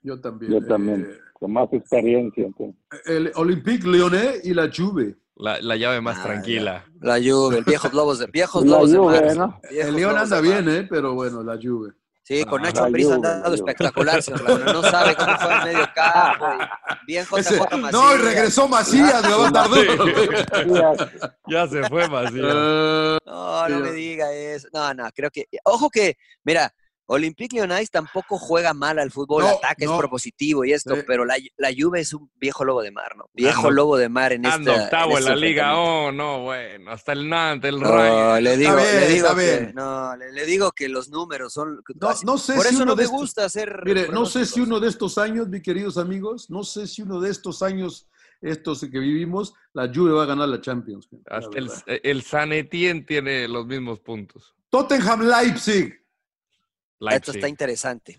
Speaker 1: Yo también.
Speaker 4: Yo también.
Speaker 1: Eh,
Speaker 4: Con más experiencia. sí.
Speaker 1: el Olympique Lyonnais y la Juve.
Speaker 2: La, la llave más
Speaker 3: Ah,
Speaker 2: tranquila.
Speaker 3: La Juve, el viejos lobos de viejos
Speaker 4: La
Speaker 3: lobos de
Speaker 4: Juve,
Speaker 3: Mar.
Speaker 4: ¿no?
Speaker 3: Viejos
Speaker 1: El Lyon
Speaker 3: lobos
Speaker 1: anda
Speaker 3: de
Speaker 1: bien,
Speaker 3: Mar.
Speaker 1: ¿eh? Pero bueno, la Juve.
Speaker 3: Sí, con
Speaker 2: Ah,
Speaker 3: Nacho
Speaker 4: la
Speaker 3: Ambriz
Speaker 4: Juve,
Speaker 3: han dado
Speaker 4: la Juve.
Speaker 3: espectacular, señor Laguna. No sabe cómo fue en medio campo. y Bien JJ
Speaker 1: Ese-
Speaker 3: Macías.
Speaker 1: no, y regresó Macías, me va a tardar.
Speaker 4: Sí,
Speaker 2: Ya se fue, Macías.
Speaker 1: Eh,
Speaker 3: No, no
Speaker 1: Sí,
Speaker 3: me
Speaker 1: yo-
Speaker 3: diga eso. No, no, creo que. Ojo que, mira, Olympique Lyonnais tampoco juega mal al fútbol,
Speaker 1: No,
Speaker 3: ataque
Speaker 1: no.
Speaker 3: es propositivo y esto,
Speaker 1: Sí. Ah,
Speaker 3: pero la, la Juve es un viejo lobo de mar, ¿no? Viejo
Speaker 2: Ando-
Speaker 3: lobo de mar en esta.
Speaker 2: Anda octavo en
Speaker 3: este
Speaker 2: la liga.
Speaker 3: enfrentamiento.
Speaker 2: Oh, no, bueno. Hasta el Nantes, el
Speaker 3: No,
Speaker 2: Rayo.
Speaker 3: le digo,
Speaker 1: bien,
Speaker 3: le digo
Speaker 1: está
Speaker 3: que,
Speaker 1: bien.
Speaker 3: no, le, le digo que los números son.
Speaker 1: No,
Speaker 3: así-
Speaker 1: no sé
Speaker 3: Por
Speaker 1: si
Speaker 3: eso
Speaker 1: uno
Speaker 3: no
Speaker 1: de
Speaker 3: me
Speaker 1: estos-
Speaker 3: gusta hacer.
Speaker 1: Mire, no sé
Speaker 3: pronósticos.
Speaker 1: si uno de estos años, mis queridos amigos, no sé si uno de estos años estos que vivimos, la Juve va a ganar la Champions. la
Speaker 2: Hasta el,
Speaker 1: verdad.
Speaker 2: el San Etienne tiene los mismos puntos.
Speaker 1: Tottenham Leipzig.
Speaker 3: Ah, Esto está interesante.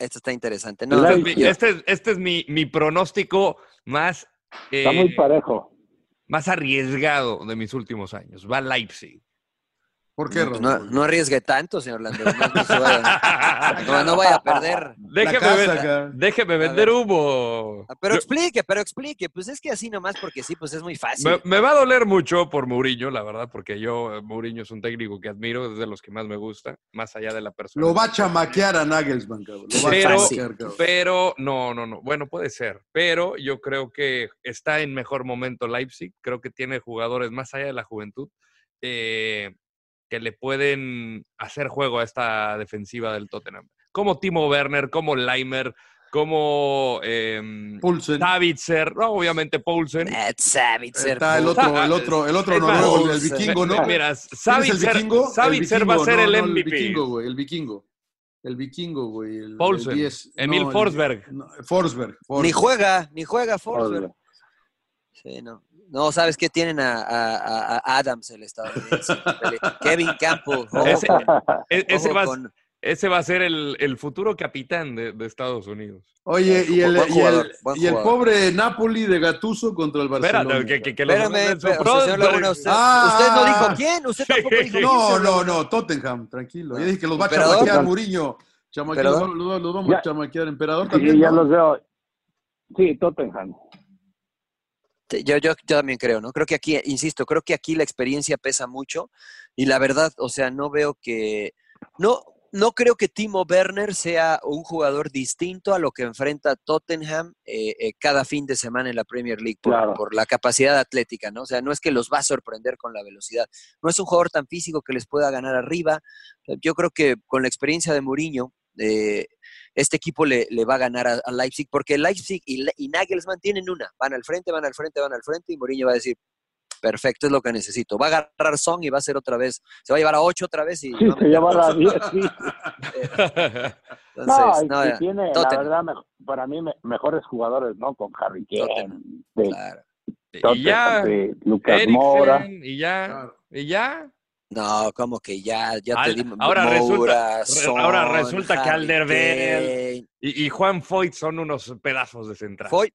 Speaker 3: Esto está interesante. No,
Speaker 2: Este es,
Speaker 3: no,
Speaker 2: mi,
Speaker 3: yo-
Speaker 2: este es- este es mi- mi pronóstico más,
Speaker 4: Está
Speaker 2: eh,
Speaker 4: muy parejo.
Speaker 2: más arriesgado de mis últimos años. Va Leipzig.
Speaker 1: ¿Por
Speaker 3: no, no- no arriesgue tanto, señor Landero. No, no se vaya- no- no vaya a perder.
Speaker 2: Déjeme,
Speaker 3: casa,
Speaker 2: ven-
Speaker 3: acá.
Speaker 2: déjeme vender humo.
Speaker 3: Ah, Pero
Speaker 2: Yo-
Speaker 3: explique, pero explique. Pues es que así nomás porque sí, pues es muy fácil.
Speaker 2: me, me va a doler mucho por Mourinho, la verdad, porque yo, eh, Mourinho es un técnico que admiro, es de los que más me gusta, más allá de la persona.
Speaker 1: Lo va a chamaquear a Nagelsmann, cabrón. Lo va a
Speaker 2: Pero,
Speaker 1: chamaquear, cabrón.
Speaker 2: pero, no, no, no. Bueno, puede ser. Pero yo creo que está en mejor momento Leipzig. Creo que tiene jugadores más allá de la juventud eh, que le pueden hacer juego a esta defensiva del Tottenham. Como Timo Werner, como Leimer, como eh,
Speaker 1: Poulsen.
Speaker 2: Savitzer, no, obviamente Poulsen.
Speaker 3: Matt Savitzer.
Speaker 1: Está el
Speaker 3: Ah,
Speaker 1: otro, el otro, Eh, el otro
Speaker 2: Es más,
Speaker 1: noruego, el
Speaker 2: Poulsen.
Speaker 1: vikingo, ¿no? ¿Quién
Speaker 2: Mira,
Speaker 1: es
Speaker 2: Savitzer- Savitzer va a
Speaker 1: vikingo,
Speaker 2: ser el
Speaker 1: no, no,
Speaker 2: MVP.
Speaker 1: El vikingo, güey, el vikingo. El vikingo, güey. El,
Speaker 2: Poulsen.
Speaker 1: el 10.
Speaker 2: Emil
Speaker 1: el-
Speaker 2: Forsberg.
Speaker 1: no, Forsberg.
Speaker 3: Ni
Speaker 1: Forsberg.
Speaker 3: juega, ni juega Forsberg.
Speaker 4: Forsberg.
Speaker 3: Sí, no. No, ¿sabes qué? Tienen a, a- a- a Adams, el estadounidense. Kevin Campbell. Ojo
Speaker 2: Ese-
Speaker 3: con-
Speaker 2: E- ese,
Speaker 3: ojo
Speaker 2: va,
Speaker 3: con-
Speaker 2: ese va a ser el, el futuro capitán de, de Estados Unidos.
Speaker 1: Oye, y el,
Speaker 3: Buen
Speaker 1: y el-
Speaker 3: jugador, buen
Speaker 1: y el
Speaker 3: jugador.
Speaker 1: pobre Napoli de Gatuso contra el Barcelona.
Speaker 2: Espérate, que, que, que los
Speaker 3: Espérame,
Speaker 2: manden su
Speaker 3: pero,
Speaker 2: pronto.
Speaker 3: señor Laguna, usted,
Speaker 1: Ah.
Speaker 3: usted no dijo quién, usted tampoco dijo
Speaker 1: No,
Speaker 3: quién,
Speaker 1: no,
Speaker 3: señor
Speaker 1: no, Tottenham, tranquilo. Ya dije que los va a
Speaker 3: Ah. Emperador.
Speaker 1: chamaquear Mourinho. Chamaquear, los,
Speaker 3: Emperador.
Speaker 1: va- los vamos a
Speaker 4: Ya.
Speaker 1: chamaquear. Emperador
Speaker 4: Sí,
Speaker 1: también.
Speaker 4: ya
Speaker 1: ¿no?
Speaker 4: los veo. Sí, Tottenham.
Speaker 3: Sí, Yo, yo, yo también creo, ¿no? Creo que aquí, insisto, creo que aquí la experiencia pesa mucho y la verdad, o sea, no veo que, no, no creo que Timo Werner sea un jugador distinto a lo que enfrenta Tottenham eh, eh, cada fin de semana en la Premier League por,
Speaker 4: Claro.
Speaker 3: por la capacidad atlética, ¿no? O sea, no es que los va a sorprender con la velocidad, no es un jugador tan físico que les pueda ganar arriba. Yo creo que con la experiencia de Mourinho, eh, este equipo le, le va a ganar a, a Leipzig, porque Leipzig y, Le- y Nagelsmann tienen una, van al frente, van al frente, van al frente, y Mourinho va a decir, perfecto, es lo que necesito. Va a agarrar Son y va a ser otra vez, se va a llevar a ocho otra vez y...
Speaker 4: Sí,
Speaker 3: va a
Speaker 4: se
Speaker 3: meter
Speaker 4: lleva
Speaker 3: dos.
Speaker 4: la 10, sí. No,
Speaker 3: Entonces,
Speaker 4: y-
Speaker 3: no,
Speaker 4: y
Speaker 3: ya,
Speaker 4: tiene, la
Speaker 3: Tottenham.
Speaker 4: verdad, me- para mí, me- mejores jugadores, ¿no? Con Harry Kane,
Speaker 3: Tottenham.
Speaker 4: de
Speaker 3: claro.
Speaker 2: y ya,
Speaker 4: Tottenham, de Lucas Mora.
Speaker 2: Eriksen, y
Speaker 1: Ah.
Speaker 2: ya, y ya.
Speaker 3: No, como que ya, ya
Speaker 2: Al-
Speaker 3: te di
Speaker 2: ahora resulta-
Speaker 3: Moura,
Speaker 2: re-
Speaker 3: Son,
Speaker 2: ahora resulta que
Speaker 3: Harry
Speaker 2: Alderweireld-
Speaker 3: Kane.
Speaker 2: Y, y Juan Foyt son unos pedazos de central.
Speaker 3: Foyt,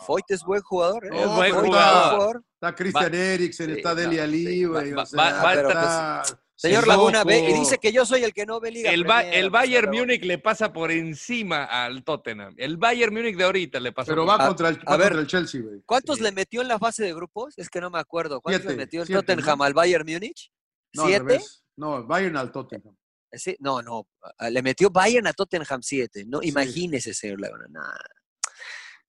Speaker 3: Foyt es buen jugador. ¿eh?
Speaker 1: No,
Speaker 2: Es buen
Speaker 3: Foyt
Speaker 2: jugador.
Speaker 1: Está Christian Eriksen,
Speaker 3: sí,
Speaker 1: está
Speaker 3: no,
Speaker 1: Deli Ali,
Speaker 3: sí, va- pues,
Speaker 1: güey, o
Speaker 2: va-
Speaker 1: sea,
Speaker 2: va- va a
Speaker 1: está-
Speaker 3: Señor
Speaker 1: Sissoko.
Speaker 3: Laguna ve y dice que yo soy el que no ve Liga
Speaker 2: El, Ba-
Speaker 3: Premier,
Speaker 2: el
Speaker 3: pues,
Speaker 2: Bayern
Speaker 3: pero-
Speaker 2: Múnich le pasa por encima al Tottenham. El Bayern Múnich de ahorita le pasó
Speaker 1: Pero
Speaker 2: por
Speaker 1: va
Speaker 3: A-
Speaker 1: contra el, va
Speaker 3: a
Speaker 1: contra
Speaker 3: ver.
Speaker 1: el Chelsea, güey.
Speaker 3: ¿Cuántos le metió en la fase de grupos? Es que no me acuerdo. ¿Cuántos
Speaker 1: Siete,
Speaker 3: le metió el
Speaker 1: siete,
Speaker 3: Tottenham
Speaker 1: ¿no?
Speaker 3: al Bayern Múnich?
Speaker 1: No, al
Speaker 3: ¿Siete?
Speaker 1: revés. No, Bayern al Tottenham.
Speaker 3: Sí, no, no. a- Le metió Bayern a Tottenham siete. No,
Speaker 1: Sí.
Speaker 3: imagínese, señor Laguna. nah.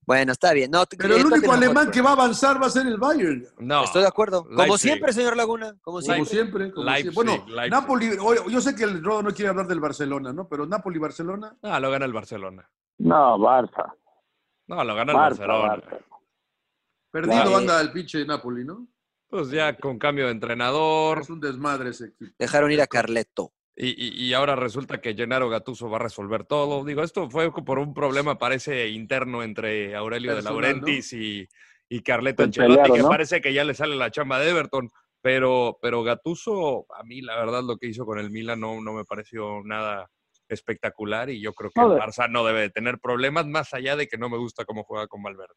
Speaker 3: Bueno, está bien. No,
Speaker 1: Pero el
Speaker 3: eh,
Speaker 1: único
Speaker 3: Tottenham
Speaker 1: alemán
Speaker 3: fue-
Speaker 1: que va a avanzar va a ser el Bayern.
Speaker 2: No.
Speaker 3: Estoy de acuerdo. Como
Speaker 2: Leipzig.
Speaker 3: siempre, señor Laguna. Como
Speaker 1: Como
Speaker 3: siempre.
Speaker 1: siempre. como
Speaker 2: Leipzig,
Speaker 1: siempre. Bueno,
Speaker 2: Leipzig.
Speaker 1: Napoli, oye, yo sé que el Rodo no quiere hablar del Barcelona, ¿no? Pero Napoli-Barcelona.
Speaker 2: No, lo gana el Barcelona.
Speaker 4: No, Barça.
Speaker 2: No, lo gana el
Speaker 4: Barça,
Speaker 2: Barcelona.
Speaker 4: Barça.
Speaker 1: Perdido
Speaker 3: Claro.
Speaker 1: anda el pinche Napoli, ¿no?
Speaker 2: Pues ya con cambio de entrenador.
Speaker 1: Es un desmadre ese equipo.
Speaker 3: Dejaron ir a Carleto.
Speaker 2: Y, y- y ahora resulta que Gennaro Gatuso va a resolver todo. Digo, esto fue por un problema, parece, interno entre Aurelio
Speaker 1: Personal,
Speaker 2: de Laurentiis y, y Carleto
Speaker 4: Pues
Speaker 2: Ancelotti,
Speaker 4: pelearon,
Speaker 2: que
Speaker 4: ¿no?
Speaker 2: parece que ya le sale la chamba de Everton. Pero, pero Gatuso, a mí la verdad lo que hizo con el Milan no, no me pareció nada espectacular y yo creo que
Speaker 4: No,
Speaker 2: el
Speaker 4: de-
Speaker 2: Barça no debe de tener problemas, más allá de que no me gusta cómo juega con Valverde.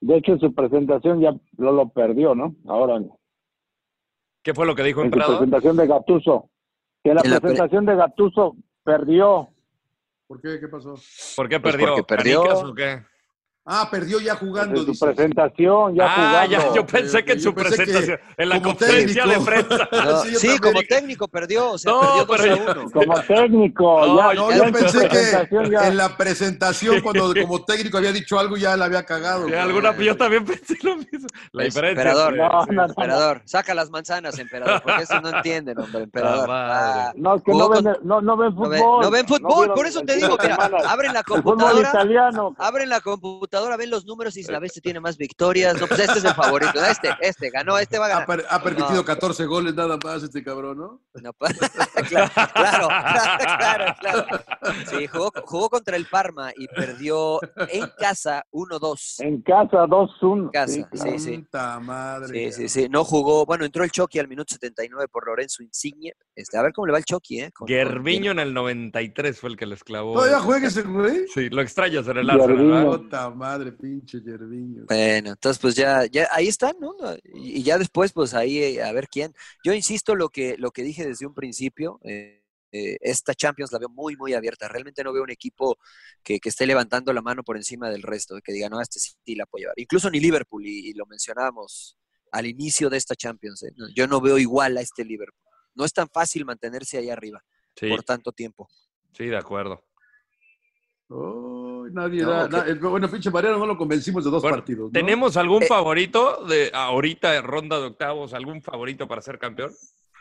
Speaker 4: De hecho, en su presentación ya lo, lo perdió, ¿no? Ahora, en
Speaker 2: ¿Qué fue lo que dijo
Speaker 4: su
Speaker 2: Emperador?
Speaker 4: presentación de Gatuso. Que la
Speaker 3: En la pre-
Speaker 4: presentación de Gatuso perdió.
Speaker 1: ¿Por qué? ¿Qué pasó?
Speaker 2: ¿Por qué
Speaker 3: Pues
Speaker 2: perdió?
Speaker 3: porque perdió.
Speaker 2: ¿Canicas o qué?
Speaker 1: Ah, perdió ya jugando.
Speaker 4: En su
Speaker 1: dice.
Speaker 4: presentación ya
Speaker 2: ah, ya,
Speaker 4: jugando.
Speaker 2: yo
Speaker 1: Ok,
Speaker 2: pensé
Speaker 1: ok,
Speaker 2: que en
Speaker 1: yo
Speaker 2: su
Speaker 1: pensé que
Speaker 2: presentación, en la
Speaker 1: como
Speaker 2: conferencia
Speaker 1: técnico.
Speaker 2: de prensa.
Speaker 3: No,
Speaker 1: Sí, yo
Speaker 3: sí,
Speaker 1: también
Speaker 3: como
Speaker 1: dije-
Speaker 3: técnico perdió. O sea,
Speaker 2: No,
Speaker 3: perdió dos
Speaker 2: pero
Speaker 3: a uno.
Speaker 4: Como técnico,
Speaker 2: No,
Speaker 4: ya,
Speaker 1: No,
Speaker 4: ya
Speaker 1: yo
Speaker 4: en su
Speaker 1: pensé que
Speaker 4: presentación ya-
Speaker 1: en la presentación, cuando como técnico había dicho algo, ya la había cagado.
Speaker 2: Sí,
Speaker 1: güey.
Speaker 2: alguna, yo también pensé lo mismo. La
Speaker 3: Es
Speaker 2: diferencia.
Speaker 3: emperador,
Speaker 2: entre-
Speaker 4: no,
Speaker 2: sí.
Speaker 4: no, no,
Speaker 3: Emperador, saca las manzanas, emperador, porque eso no entienden, hombre, emperador.
Speaker 2: madre.
Speaker 3: Ah,
Speaker 4: No, es que no
Speaker 3: Jugó
Speaker 4: ven,
Speaker 3: con-
Speaker 4: no, no ven
Speaker 3: no
Speaker 4: fútbol.
Speaker 3: ven, no ven fútbol,
Speaker 4: vieron
Speaker 3: por eso
Speaker 4: el
Speaker 3: te
Speaker 4: fin
Speaker 3: digo,
Speaker 4: de
Speaker 3: mira,
Speaker 4: semana.
Speaker 3: abren la
Speaker 4: El fútbol
Speaker 3: computadora,
Speaker 4: italiano.
Speaker 3: abren la computadora ven los números y dicen, a ver, este tiene más victorias. No, pues este es el favorito. ¿no? Este, este ganó, este va a
Speaker 1: Ha,
Speaker 3: ganar.
Speaker 1: per- ha permitido
Speaker 3: No.
Speaker 1: 14 goles nada más este cabrón, ¿no?
Speaker 3: No, pa- claro, claro, claro, claro, claro. Sí, jugó, jugó contra el Parma y perdió en casa 1-2.
Speaker 4: En casa 2-1.
Speaker 3: En casa, sí, sí.
Speaker 1: Puta madre.
Speaker 3: Sí, sí, sí. No jugó. Bueno, entró el Chucky al minuto 79 por Lorenzo Insigne. Este, a ver cómo le va el Chucky, ¿eh? Con-
Speaker 2: Gervinho en el 93 fue el que les clavó.
Speaker 1: ¿Todavía juega ese güey?
Speaker 2: Sí, lo extrañas en el Arsenal, ¿verdad?
Speaker 1: Puta madre, pinche Yerviño.
Speaker 3: Bueno, entonces pues ya, ya ahí están, ¿no? Y, y ya después pues ahí eh, a ver quién. Yo insisto lo que, lo que dije desde un principio, eh, eh, esta Champions la veo muy, muy abierta. Realmente no veo un equipo que, que esté levantando la mano por encima del resto, que diga, no, este sí la puedo llevar. Incluso ni Liverpool, y, y lo mencionábamos al inicio de esta Champions, eh, yo no veo igual a este Liverpool. No es tan fácil mantenerse ahí arriba
Speaker 2: Sí,
Speaker 3: por tanto tiempo.
Speaker 2: sí, de acuerdo.
Speaker 1: Uy, nadie
Speaker 3: No,
Speaker 1: da.
Speaker 3: que-
Speaker 1: na- eh, bueno, pinche Mariano no lo convencimos de dos
Speaker 2: Bueno,
Speaker 1: partidos. ¿no?
Speaker 2: ¿Tenemos algún
Speaker 3: Eh.
Speaker 2: favorito de ahorita de ronda de octavos? ¿Algún favorito para ser campeón?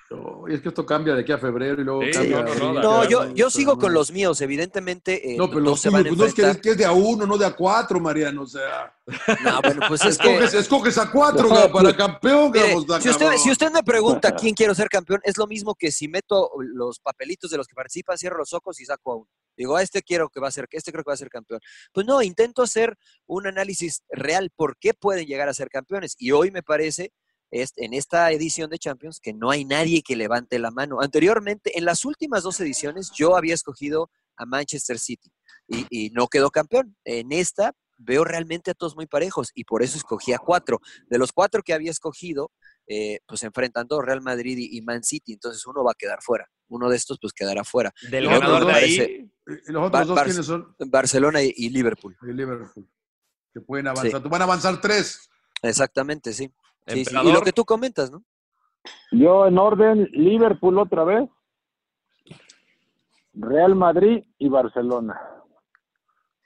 Speaker 1: No, y es que esto cambia de aquí a febrero y luego
Speaker 2: Sí,
Speaker 1: cambia.
Speaker 2: no, no, no, de
Speaker 3: No,
Speaker 2: acuerdo,
Speaker 3: yo, yo sigo con los míos, evidentemente. eh,
Speaker 1: No, pero
Speaker 3: no
Speaker 1: los
Speaker 3: se van a
Speaker 1: tuyos, pues, no es que, es
Speaker 3: enfrentar.
Speaker 1: que es de a uno, no de a cuatro, Mariano. O sea,
Speaker 3: No, bueno, pues es que...
Speaker 1: escoges, escoges a cuatro güey, para campeón,
Speaker 3: Mire,
Speaker 1: digamos, da
Speaker 3: si, usted,
Speaker 1: cabrón.
Speaker 3: si usted me pregunta quién quiero ser campeón, es lo mismo que si meto los papelitos de los que participan, cierro los ojos y saco a uno. Digo, a este quiero que va a ser, este creo que va a ser campeón. Pues no, intento hacer un análisis real por qué pueden llegar a ser campeones. Y hoy me parece, es- en esta edición de Champions, que no hay nadie que levante la mano. Anteriormente, en las últimas dos ediciones, yo había escogido a Manchester City y, y no quedó campeón. En esta veo realmente a todos muy parejos y por eso escogí a cuatro. De los cuatro que había escogido, eh, pues se enfrentan dos, Real Madrid y y Man City, entonces uno va a quedar fuera. Uno de estos pues quedará fuera.
Speaker 2: Del
Speaker 1: No,
Speaker 2: ganador
Speaker 1: no,
Speaker 2: de
Speaker 1: no,
Speaker 2: ahí.
Speaker 1: ¿Y los otros
Speaker 3: Bar-
Speaker 1: dos
Speaker 3: Bar-
Speaker 1: quiénes son?
Speaker 3: Barcelona y, y Liverpool.
Speaker 1: El Liverpool. Que pueden avanzar. Van a avanzar tres.
Speaker 3: Exactamente, sí. Sí, sí. Y lo
Speaker 2: Emperador.
Speaker 3: que tú comentas, ¿no?
Speaker 4: Yo en orden, Liverpool otra vez, Real Madrid y Barcelona.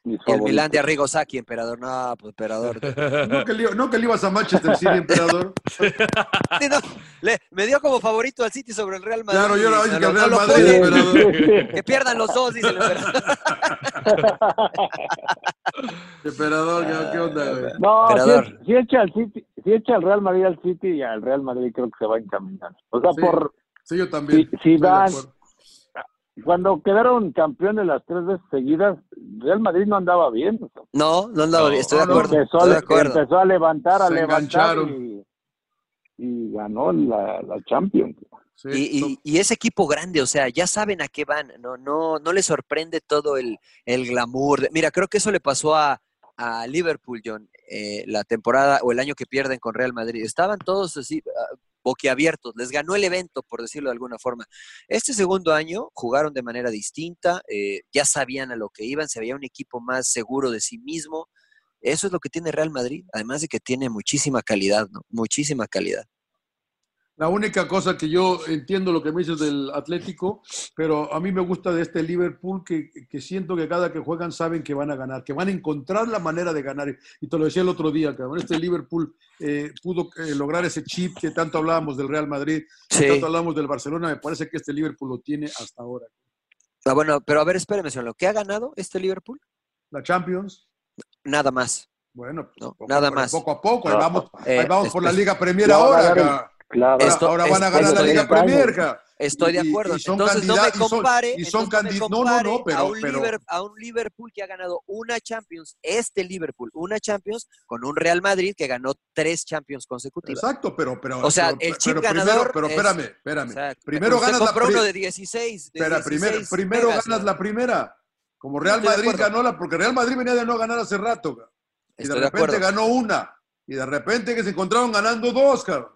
Speaker 4: Mis
Speaker 3: El
Speaker 4: favoritos.
Speaker 3: Milán de Arrigo Sacchi, emperador. No, pues emperador.
Speaker 1: No que, le, no que le ibas a Manchester City, emperador.
Speaker 3: Sí, no, le- me dio como favorito al City sobre el Real Madrid.
Speaker 1: Claro, yo
Speaker 3: No
Speaker 1: ahora dije que
Speaker 3: lo-
Speaker 1: el
Speaker 3: no
Speaker 1: Real
Speaker 3: lo
Speaker 1: Madrid,
Speaker 3: puede.
Speaker 1: emperador.
Speaker 3: Que pierdan los dos, dice el emperador.
Speaker 1: Emperador, ¿qué- ¿qué onda, güey?
Speaker 4: No,
Speaker 3: Emperador.
Speaker 4: si, echa al City, si echa al Real Madrid al City y al Real Madrid creo que se va a encaminar. O sea,
Speaker 1: Sí.
Speaker 4: por
Speaker 1: Sí, yo también.
Speaker 4: Si-
Speaker 1: estoy de
Speaker 4: Zidane.
Speaker 1: acuerdo.
Speaker 4: cuando quedaron campeones las tres veces seguidas, Real Madrid no andaba bien. o sea,
Speaker 3: No, no, no,
Speaker 2: No,
Speaker 3: estoy de
Speaker 1: no,
Speaker 3: acuerdo.
Speaker 4: empezó,
Speaker 3: estoy de
Speaker 4: a-
Speaker 3: acuerdo.
Speaker 4: empezó a levantar, a
Speaker 1: Se
Speaker 4: levantar
Speaker 1: engancharon.
Speaker 4: y, y ganó la, la Champions.
Speaker 1: Sí,
Speaker 3: Y, y- y ese equipo grande, o sea, ya saben a qué van, no, no, no les sorprende todo el, el glamour. de- Mira, creo que eso le pasó a, a Liverpool, John, eh, la temporada o el año que pierden con Real Madrid. Estaban todos así ah, boquiabiertos, les ganó el evento, por decirlo de alguna forma. Este segundo año jugaron de manera distinta, eh, ya sabían a lo que iban, se veía un equipo más seguro de sí mismo. Eso es lo que tiene Real Madrid, además de que tiene muchísima calidad, ¿no? Muchísima calidad.
Speaker 1: La única cosa que yo entiendo lo que me dices del Atlético, pero a mí me gusta de este Liverpool que, que siento que cada que juegan saben que van a ganar, que van a encontrar la manera de ganar. Y te lo decía el otro día, cabrón, este Liverpool eh, pudo eh, lograr ese chip que tanto hablábamos del Real Madrid, que
Speaker 3: Sí.
Speaker 1: tanto hablábamos del Barcelona, me parece que este Liverpool lo tiene hasta ahora.
Speaker 3: Ah, bueno, pero a ver, espéreme, señor. ¿Lo que ha ganado este Liverpool?
Speaker 1: La Champions,
Speaker 3: Nada más.
Speaker 1: bueno, pues,
Speaker 3: No,
Speaker 1: poco-
Speaker 3: nada
Speaker 1: pero
Speaker 3: más.
Speaker 1: poco a poco, ahí
Speaker 4: No.
Speaker 1: vamos, ahí
Speaker 3: Eh,
Speaker 1: vamos por la
Speaker 3: es-
Speaker 1: Liga Premier
Speaker 4: Ya van a
Speaker 1: ahora.
Speaker 4: ganar el-
Speaker 1: cabrón.
Speaker 4: Claro.
Speaker 1: Ahora,
Speaker 3: Esto-
Speaker 1: ahora van a
Speaker 3: es-
Speaker 1: ganar la
Speaker 3: estoy
Speaker 1: Liga
Speaker 3: de
Speaker 1: Premier.
Speaker 4: acuerdo.
Speaker 1: cabrón.
Speaker 3: Estoy de
Speaker 1: Y- y-
Speaker 3: acuerdo.
Speaker 1: y son
Speaker 3: entonces no me
Speaker 1: candidatos- y son-
Speaker 3: compare,
Speaker 1: y son
Speaker 3: entonces no me
Speaker 1: candi- no, no,
Speaker 3: compare
Speaker 1: no, pero-
Speaker 3: a, un
Speaker 1: pero-
Speaker 3: Liver- a un Liverpool que ha ganado una Champions, este Liverpool, una Champions, con un Real Madrid que ganó tres Champions consecutivas.
Speaker 1: Exacto, pero, pero.
Speaker 3: O sea,
Speaker 1: pero-
Speaker 3: el chip
Speaker 1: pero primero-
Speaker 3: ganador
Speaker 1: pero
Speaker 3: es-
Speaker 1: espérame, espérame.
Speaker 3: O sea,
Speaker 1: primero
Speaker 3: usted
Speaker 1: ganas la
Speaker 3: compra
Speaker 1: pri-
Speaker 3: uno de 16. de
Speaker 1: Espera,
Speaker 3: 16
Speaker 1: primero, primero
Speaker 3: megas,
Speaker 1: ganas
Speaker 3: ¿no?
Speaker 1: la primera. Como Real
Speaker 3: Estoy de
Speaker 1: Madrid
Speaker 3: acuerdo.
Speaker 1: ganó la, porque Real Madrid venía de no ganar hace rato. cabrón. Y de
Speaker 3: Estoy de
Speaker 1: repente
Speaker 3: acuerdo.
Speaker 1: ganó una. Y de repente que se encontraron ganando dos, cabrón.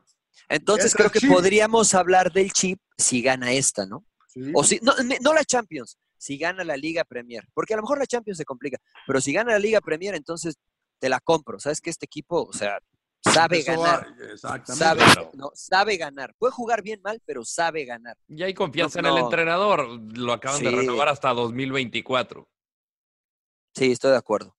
Speaker 3: Entonces
Speaker 1: entra
Speaker 3: creo
Speaker 1: el
Speaker 3: que
Speaker 1: chip.
Speaker 3: podríamos hablar del chip si gana esta, ¿no?
Speaker 1: Sí.
Speaker 3: O si, no, ne- no la Champions, si gana la Liga Premier. Porque a lo mejor la Champions se complica, pero si gana la Liga Premier, entonces te la compro. Sabes que este equipo, o sea, sabe
Speaker 1: Eso va-
Speaker 3: ganar.
Speaker 1: Exactamente.
Speaker 3: Sabe,
Speaker 2: claro.
Speaker 3: no, sabe ganar. Puede jugar bien mal, pero sabe ganar.
Speaker 2: Y hay confianza
Speaker 3: No,
Speaker 2: en el
Speaker 3: no.
Speaker 2: entrenador. Lo acaban de
Speaker 3: Sí.
Speaker 2: renovar hasta 2024.
Speaker 3: Sí, estoy de acuerdo.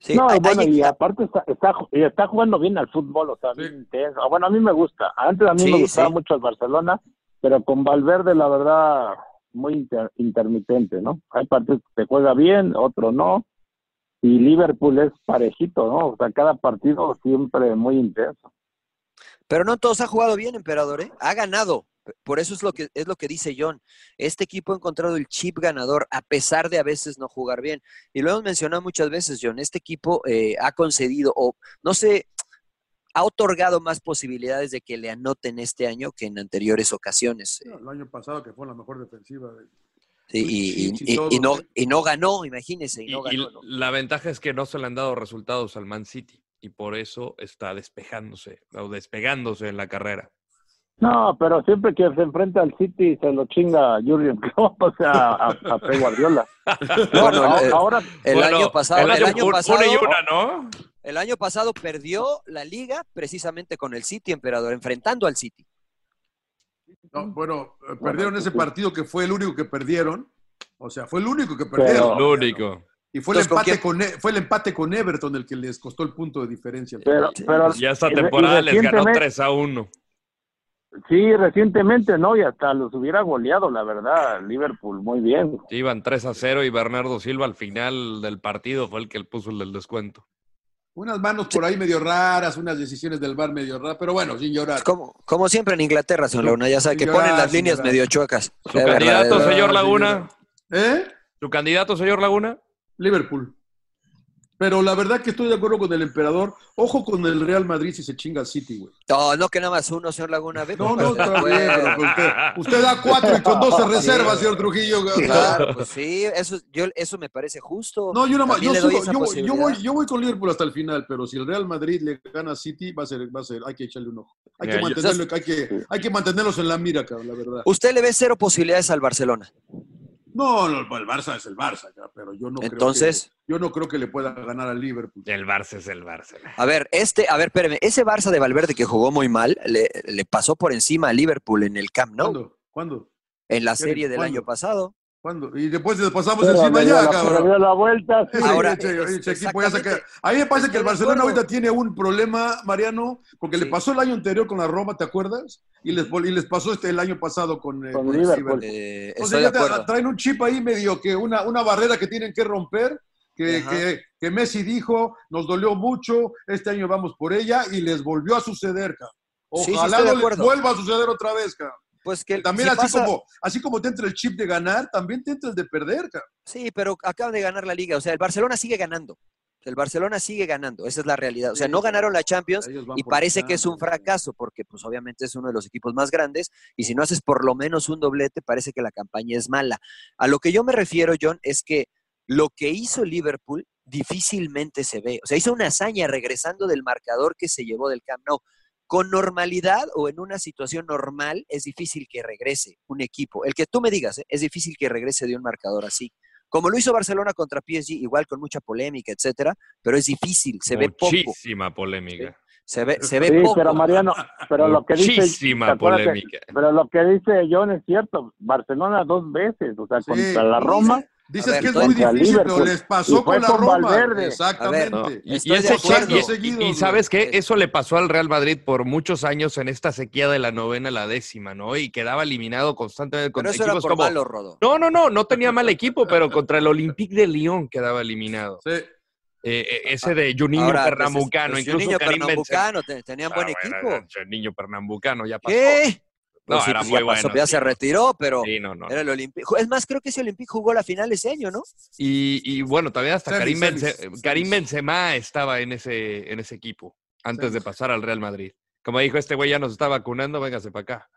Speaker 3: Sí,
Speaker 4: no,
Speaker 3: hay-
Speaker 4: bueno,
Speaker 3: hay-
Speaker 4: y aparte está, está, ju- y está jugando bien al fútbol, o sea, bien intenso. Ah, Bueno, a mí me gusta. Antes a mí
Speaker 3: Sí,
Speaker 4: me gustaba
Speaker 3: sí.
Speaker 4: mucho el Barcelona, pero con Valverde, la verdad, muy inter- intermitente, ¿no? Hay partidos que se juega bien, otro no. y Liverpool es parejito, ¿no? O sea, cada partido siempre muy intenso.
Speaker 3: Pero no todos han jugado bien, emperador, ¿eh? Ha ganado. Por eso es lo que es lo que dice John. Este equipo ha encontrado el chip ganador a pesar de a veces no jugar bien. Y lo hemos mencionado muchas veces, John. Este equipo eh, ha concedido o no sé, ha otorgado más posibilidades de que le anoten este año que en anteriores ocasiones.
Speaker 1: No, el año pasado que fue la mejor defensiva. De...
Speaker 3: Sí, y, y- y- y no, y no ganó, imagínense, y
Speaker 2: Y,
Speaker 3: no
Speaker 2: y
Speaker 3: ganó. ¿no?
Speaker 2: la ventaja es que no se le han dado resultados al Man City y por eso está despejándose o despegándose en la carrera.
Speaker 4: No, pero siempre que se enfrenta al City se lo chinga Jurgen Klopp, o sea, a, a Pep Guardiola.
Speaker 3: Bueno, eh, el-
Speaker 4: Ahora- ahora
Speaker 3: el año pasado, el año pasado,
Speaker 2: ¿no?
Speaker 3: el año pasado perdió la liga precisamente con el City, emperador, enfrentando al City.
Speaker 1: No, bueno, eh, perdieron ese partido que fue el único que perdieron. O sea, fue el único que
Speaker 2: Pero,
Speaker 1: perdieron.
Speaker 2: lo único.
Speaker 1: Y fue el,
Speaker 2: Entonces, ¿con
Speaker 1: empate con, E- fue el empate con Everton el que les costó el punto de diferencia.
Speaker 4: Pero- pero-
Speaker 3: pues
Speaker 2: ya esta
Speaker 4: Pues, y re-
Speaker 2: temporada
Speaker 4: y
Speaker 2: les ganó
Speaker 4: recientemente-
Speaker 2: 3 a 1.
Speaker 4: Sí, recientemente, ¿no? Y hasta los hubiera goleado, la verdad, Liverpool, muy bien.
Speaker 2: Iban 3 a 0 y Bernardo Silva al final del partido fue el que puso el del descuento.
Speaker 1: Unas manos por ahí medio raras, unas decisiones del bar medio raras, pero bueno, sin llorar.
Speaker 3: Como, como siempre en Inglaterra, señor Laguna, ya sabe que
Speaker 1: Sin
Speaker 3: ponen
Speaker 1: llorar,
Speaker 3: las
Speaker 1: sin
Speaker 3: líneas
Speaker 1: llorar.
Speaker 3: medio chuecas.
Speaker 2: ¿Su
Speaker 3: Es verdad,
Speaker 2: candidato,
Speaker 3: es verdad.
Speaker 2: señor Laguna?
Speaker 1: ¿Eh?
Speaker 2: ¿Su candidato, señor Laguna?
Speaker 1: Liverpool. Pero la verdad que estoy de acuerdo con el emperador. Ojo con el Real Madrid si se chinga al City, güey.
Speaker 3: No, no que nada más uno, señor Laguna. ve,
Speaker 1: No,
Speaker 3: pues,
Speaker 1: no, está
Speaker 3: pues,
Speaker 1: bien, pero usted, usted da cuatro y con dos se reserva,
Speaker 3: Sí,
Speaker 1: señor Trujillo.
Speaker 3: Claro, pues sí, eso, yo, eso me parece justo.
Speaker 1: No, yo, nada más-
Speaker 3: También
Speaker 1: yo,
Speaker 3: le doy
Speaker 1: sigo-
Speaker 3: esa
Speaker 1: yo voy- yo voy,
Speaker 3: posibilidad.
Speaker 1: yo voy con Liverpool hasta el final, pero si el Real Madrid le gana a City, va a ser, va a ser, hay que echarle un ojo. Hay,
Speaker 2: Mira,
Speaker 1: que
Speaker 2: yo-
Speaker 1: mantenerlo, hay, que, hay que mantenerlos en la mira, cabrón, la verdad.
Speaker 3: Usted le ve cero posibilidades al Barcelona.
Speaker 1: No, no, el Barça es el Barça, cabrón, pero yo no
Speaker 3: Entonces- eh,
Speaker 1: creo que, yo no creo que le pueda ganar al Liverpool.
Speaker 2: El Barça es el Barça.
Speaker 3: A ver, este, a ver, espérame, ese Barça de Valverde que jugó muy mal, le, le pasó por encima a Liverpool en el Camp Nou,
Speaker 1: ¿Cuándo? ¿Cuándo?
Speaker 3: en la
Speaker 1: ¿Qué-
Speaker 3: serie del
Speaker 1: cuándo?
Speaker 3: año pasado.
Speaker 1: ¿Cuándo? Y después le pasamos
Speaker 2: Pues
Speaker 4: Pero
Speaker 1: encima
Speaker 4: dio
Speaker 1: ya,
Speaker 4: la- pero dio
Speaker 1: cabrón.
Speaker 4: la vuelta, sí.
Speaker 1: Ese-
Speaker 3: Ahora,
Speaker 1: ese-
Speaker 3: es-
Speaker 1: ese equipo ya se
Speaker 3: exactamente.
Speaker 1: queda- A mí me parece
Speaker 3: Estoy
Speaker 1: que el
Speaker 3: de
Speaker 1: Barcelona
Speaker 3: acuerdo.
Speaker 1: ahorita tiene un problema, Mariano, porque le pasó el año anterior con la Roma, ¿te acuerdas? Y les, y les pasó este el año pasado con, eh,
Speaker 4: Con
Speaker 1: con el
Speaker 4: Liverpool.
Speaker 3: Eh, estoy
Speaker 1: Entonces
Speaker 3: de
Speaker 1: Pues ya te-
Speaker 3: acuerdo.
Speaker 1: traen un chip ahí medio que una, una barrera que tienen que romper, que,
Speaker 3: Ajá.
Speaker 1: que, que Messi dijo, nos dolió mucho, este año vamos por ella y les volvió a suceder, cabrón.
Speaker 3: Sí, sí,
Speaker 1: Ojalá
Speaker 3: estoy de
Speaker 1: no les
Speaker 3: acuerdo.
Speaker 1: vuelva a suceder otra vez, cabrón.
Speaker 3: Pues que
Speaker 1: También
Speaker 3: si
Speaker 1: así,
Speaker 3: pasa-
Speaker 1: como, así como te entra el chip de ganar, también te entra el de perder, cabrón.
Speaker 3: Sí, pero acaban de ganar la liga. O sea, el Barcelona sigue ganando. El Barcelona sigue ganando. Esa es la realidad. O sea,
Speaker 1: Sí,
Speaker 3: no
Speaker 1: claro.
Speaker 3: ganaron la Champions
Speaker 1: Ellos van
Speaker 3: y
Speaker 1: por
Speaker 3: parece
Speaker 1: la
Speaker 3: que es un
Speaker 1: Champions.
Speaker 3: fracaso porque, pues, obviamente es uno de los equipos más grandes y si no haces por lo menos un doblete, parece que la campaña es mala. A lo que yo me refiero, John, es que lo que hizo Liverpool difícilmente se ve. O sea, hizo una hazaña regresando del marcador que se llevó del Camp Nou. Con normalidad o en una situación normal es difícil que regrese un equipo. El que tú me digas, ¿eh? es difícil que regrese de un marcador así. Como lo hizo Barcelona contra PSG, igual con mucha polémica, etcétera, pero es difícil, se ve poco.
Speaker 2: Muchísima polémica.
Speaker 3: Se ve, se ve
Speaker 4: Sí,
Speaker 3: poco.
Speaker 4: pero Mariano, pero lo que dice...
Speaker 2: Muchísima
Speaker 4: acuérdate,
Speaker 2: polémica.
Speaker 4: Pero lo que dice John es cierto, Barcelona dos veces, o sea, contra la Roma...
Speaker 1: Dices
Speaker 3: A ver,
Speaker 1: que es
Speaker 3: contra
Speaker 1: muy difícil, pero
Speaker 4: Liverpool.
Speaker 1: les
Speaker 4: Y
Speaker 1: pasó
Speaker 4: fue
Speaker 1: con la
Speaker 4: con
Speaker 1: Roma.
Speaker 4: Valverde.
Speaker 1: Exactamente.
Speaker 3: A
Speaker 2: No, y- y,
Speaker 3: Estoy de
Speaker 2: ese
Speaker 3: acuerdo.
Speaker 2: chi- y-
Speaker 1: Seguidos,
Speaker 2: y- y
Speaker 1: güey.
Speaker 2: sabes que eso le pasó al Real Madrid por muchos años en esta sequía de la novena a la décima, ¿no? Y quedaba eliminado constantemente con
Speaker 3: Pero eso era
Speaker 2: equipos
Speaker 3: por
Speaker 2: como.
Speaker 3: malo, Rodo.
Speaker 2: No, no, no, no tenía mal equipo, pero contra el Olympique de Lyon quedaba eliminado.
Speaker 1: Sí.
Speaker 2: Eh, eh, ese de Juninho
Speaker 3: Ah, Ahora, pues,
Speaker 2: Pernambucano,
Speaker 3: pues,
Speaker 2: incluso
Speaker 3: Juninho
Speaker 2: Karim Benzema.
Speaker 3: Pernambucano, te- tenían buen
Speaker 2: Ah, bueno,
Speaker 3: equipo.
Speaker 2: era Juninho Pernambucano ya pasó.
Speaker 3: ¿Qué?
Speaker 2: No,
Speaker 3: Pues sí,
Speaker 2: era
Speaker 3: pues
Speaker 2: muy
Speaker 3: ya pasó,
Speaker 2: bueno,
Speaker 3: ya
Speaker 2: sí.
Speaker 3: se retiró, pero
Speaker 2: Sí, no, no.
Speaker 3: era el Olympique. Es más, creo que ese Olympique jugó la final ese año, ¿no?
Speaker 2: Y, y bueno, también hasta
Speaker 1: Semis,
Speaker 2: Karim,
Speaker 1: semis,
Speaker 2: Benze-
Speaker 1: semis.
Speaker 2: Karim Benzema estaba en ese, en ese equipo antes de pasar al Real Madrid. Como dijo, este güey ya nos está vacunando, véngase para acá.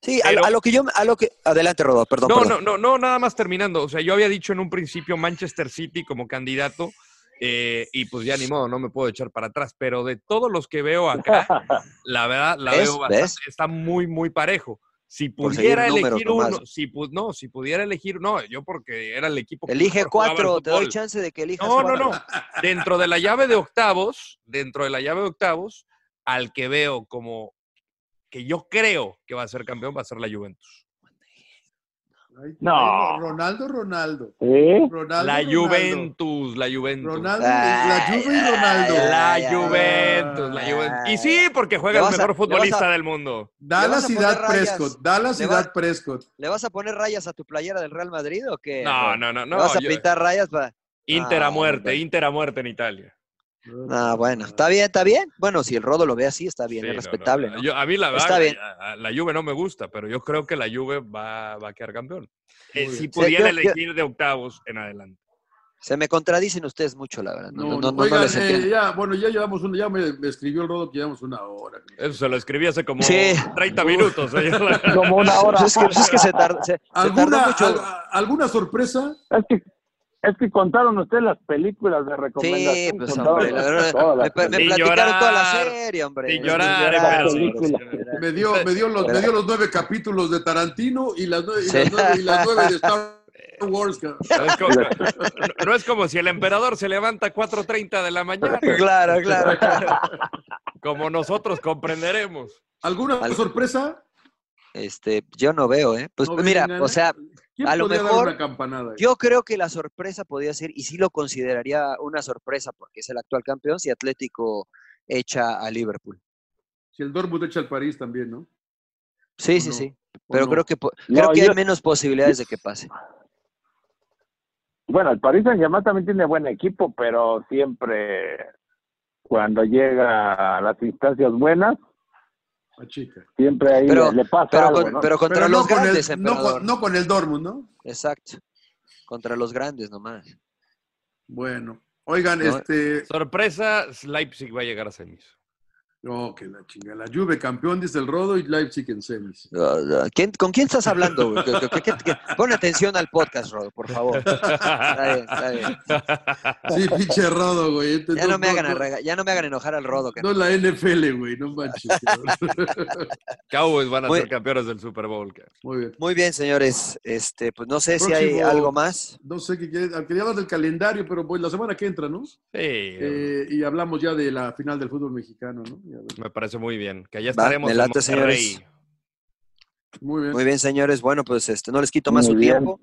Speaker 3: Sí, a-
Speaker 2: Pero-
Speaker 3: a, lo que yo, a lo que, adelante, Rodo, perdón.
Speaker 2: No,
Speaker 3: perdón.
Speaker 2: no, no, no, nada más terminando. O sea, yo había dicho en un principio Manchester City como candidato eh, y pues ya ni modo, no me puedo echar para atrás. Pero de todos los que veo acá, la verdad, la
Speaker 3: ¿Ves?
Speaker 2: veo bastante,
Speaker 3: ¿Ves?
Speaker 2: está muy, muy parejo. Si
Speaker 3: Por seguir
Speaker 2: pudiera
Speaker 3: números
Speaker 2: elegir
Speaker 3: nomás.
Speaker 2: uno, si pu- no, si pudiera elegir, no, yo porque era el equipo que
Speaker 3: Elige
Speaker 2: mejor jugaba al
Speaker 3: cuatro, te doy
Speaker 2: fútbol.
Speaker 3: chance de que elijas
Speaker 2: No, no,
Speaker 3: cuatro.
Speaker 2: no. Dentro de la llave de octavos, dentro de la llave de octavos, al que veo como que yo creo que va a ser campeón va a ser la Juventus.
Speaker 1: Ahí-
Speaker 4: No.
Speaker 1: ahí Ronaldo, Ronaldo.
Speaker 4: ¿Sí?
Speaker 1: Ronaldo,
Speaker 2: la
Speaker 1: Ronaldo.
Speaker 2: Juventus, la Juventus.
Speaker 1: Ronaldo, la
Speaker 3: Ay,
Speaker 1: Juve y Ronaldo.
Speaker 2: La
Speaker 3: Ay, ay,
Speaker 2: Juventus, la Juventus. Y sí, porque
Speaker 3: Le
Speaker 2: juega el
Speaker 3: vas a- le
Speaker 2: mejor
Speaker 3: vas a-
Speaker 2: futbolista del mundo.
Speaker 1: Dallas
Speaker 3: Le
Speaker 1: y
Speaker 3: vas a
Speaker 1: Dad
Speaker 3: poner rayas.
Speaker 1: Prescott. Dallas y
Speaker 3: Le va-
Speaker 1: Dad Prescott.
Speaker 3: ¿Le vas a poner rayas a tu playera del Real Madrid o qué?
Speaker 2: No, no, no,
Speaker 3: Eh, ¿Le
Speaker 2: no.
Speaker 3: vas a
Speaker 2: yo-
Speaker 3: pintar rayas para
Speaker 2: Inter a muerte, Inter a muerte en Italia.
Speaker 3: Ah, bueno, está bien, está bien. Bueno, si el Rodo lo ve así, está bien,
Speaker 2: Sí,
Speaker 3: es
Speaker 2: no, no,
Speaker 3: respetable.
Speaker 2: no.
Speaker 3: ¿no?
Speaker 2: Yo- a mí la
Speaker 3: Está
Speaker 2: verdad,
Speaker 3: bien.
Speaker 2: la, la Juve no me gusta, pero yo creo que la Juve va, va a quedar campeón. Eh,
Speaker 3: Muy
Speaker 2: si
Speaker 3: bien.
Speaker 2: pudiera
Speaker 3: Sí, yo- yo-
Speaker 2: elegir de octavos en adelante.
Speaker 3: Se me contradicen ustedes mucho, la verdad. No, no, no, no
Speaker 1: Oigan,
Speaker 3: les
Speaker 1: eh,
Speaker 3: entiendo.
Speaker 1: ya, bueno, ya llevamos una, ya me, me escribió el Rodo que llevamos una hora.
Speaker 2: Eso se lo escribí hace como
Speaker 3: Sí.
Speaker 2: 30 minutos. ¿eh? señor.
Speaker 3: Pues es que, pues es que se tardó, se- se
Speaker 1: ¿Alguna,
Speaker 3: tardó mucho.
Speaker 1: al- ¿Alguna sorpresa?
Speaker 4: Es que, es que contaron ustedes las películas de recomendación.
Speaker 3: Sí, pues
Speaker 4: contaron
Speaker 3: hombre, la verdad,
Speaker 4: todas las
Speaker 3: me, me
Speaker 2: Sin
Speaker 3: platicaron toda la
Speaker 2: llorar,
Speaker 3: serie, hombre.
Speaker 2: sin llorar, pero sí.
Speaker 1: Me dio, me dio, los, me dio los nueve capítulos de Tarantino y las nueve, y las
Speaker 3: Sí.
Speaker 1: nueve, y las nueve de Star Wars. cabrón.
Speaker 2: No es, como, no- no es como si el emperador se levanta a 4.30 de la mañana,
Speaker 3: Claro, claro, claro.
Speaker 2: como nosotros comprenderemos.
Speaker 1: ¿Alguna
Speaker 3: Al-
Speaker 1: sorpresa?
Speaker 3: Este, yo no veo, ¿eh? Pues
Speaker 1: No ven
Speaker 3: mira,
Speaker 1: nada.
Speaker 3: o sea,
Speaker 1: ¿Quién
Speaker 3: A lo
Speaker 1: podría dar
Speaker 3: mejor-
Speaker 1: una campanada?
Speaker 3: yo creo que la sorpresa podría ser, y sí lo consideraría una sorpresa porque es el actual campeón, si Atlético echa a Liverpool.
Speaker 1: Si el Dortmund echa al París también, ¿no?
Speaker 3: Sí,
Speaker 1: ¿O
Speaker 3: sí,
Speaker 1: no?
Speaker 3: sí.
Speaker 1: ¿O
Speaker 3: Pero
Speaker 1: no?
Speaker 3: creo que po-
Speaker 4: No,
Speaker 3: creo que
Speaker 4: yo-
Speaker 3: hay menos posibilidades de que pase.
Speaker 4: Bueno, el Paris Saint Germain también tiene buen equipo, pero siempre cuando llega a las instancias buenas,
Speaker 1: La chica.
Speaker 4: siempre ahí
Speaker 3: Pero-
Speaker 4: le, le pasa
Speaker 3: pero
Speaker 4: algo.
Speaker 3: con-
Speaker 4: ¿no?
Speaker 3: pero contra
Speaker 1: Pero
Speaker 3: los
Speaker 1: no con,
Speaker 3: grandes,
Speaker 1: el, no,
Speaker 3: emperador.
Speaker 1: con, no con el Dortmund, ¿no?
Speaker 3: Exacto. Contra los grandes nomás.
Speaker 1: Bueno. Oigan,
Speaker 3: No.
Speaker 1: este...
Speaker 2: Sorpresa, Leipzig va a llegar a semis.
Speaker 1: No, que la chinga. La Juve campeón, dice el Rodo, y Leipzig en semis.
Speaker 3: Ah, ah, ¿quién- ¿Con quién estás hablando? güey? ¿Qué- qué- qué- qué- Pon atención al podcast, Rodo, por favor. Está bien, está bien.
Speaker 1: Sí, pinche Rodo, güey. Entonces,
Speaker 3: Ya no me hagan,
Speaker 1: no,
Speaker 3: arrega- ya no me hagan enojar al Rodo. que
Speaker 1: no es la NFL, güey, no manches. cabrón.
Speaker 2: Cowboys van a
Speaker 3: Muy-
Speaker 2: ser campeones del Super Bowl. cara.
Speaker 1: Muy bien.
Speaker 3: Muy bien, señores. Este, pues no sé si hay
Speaker 1: Próximo-
Speaker 3: algo más.
Speaker 1: No sé qué quieres. Quería hablar del calendario, pero pues la semana que entra, ¿no?
Speaker 2: Sí,
Speaker 1: Eh, y hablamos ya de la final del fútbol mexicano, ¿no? Ya ves.
Speaker 2: me parece muy bien. Que allá
Speaker 3: Va,
Speaker 2: estaremos
Speaker 3: me late,
Speaker 2: en Monterrey.
Speaker 3: señores.
Speaker 1: Muy bien.
Speaker 3: Muy bien, señores. Bueno, pues este, no les quito más
Speaker 4: Muy
Speaker 3: su
Speaker 4: bien.
Speaker 3: tiempo.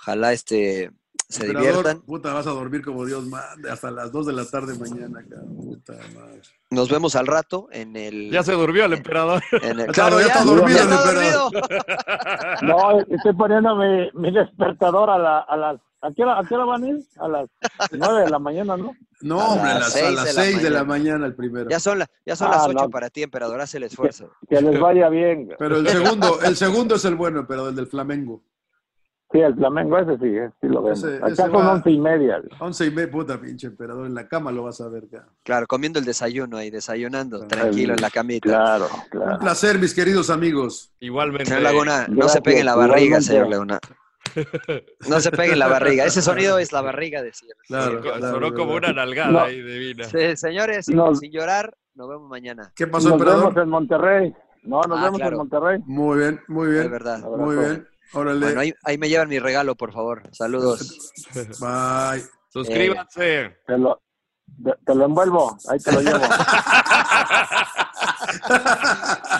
Speaker 3: Ojalá este se
Speaker 1: Emperador,
Speaker 3: diviertan.
Speaker 1: Puta, vas a dormir como Dios manda hasta las 2 de la tarde mañana, cabrón. Puta madre.
Speaker 3: Nos vemos al rato en el.
Speaker 2: Ya se durmió el emperador.
Speaker 3: en el-
Speaker 1: Ya
Speaker 3: claro,
Speaker 1: está-
Speaker 3: ya,
Speaker 1: ya está dormido
Speaker 3: ya
Speaker 1: el
Speaker 3: está
Speaker 1: emperador.
Speaker 3: dormido.
Speaker 4: No, estoy poniendo mi, mi despertador a, la, a las... ¿A qué, hora, ¿A qué hora van a ir? A las nueve de la mañana, ¿no?
Speaker 1: No,
Speaker 3: A
Speaker 1: hombre, a
Speaker 3: las
Speaker 1: las
Speaker 3: seis
Speaker 1: 6
Speaker 3: de la
Speaker 1: de la mañana el primero.
Speaker 3: Ya son, la- ya son
Speaker 4: Ah,
Speaker 3: las 8
Speaker 4: no.
Speaker 3: para ti, emperador. Haz el esfuerzo.
Speaker 4: Que les vaya bien.
Speaker 1: Pero el segundo, el segundo es el bueno, pero el del Flamengo.
Speaker 4: Sí, el Flamengo ese sí, eh, sí lo vemos.
Speaker 1: Ese-
Speaker 4: Acá
Speaker 1: ese
Speaker 4: son
Speaker 1: va-
Speaker 4: once y media.
Speaker 1: 11 y media, puta pinche emperador, en la cama lo vas a ver, cabrón.
Speaker 3: Claro, comiendo el desayuno ahí, desayunando, tranquilo en la camita.
Speaker 4: Claro,
Speaker 1: Un
Speaker 4: claro.
Speaker 1: placer, mis queridos amigos.
Speaker 2: Igualmente.
Speaker 3: Señor Laguna, no se
Speaker 4: Gracias,
Speaker 3: pegue en la barriga,
Speaker 4: igualmente.
Speaker 3: señor Laguna. No se pegue en la barriga. Ese sonido es la barriga de señor.
Speaker 1: Claro,
Speaker 2: Sonó
Speaker 1: claro,
Speaker 2: como
Speaker 1: claro.
Speaker 2: una nalgada
Speaker 4: No.
Speaker 2: ahí divina.
Speaker 3: Sí, señores,
Speaker 4: No.
Speaker 3: sin llorar, nos vemos mañana.
Speaker 1: ¿Qué pasó,
Speaker 4: Nos
Speaker 1: emperador?
Speaker 4: vemos en Monterrey. No, nos
Speaker 3: Ah,
Speaker 4: vemos
Speaker 3: claro.
Speaker 4: en Monterrey.
Speaker 1: Muy bien, muy
Speaker 3: Es
Speaker 1: bien.
Speaker 3: verdad.
Speaker 1: Muy bien. Órale.
Speaker 3: Bueno, ahí, ahí me llevan mi regalo, por favor. Saludos.
Speaker 1: Bye.
Speaker 2: Suscríbanse.
Speaker 3: Eh.
Speaker 4: Te lo, te, te lo envuelvo. Ahí te lo llevo.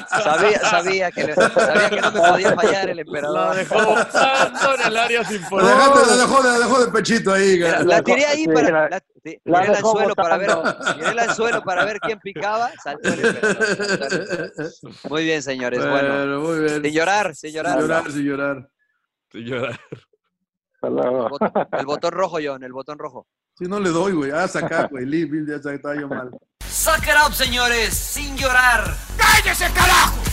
Speaker 3: Sabía, sabía, que, le- sabía que no me podía fallar el
Speaker 2: La
Speaker 3: emperador.
Speaker 2: dejó botando en el área sin
Speaker 1: Lo
Speaker 2: poder.
Speaker 1: dejaste, lo dejó, lo dejó de pechito ahí,
Speaker 3: La,
Speaker 1: cara.
Speaker 3: la tiré ahí
Speaker 4: Sí,
Speaker 3: para,
Speaker 4: la-
Speaker 3: la- tiré
Speaker 4: la
Speaker 3: el
Speaker 4: dejó
Speaker 3: anzuelo para ver,
Speaker 4: botando.
Speaker 3: tiré el anzuelo para ver quién picaba. Saltó el emperador, saltó el emperador. Muy bien, señores. Bueno,
Speaker 1: Bueno, muy bien.
Speaker 3: sin llorar, sin
Speaker 1: Sin
Speaker 3: llorar.
Speaker 1: llorar, sin llorar.
Speaker 2: Señora,
Speaker 4: Hasta luego.
Speaker 3: El botón, el botón rojo, John, el botón rojo.
Speaker 1: Si no le doy, güey. Hasta acá, güey. Lee, Bill, ya está, está yo mal.
Speaker 5: Suck it up, señores, sin llorar. ¡Cállese, carajo!